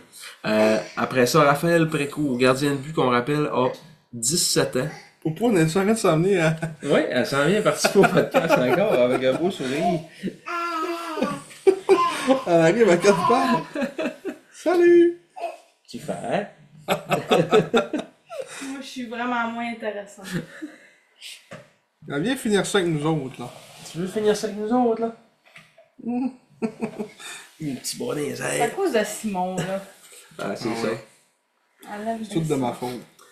Speaker 1: Euh, après ça, Raphaël Préco, gardien de but qu'on rappelle, a 17 ans.
Speaker 2: Pourquoi on est en train de s'emmener à.
Speaker 1: Oui, elle s'en vient participer au podcast encore avec un beau sourire.
Speaker 2: Elle arrive à 4 balles. Salut!
Speaker 1: Tu fais, hein?
Speaker 3: Moi, je suis vraiment moins intéressante.
Speaker 2: Elle vient finir ça avec nous autres, là.
Speaker 1: Tu veux finir ça avec nous autres, là? Mm. Un petit bras dans les
Speaker 2: Eh.
Speaker 3: C'est à
Speaker 1: airs.
Speaker 3: cause de Simon, là.
Speaker 1: Ah, c'est
Speaker 2: Ah
Speaker 1: ça.
Speaker 2: ouais.
Speaker 3: Elle aime
Speaker 2: C'est tout de ma faute.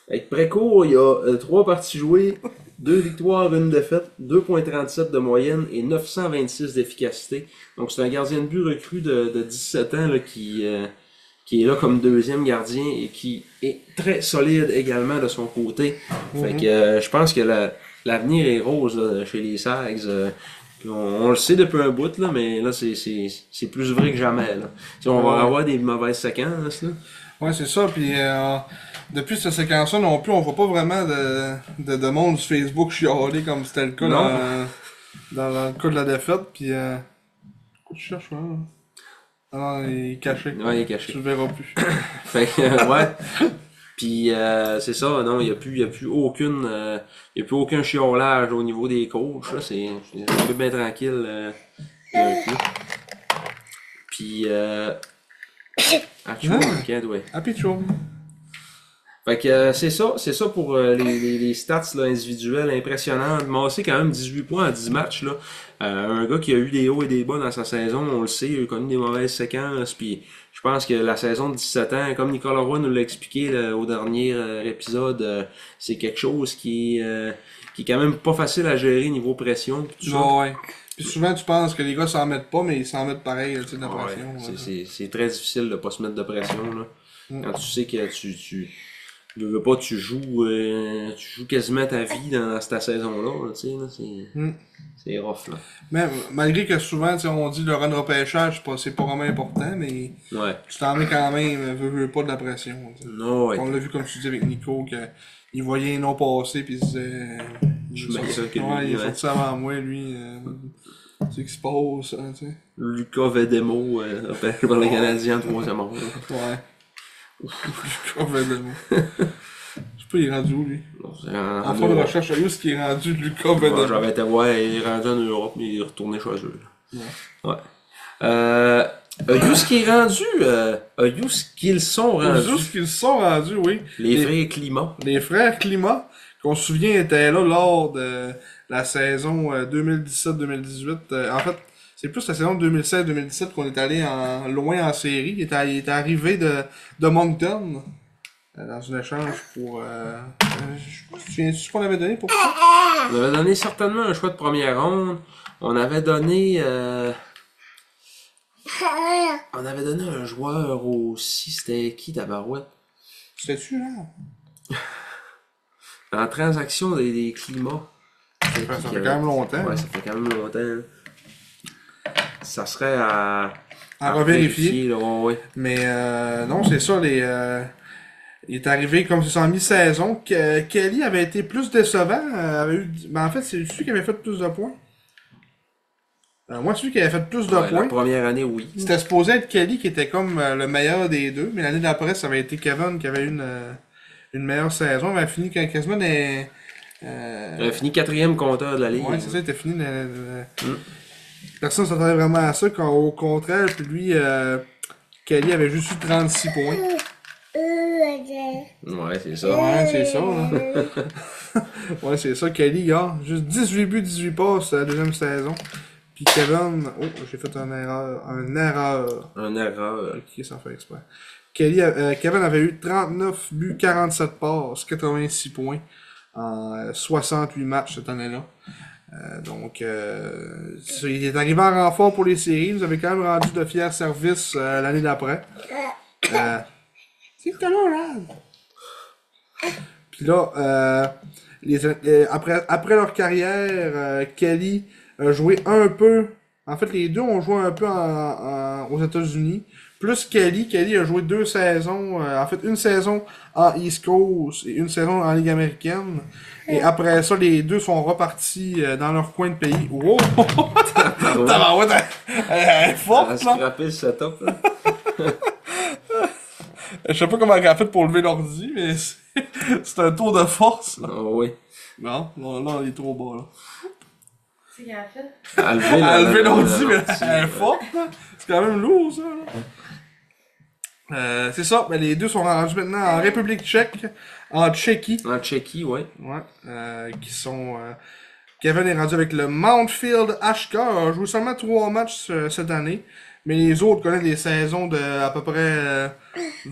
Speaker 1: Avec Préco, il y a euh, trois parties jouées, deux victoires, une défaite, 2.37 de moyenne et 926 d'efficacité. Donc c'est un gardien de but recru de, de 17 ans là, qui, euh, qui est là comme deuxième gardien et qui est très solide également de son côté. Fait que euh, je pense que la- l'avenir est rose là, chez les Sags. euh, puis on, on le sait depuis un bout, là, mais là, c'est- c'est c'est plus vrai que jamais. Là. Si on va
Speaker 2: Ouais.
Speaker 1: avoir des mauvaises séquences. Là.
Speaker 2: Ouais, c'est ça. Puis euh, depuis cette séquence-là non plus, on voit pas vraiment de, de, de monde sur Facebook chialer comme c'était le cas
Speaker 1: Non.
Speaker 2: dans, dans, le cas de la défaite. Puis. Euh... Pourquoi tu cherches, là? Ah non, il est caché.
Speaker 1: Ouais, il est caché.
Speaker 2: Tu le verras plus.
Speaker 1: Fait que, euh, ouais. Puis euh, c'est ça, non, il n'y a plus, il y a plus aucune, euh, il y a plus aucun chiolage au niveau des coachs, là, c'est c'est un peu bien tranquille euh, d'un coup. Puis euh, ah, tu vois, ok, ouais.
Speaker 2: Happy Chum.
Speaker 1: Fait que euh, c'est ça, c'est ça pour euh, les, les, les stats là, individuelles impressionnantes. Massé quand même 18 points en 10 matchs. Là. Euh, un gars qui a eu des hauts et des bas dans sa saison, on le sait, il a connu des mauvaises séquences. Puis je pense que la saison de 17 ans, comme Nicolas Roy nous l'a expliqué là, au dernier euh, épisode, euh, c'est quelque chose qui est, euh, qui est quand même pas facile à gérer niveau pression. Puis tout ça.
Speaker 2: Ouais, ouais. Puis souvent, tu penses que les gars s'en mettent pas, mais ils s'en mettent pareil, tu sais, de la
Speaker 1: Ouais,
Speaker 2: pression.
Speaker 1: c'est-
Speaker 2: ouais.
Speaker 1: c'est- C'est très difficile de pas se mettre de pression. Là.
Speaker 2: Mm.
Speaker 1: Quand tu sais que tu, tu veux, veux pas, tu joues, euh, tu joues quasiment ta vie dans, dans cette saison-là. là, tu sais, là, c'est
Speaker 2: Mm.
Speaker 1: c'est rough. Là.
Speaker 2: Mais malgré que souvent, tu sais, on dit le run de repêchage, c'est pas, c'est pas vraiment important, mais
Speaker 1: Ouais.
Speaker 2: tu t'en mets quand même, euh, veux, veux pas de la pression. tu sais.
Speaker 1: Non, ouais.
Speaker 2: On l'a vu, comme tu dis avec Nico, qu'il voyait un nom passer, puis il se disait.
Speaker 1: Je
Speaker 2: il est
Speaker 1: mets ça que
Speaker 2: sorti- ouais,
Speaker 1: lui,
Speaker 2: il est
Speaker 1: ouais.
Speaker 2: sorti avant moi, lui. euh, C'est qui se passe, hein, tu sais.
Speaker 1: Lucas Vedemo, euh, appelé par les Canadiens en troisième ronde.
Speaker 2: Ouais. Lucas Vedemo. Je sais pas, il est rendu où, lui
Speaker 1: Bon, c'est
Speaker 2: En
Speaker 1: en-
Speaker 2: fin de
Speaker 1: en-
Speaker 2: recherche, où est-ce qu'il est rendu, Lucas
Speaker 1: Ouais,
Speaker 2: Vedemo
Speaker 1: J'avais été voir, il est rendu en Europe, mais il est retourné chez eux. là. Ouais. Euh, Ayus qui est rendu, euh, Ayus qu'ils sont rendus,
Speaker 2: Juste qu'ils se sont rendus, oui.
Speaker 1: les vrais climats.
Speaker 2: Les frères Climat, qu'on se souvient, étaient là lors de la saison euh, 2017-2018. Euh, En fait, c'est plus la saison 2016-2017 qu'on est allé en, loin en série. Il était, il était arrivé de, de Moncton euh, dans une échange pour. Euh, euh, je- tu te souviens-tu ce qu'on avait donné pour ça
Speaker 1: On avait donné certainement un choix de première ronde. On avait donné. euh, On avait donné un joueur aussi. C'était qui, Tabarouette
Speaker 2: C'était-tu, là
Speaker 1: Dans la transaction des, des climats.
Speaker 2: fait- ça fait
Speaker 1: que-
Speaker 2: quand même longtemps.
Speaker 1: Ouais,
Speaker 2: hein.
Speaker 1: ça fait quand même longtemps. Ça serait à.
Speaker 2: À revérifier.
Speaker 1: vérifier, là, ouais, ouais.
Speaker 2: Mais euh, non, c'est ça, les, euh, il est arrivé comme c'est en mi-saison. que- Kelly avait été plus décevant. euh, avait eu, ben, en fait, c'est celui qui avait fait plus de points. Euh, moi, celui qui avait fait plus de
Speaker 1: Ouais, La
Speaker 2: points.
Speaker 1: première année, oui.
Speaker 2: C'était supposé être Kelly qui était comme euh, le meilleur des deux, mais l'année d'après, ça avait été Kevin qui avait eu une, euh, une meilleure saison. Il avait fini quand- quasiment des. euh,
Speaker 1: On a fini quatrième compteur de la ligue.
Speaker 2: Ouais, c'est ça, il était fini. le- le-
Speaker 1: Mm.
Speaker 2: Personne ne s'attendait vraiment à ça. Quand, au contraire, puis lui, euh, Kelly avait juste eu 36 points.
Speaker 1: Ouais, c'est ça.
Speaker 2: Ouais, c'est ça. hein. ouais, c'est ça. Kelly, gars, juste 18 buts, 18 passes euh, la deuxième saison. Puis Kevin, oh, j'ai fait une erreur. Un erreur.
Speaker 1: Un erreur.
Speaker 2: Ok, ça fait exprès. Kelly, euh, Kevin avait eu 39 buts, 47 passes, 86 points en euh, 68 matchs cette année-là. Euh, donc, euh, c'est- il est arrivé en renfort pour les séries. Il nous avait quand même rendu de fiers services euh, l'année d'après. Euh, c'est colorade! Puis là, euh, les- euh, après, après leur carrière, euh, Kelly a joué un peu. En fait, les deux ont joué un peu en- en- aux États-Unis. Plus Kelly. Kelly a joué deux saisons. euh, en fait, une saison en East Coast et une saison en Ligue américaine. Et après ça, les deux sont repartis euh, dans leur coin de pays. Wow! Tabarouette, elle- elle
Speaker 1: On
Speaker 2: est
Speaker 1: a
Speaker 2: forte, là!
Speaker 1: scrappé le setup. là.
Speaker 2: Je sais pas comment elle a fait pour lever l'ordi, mais c'est c'est un tour de force, là.
Speaker 1: Ah oui.
Speaker 2: Non, non, là, on est trop bas, là.
Speaker 3: C'est qu'elle a fait.
Speaker 1: À lever
Speaker 2: Elle
Speaker 1: la-
Speaker 2: a levé
Speaker 1: la-
Speaker 2: l'ordi,
Speaker 1: la-
Speaker 2: mais
Speaker 1: l'ordi,
Speaker 2: elle est
Speaker 1: ouais.
Speaker 2: forte, là. C'est quand même lourd, ça, là. Euh, c'est ça, ben, les deux sont rendus maintenant en République tchèque, en Tchéquie,
Speaker 1: En Tchéquie, ouais.
Speaker 2: ouais, euh, qui sont... euh, Kevin est rendu avec le Mountfield HK, a joué seulement trois matchs euh, cette année, mais les autres connaissent des saisons de à peu près euh,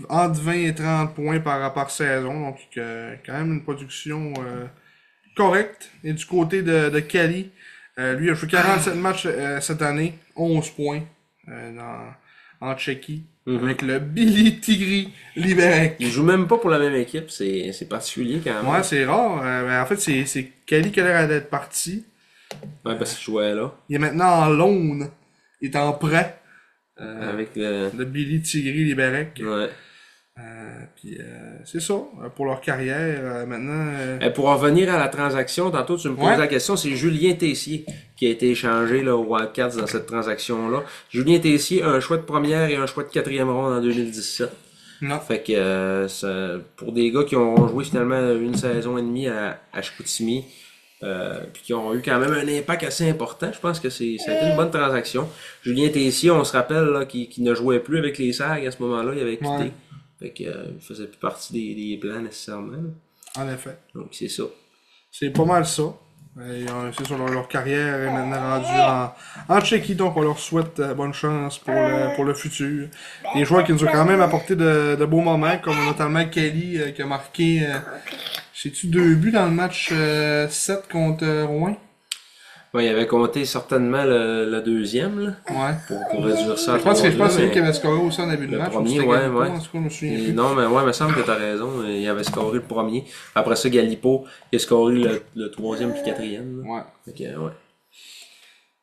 Speaker 2: entre 20 et 30 points par, par saison, donc euh, quand même une production euh, correcte. Et du côté de, de Cali, euh, lui a joué 47 matchs euh, cette année, 11 points euh, dans- en Tchéquie,
Speaker 1: Mhm.
Speaker 2: avec le Billy Tigri Liberec.
Speaker 1: Ils jouent même pas pour la même équipe, c'est c'est particulier quand même.
Speaker 2: Ouais, c'est rare. euh, ben, en fait, c'est- c'est Cali qui a l'air d'être parti.
Speaker 1: Ouais, parce qu'ils jouaient là.
Speaker 2: Il est maintenant en loan. Il est en prêt. Euh,
Speaker 1: Avec le.
Speaker 2: Le Billy Tigri Liberec.
Speaker 1: Ouais.
Speaker 2: Euh, puis euh, c'est ça. euh, Pour leur carrière, euh, maintenant. euh,
Speaker 1: Et pour en revenir à la transaction, tantôt tu me poses
Speaker 2: Ouais.
Speaker 1: la question, c'est Julien Tessier qui a été échangé là, au Wildcats dans cette transaction-là. Julien Tessier a un choix de première et un choix de quatrième ronde en 2017.
Speaker 2: non.
Speaker 1: Fait que euh, ça- pour des gars qui ont joué finalement une saison et demie à, à Chicoutimi, euh, puis qui ont eu quand même un impact assez important, je pense que c'est, ça a été une bonne transaction. Julien Tessier, on se rappelle là, qu'il, qu'il ne jouait plus avec les SAG à ce moment-là, il avait quitté.
Speaker 2: Ouais.
Speaker 1: Fait que, euh, il faisait plus partie des, des plans nécessairement. là.
Speaker 2: En effet.
Speaker 1: Donc c'est ça.
Speaker 2: C'est pas mal ça. Euh, ils ont- c'est ça, leur, leur carrière est maintenant rendue en, en Tchéquie, donc on leur souhaite euh, bonne chance pour le, pour le futur. Des joueurs qui nous ont quand même apporté de, de beaux moments, comme notamment Kelly euh, qui a marqué, euh, sais-tu, deux buts dans le match 7 contre euh, Rouen.
Speaker 1: Ouais, il avait compté certainement le, le deuxième là,
Speaker 2: Ouais.
Speaker 1: pour, pour réduire ça. à
Speaker 2: Je pense que je
Speaker 1: trois-deux,
Speaker 2: pense que c'est lui
Speaker 1: mais-
Speaker 2: qui avait scoré aussi en début de
Speaker 1: Le
Speaker 2: match.
Speaker 1: premier,
Speaker 2: ou c'était
Speaker 1: ouais,
Speaker 2: Galipo,
Speaker 1: ouais.
Speaker 2: En tout cas, je me souviens
Speaker 1: Et
Speaker 2: plus.
Speaker 1: Non, mais ouais, il me semble que t'as raison. euh, Il avait scoré le premier. Après ça, Galipo, il a scoré le, le troisième puis le quatrième. là.
Speaker 2: Ouais.
Speaker 1: Fait que, ouais.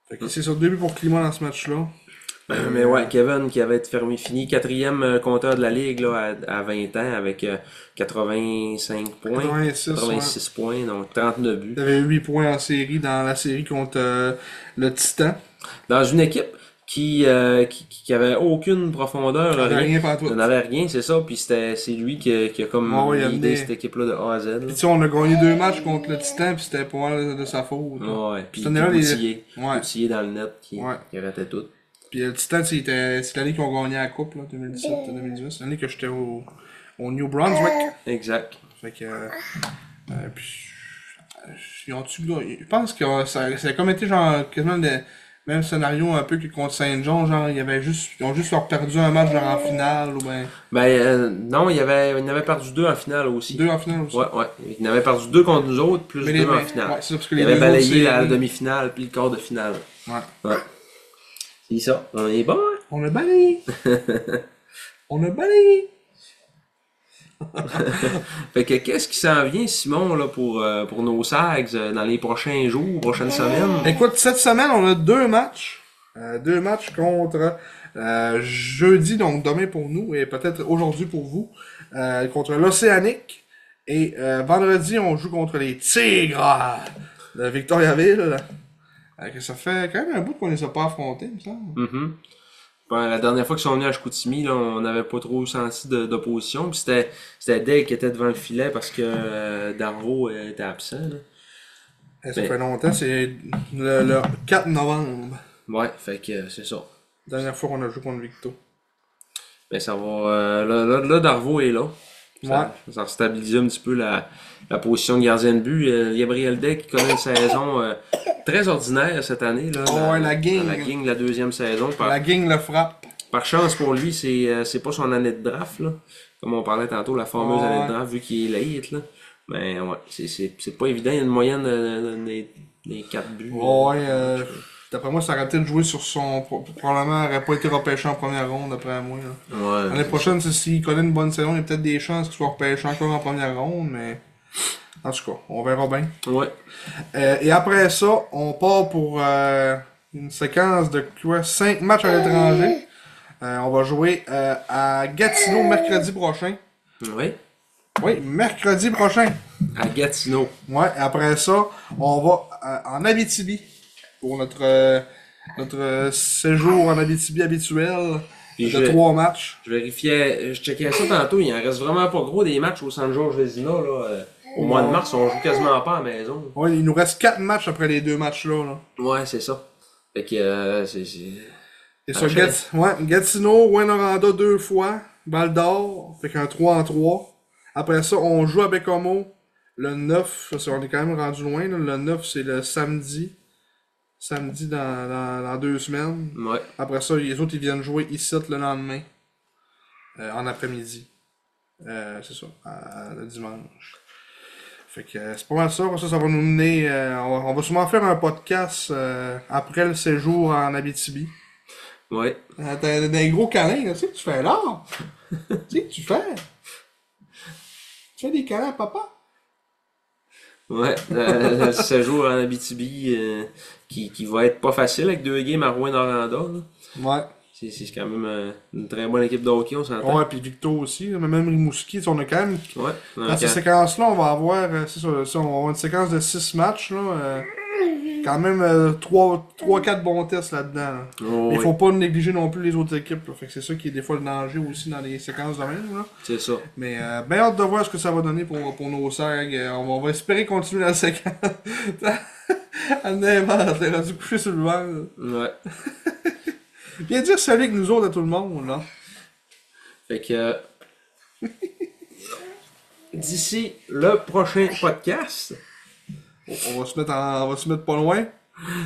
Speaker 2: Fait que C'est sur deux buts pour Climat dans ce match-là.
Speaker 1: Euh, Mais ouais, Kevin qui avait été fermé, fini quatrième euh, compteur de la ligue là, à, à 20 ans avec euh, 85 points.
Speaker 2: 86, ouais.
Speaker 1: 86 points, donc 39 buts.
Speaker 2: Il avait 8 points en série dans la série contre euh, le Titan.
Speaker 1: Dans une équipe qui, euh, qui, qui- qui avait aucune profondeur,
Speaker 2: Il
Speaker 1: là, rien.
Speaker 2: rien pas
Speaker 1: Il
Speaker 2: tout.
Speaker 1: n'avait rien, c'est ça. Puis c'était, c'est lui qui, a- qui a comme
Speaker 2: Ah ouais, il a
Speaker 1: guidé
Speaker 2: amené-
Speaker 1: cette équipe-là de A à Z. là.
Speaker 2: Puis tu sais, on a gagné deux matchs contre le Titan, puis c'était pas mal de sa faute. là.
Speaker 1: Ouais, puis
Speaker 2: Cette année-là, les-
Speaker 1: Coutillé.
Speaker 2: Ouais.
Speaker 1: Coutillé dans le net qui,
Speaker 2: Ouais.
Speaker 1: qui ratait tout.
Speaker 2: Puis le Titan, c'était- c'est l'année qu'ils ont gagné la Coupe, là, 2017-2018. C'est l'année que j'étais au, au New Brunswick.
Speaker 1: Exact.
Speaker 2: Fait que. euh, euh, puis, euh, ils ont-tu gagné? Je pense que euh, ça, ça a comme été genre quasiment le même scénario un peu que contre Saint-Jean, genre ils avaient juste. Ils ont juste leur perdu un match genre en finale ou ben.
Speaker 1: Ben euh, non, il y avait, il en avait perdu deux en finale aussi.
Speaker 2: Deux en finale aussi.
Speaker 1: Ouais, ouais. Il en avait perdu deux contre nous autres, plus
Speaker 2: Mais
Speaker 1: deux
Speaker 2: les-
Speaker 1: en
Speaker 2: mais-
Speaker 1: finale.
Speaker 2: ouais, c'est ça, parce que
Speaker 1: il
Speaker 2: les
Speaker 1: avait
Speaker 2: deux
Speaker 1: balayé
Speaker 2: autres,
Speaker 1: la
Speaker 2: c'est-
Speaker 1: demi-finale puis le quart de finale.
Speaker 2: Ouais.
Speaker 1: Ouais. C'est ça. On est bon. hein?
Speaker 2: On a balayé! On a balayé!
Speaker 1: Fait que qu'est-ce qui s'en vient, Simon, là, pour, euh, pour nos SAGs euh, dans les prochains jours, prochaines semaines?
Speaker 2: Écoute, cette semaine, on a deux matchs. Euh, deux matchs contre euh, jeudi, donc demain pour nous, et peut-être aujourd'hui pour vous, euh, contre l'Océanique. Et euh, vendredi, on joue contre les Tigres de Victoriaville. Euh, que ça fait quand même un bout qu'on les a pas affrontés, il me semble.
Speaker 1: Mhm. Ben, la dernière fois qu'ils sont venus à Chicoutimi, là, on n'avait pas trop senti de- d'opposition. Puis c'était, c'était Dale qui était devant le filet parce que euh, Darvaux était absent. là.
Speaker 2: Eh, Ça
Speaker 1: Ben.
Speaker 2: fait longtemps, c'est le, le 4 novembre.
Speaker 1: Ouais, fait que euh, c'est ça.
Speaker 2: Dernière fois qu'on a joué contre Victo.
Speaker 1: Ben, ça va. euh, là, là, là, Darvaux est là. Ça, ça stabilise un petit peu la, la position de gardien de but. Euh, Gabriel Day qui connaît une saison euh, très ordinaire cette année. Là,
Speaker 2: Oh, ouais, la gang.
Speaker 1: La gang, la deuxième saison. Par,
Speaker 2: La gang le frappe.
Speaker 1: par chance pour lui, c'est euh, c'est pas son année de draft. Là. Comme on parlait tantôt, la fameuse
Speaker 2: Ouais.
Speaker 1: année de draft, vu qu'il est late. Là. Mais ouais, c'est- c'est c'est pas évident. Il y a une moyenne euh, des, des 4 buts.
Speaker 2: Ouais, euh, d'après moi, ça aurait peut-être joué sur son. pro- Probablement, aurait pas été repêché en première ronde, d'après moi. là.
Speaker 1: Ouais.
Speaker 2: L'année prochaine, c'est- s'il connaît une bonne saison, il y a peut-être des chances qu'il soit repêché encore en première ronde, mais. En tout cas, on verra bien.
Speaker 1: Ouais.
Speaker 2: Euh, et après ça, on part pour euh, une séquence de quoi 5 matchs à l'étranger. Euh, on va jouer euh, à Gatineau mercredi prochain.
Speaker 1: Ouais.
Speaker 2: Oui, mercredi prochain.
Speaker 1: À Gatineau.
Speaker 2: Ouais, et après ça, on va euh, en Abitibi pour notre, euh, notre euh, séjour en Abitibi habituel
Speaker 1: Puis
Speaker 2: de
Speaker 1: je-
Speaker 2: trois matchs.
Speaker 1: Je vérifiais, euh, je checkais ça tantôt, il en reste vraiment pas gros des matchs au San Jorge Vezina, là. euh, Au mois de mars, on joue quasiment pas à la maison.
Speaker 2: Ouais, il nous reste quatre matchs après les deux matchs-là. Là.
Speaker 1: Ouais, c'est ça. Fait que, euh, c'est, c'est...
Speaker 2: Et ça,
Speaker 1: Ah, chérie.
Speaker 2: Gati- ouais, Gatineau, Oranda deux fois, Val d'Or, fait qu'un 3 en 3. Après ça, on joue à Bécomo le 9, parce qu'on est quand même rendu loin. là. Le 9, c'est le samedi. Samedi dans, dans, dans deux semaines.
Speaker 1: Ouais.
Speaker 2: Après ça, les autres, ils viennent jouer ici le lendemain, euh, en après-midi. Euh, c'est ça, à- à- le dimanche. Fait que euh, c'est pas mal ça, ça, ça va nous mener. euh, on, va, on va sûrement faire un podcast euh, après le séjour en Abitibi.
Speaker 1: Ouais.
Speaker 2: Euh, T'as des gros câlins, là. tu sais que tu fais l'art. tu sais que tu fais. Tu fais des câlins à papa.
Speaker 1: Ouais. Euh, le séjour en Abitibi, euh, qui, qui va être pas facile avec deux games à Rouen-Noranda, là.
Speaker 2: Ouais.
Speaker 1: C'est, c'est quand même euh, une très bonne équipe de hockey, on s'entend.
Speaker 2: Ouais, puis Victo aussi, là, mais même Rimouski, tu sais, on a quand même.
Speaker 1: Ouais. euh,
Speaker 2: Dans ces séquences-là, on va avoir. euh, C'est ça, ça, on va avoir une séquence de 6 matchs, là. euh, quand même euh, 3-4 bons tests là-dedans. là.
Speaker 1: Oh,
Speaker 2: Mais
Speaker 1: oui,
Speaker 2: faut pas négliger non plus les autres équipes, là. Fait que c'est ça qui est des fois le danger aussi dans les séquences de même, là.
Speaker 1: c'est ça.
Speaker 2: Mais euh, ben hâte de voir ce que ça va donner pour, pour nos sags. Euh, On va, on va espérer continuer la séquence. Anne va t'es rendu couché sur le vent. là.
Speaker 1: Ouais.
Speaker 2: Viens dire salut avec nous autres à tout le monde, là.
Speaker 1: Fait que. euh, D'ici le prochain podcast,
Speaker 2: On, on va se mettre en- on va se mettre pas loin.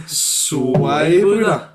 Speaker 1: soyez prudents.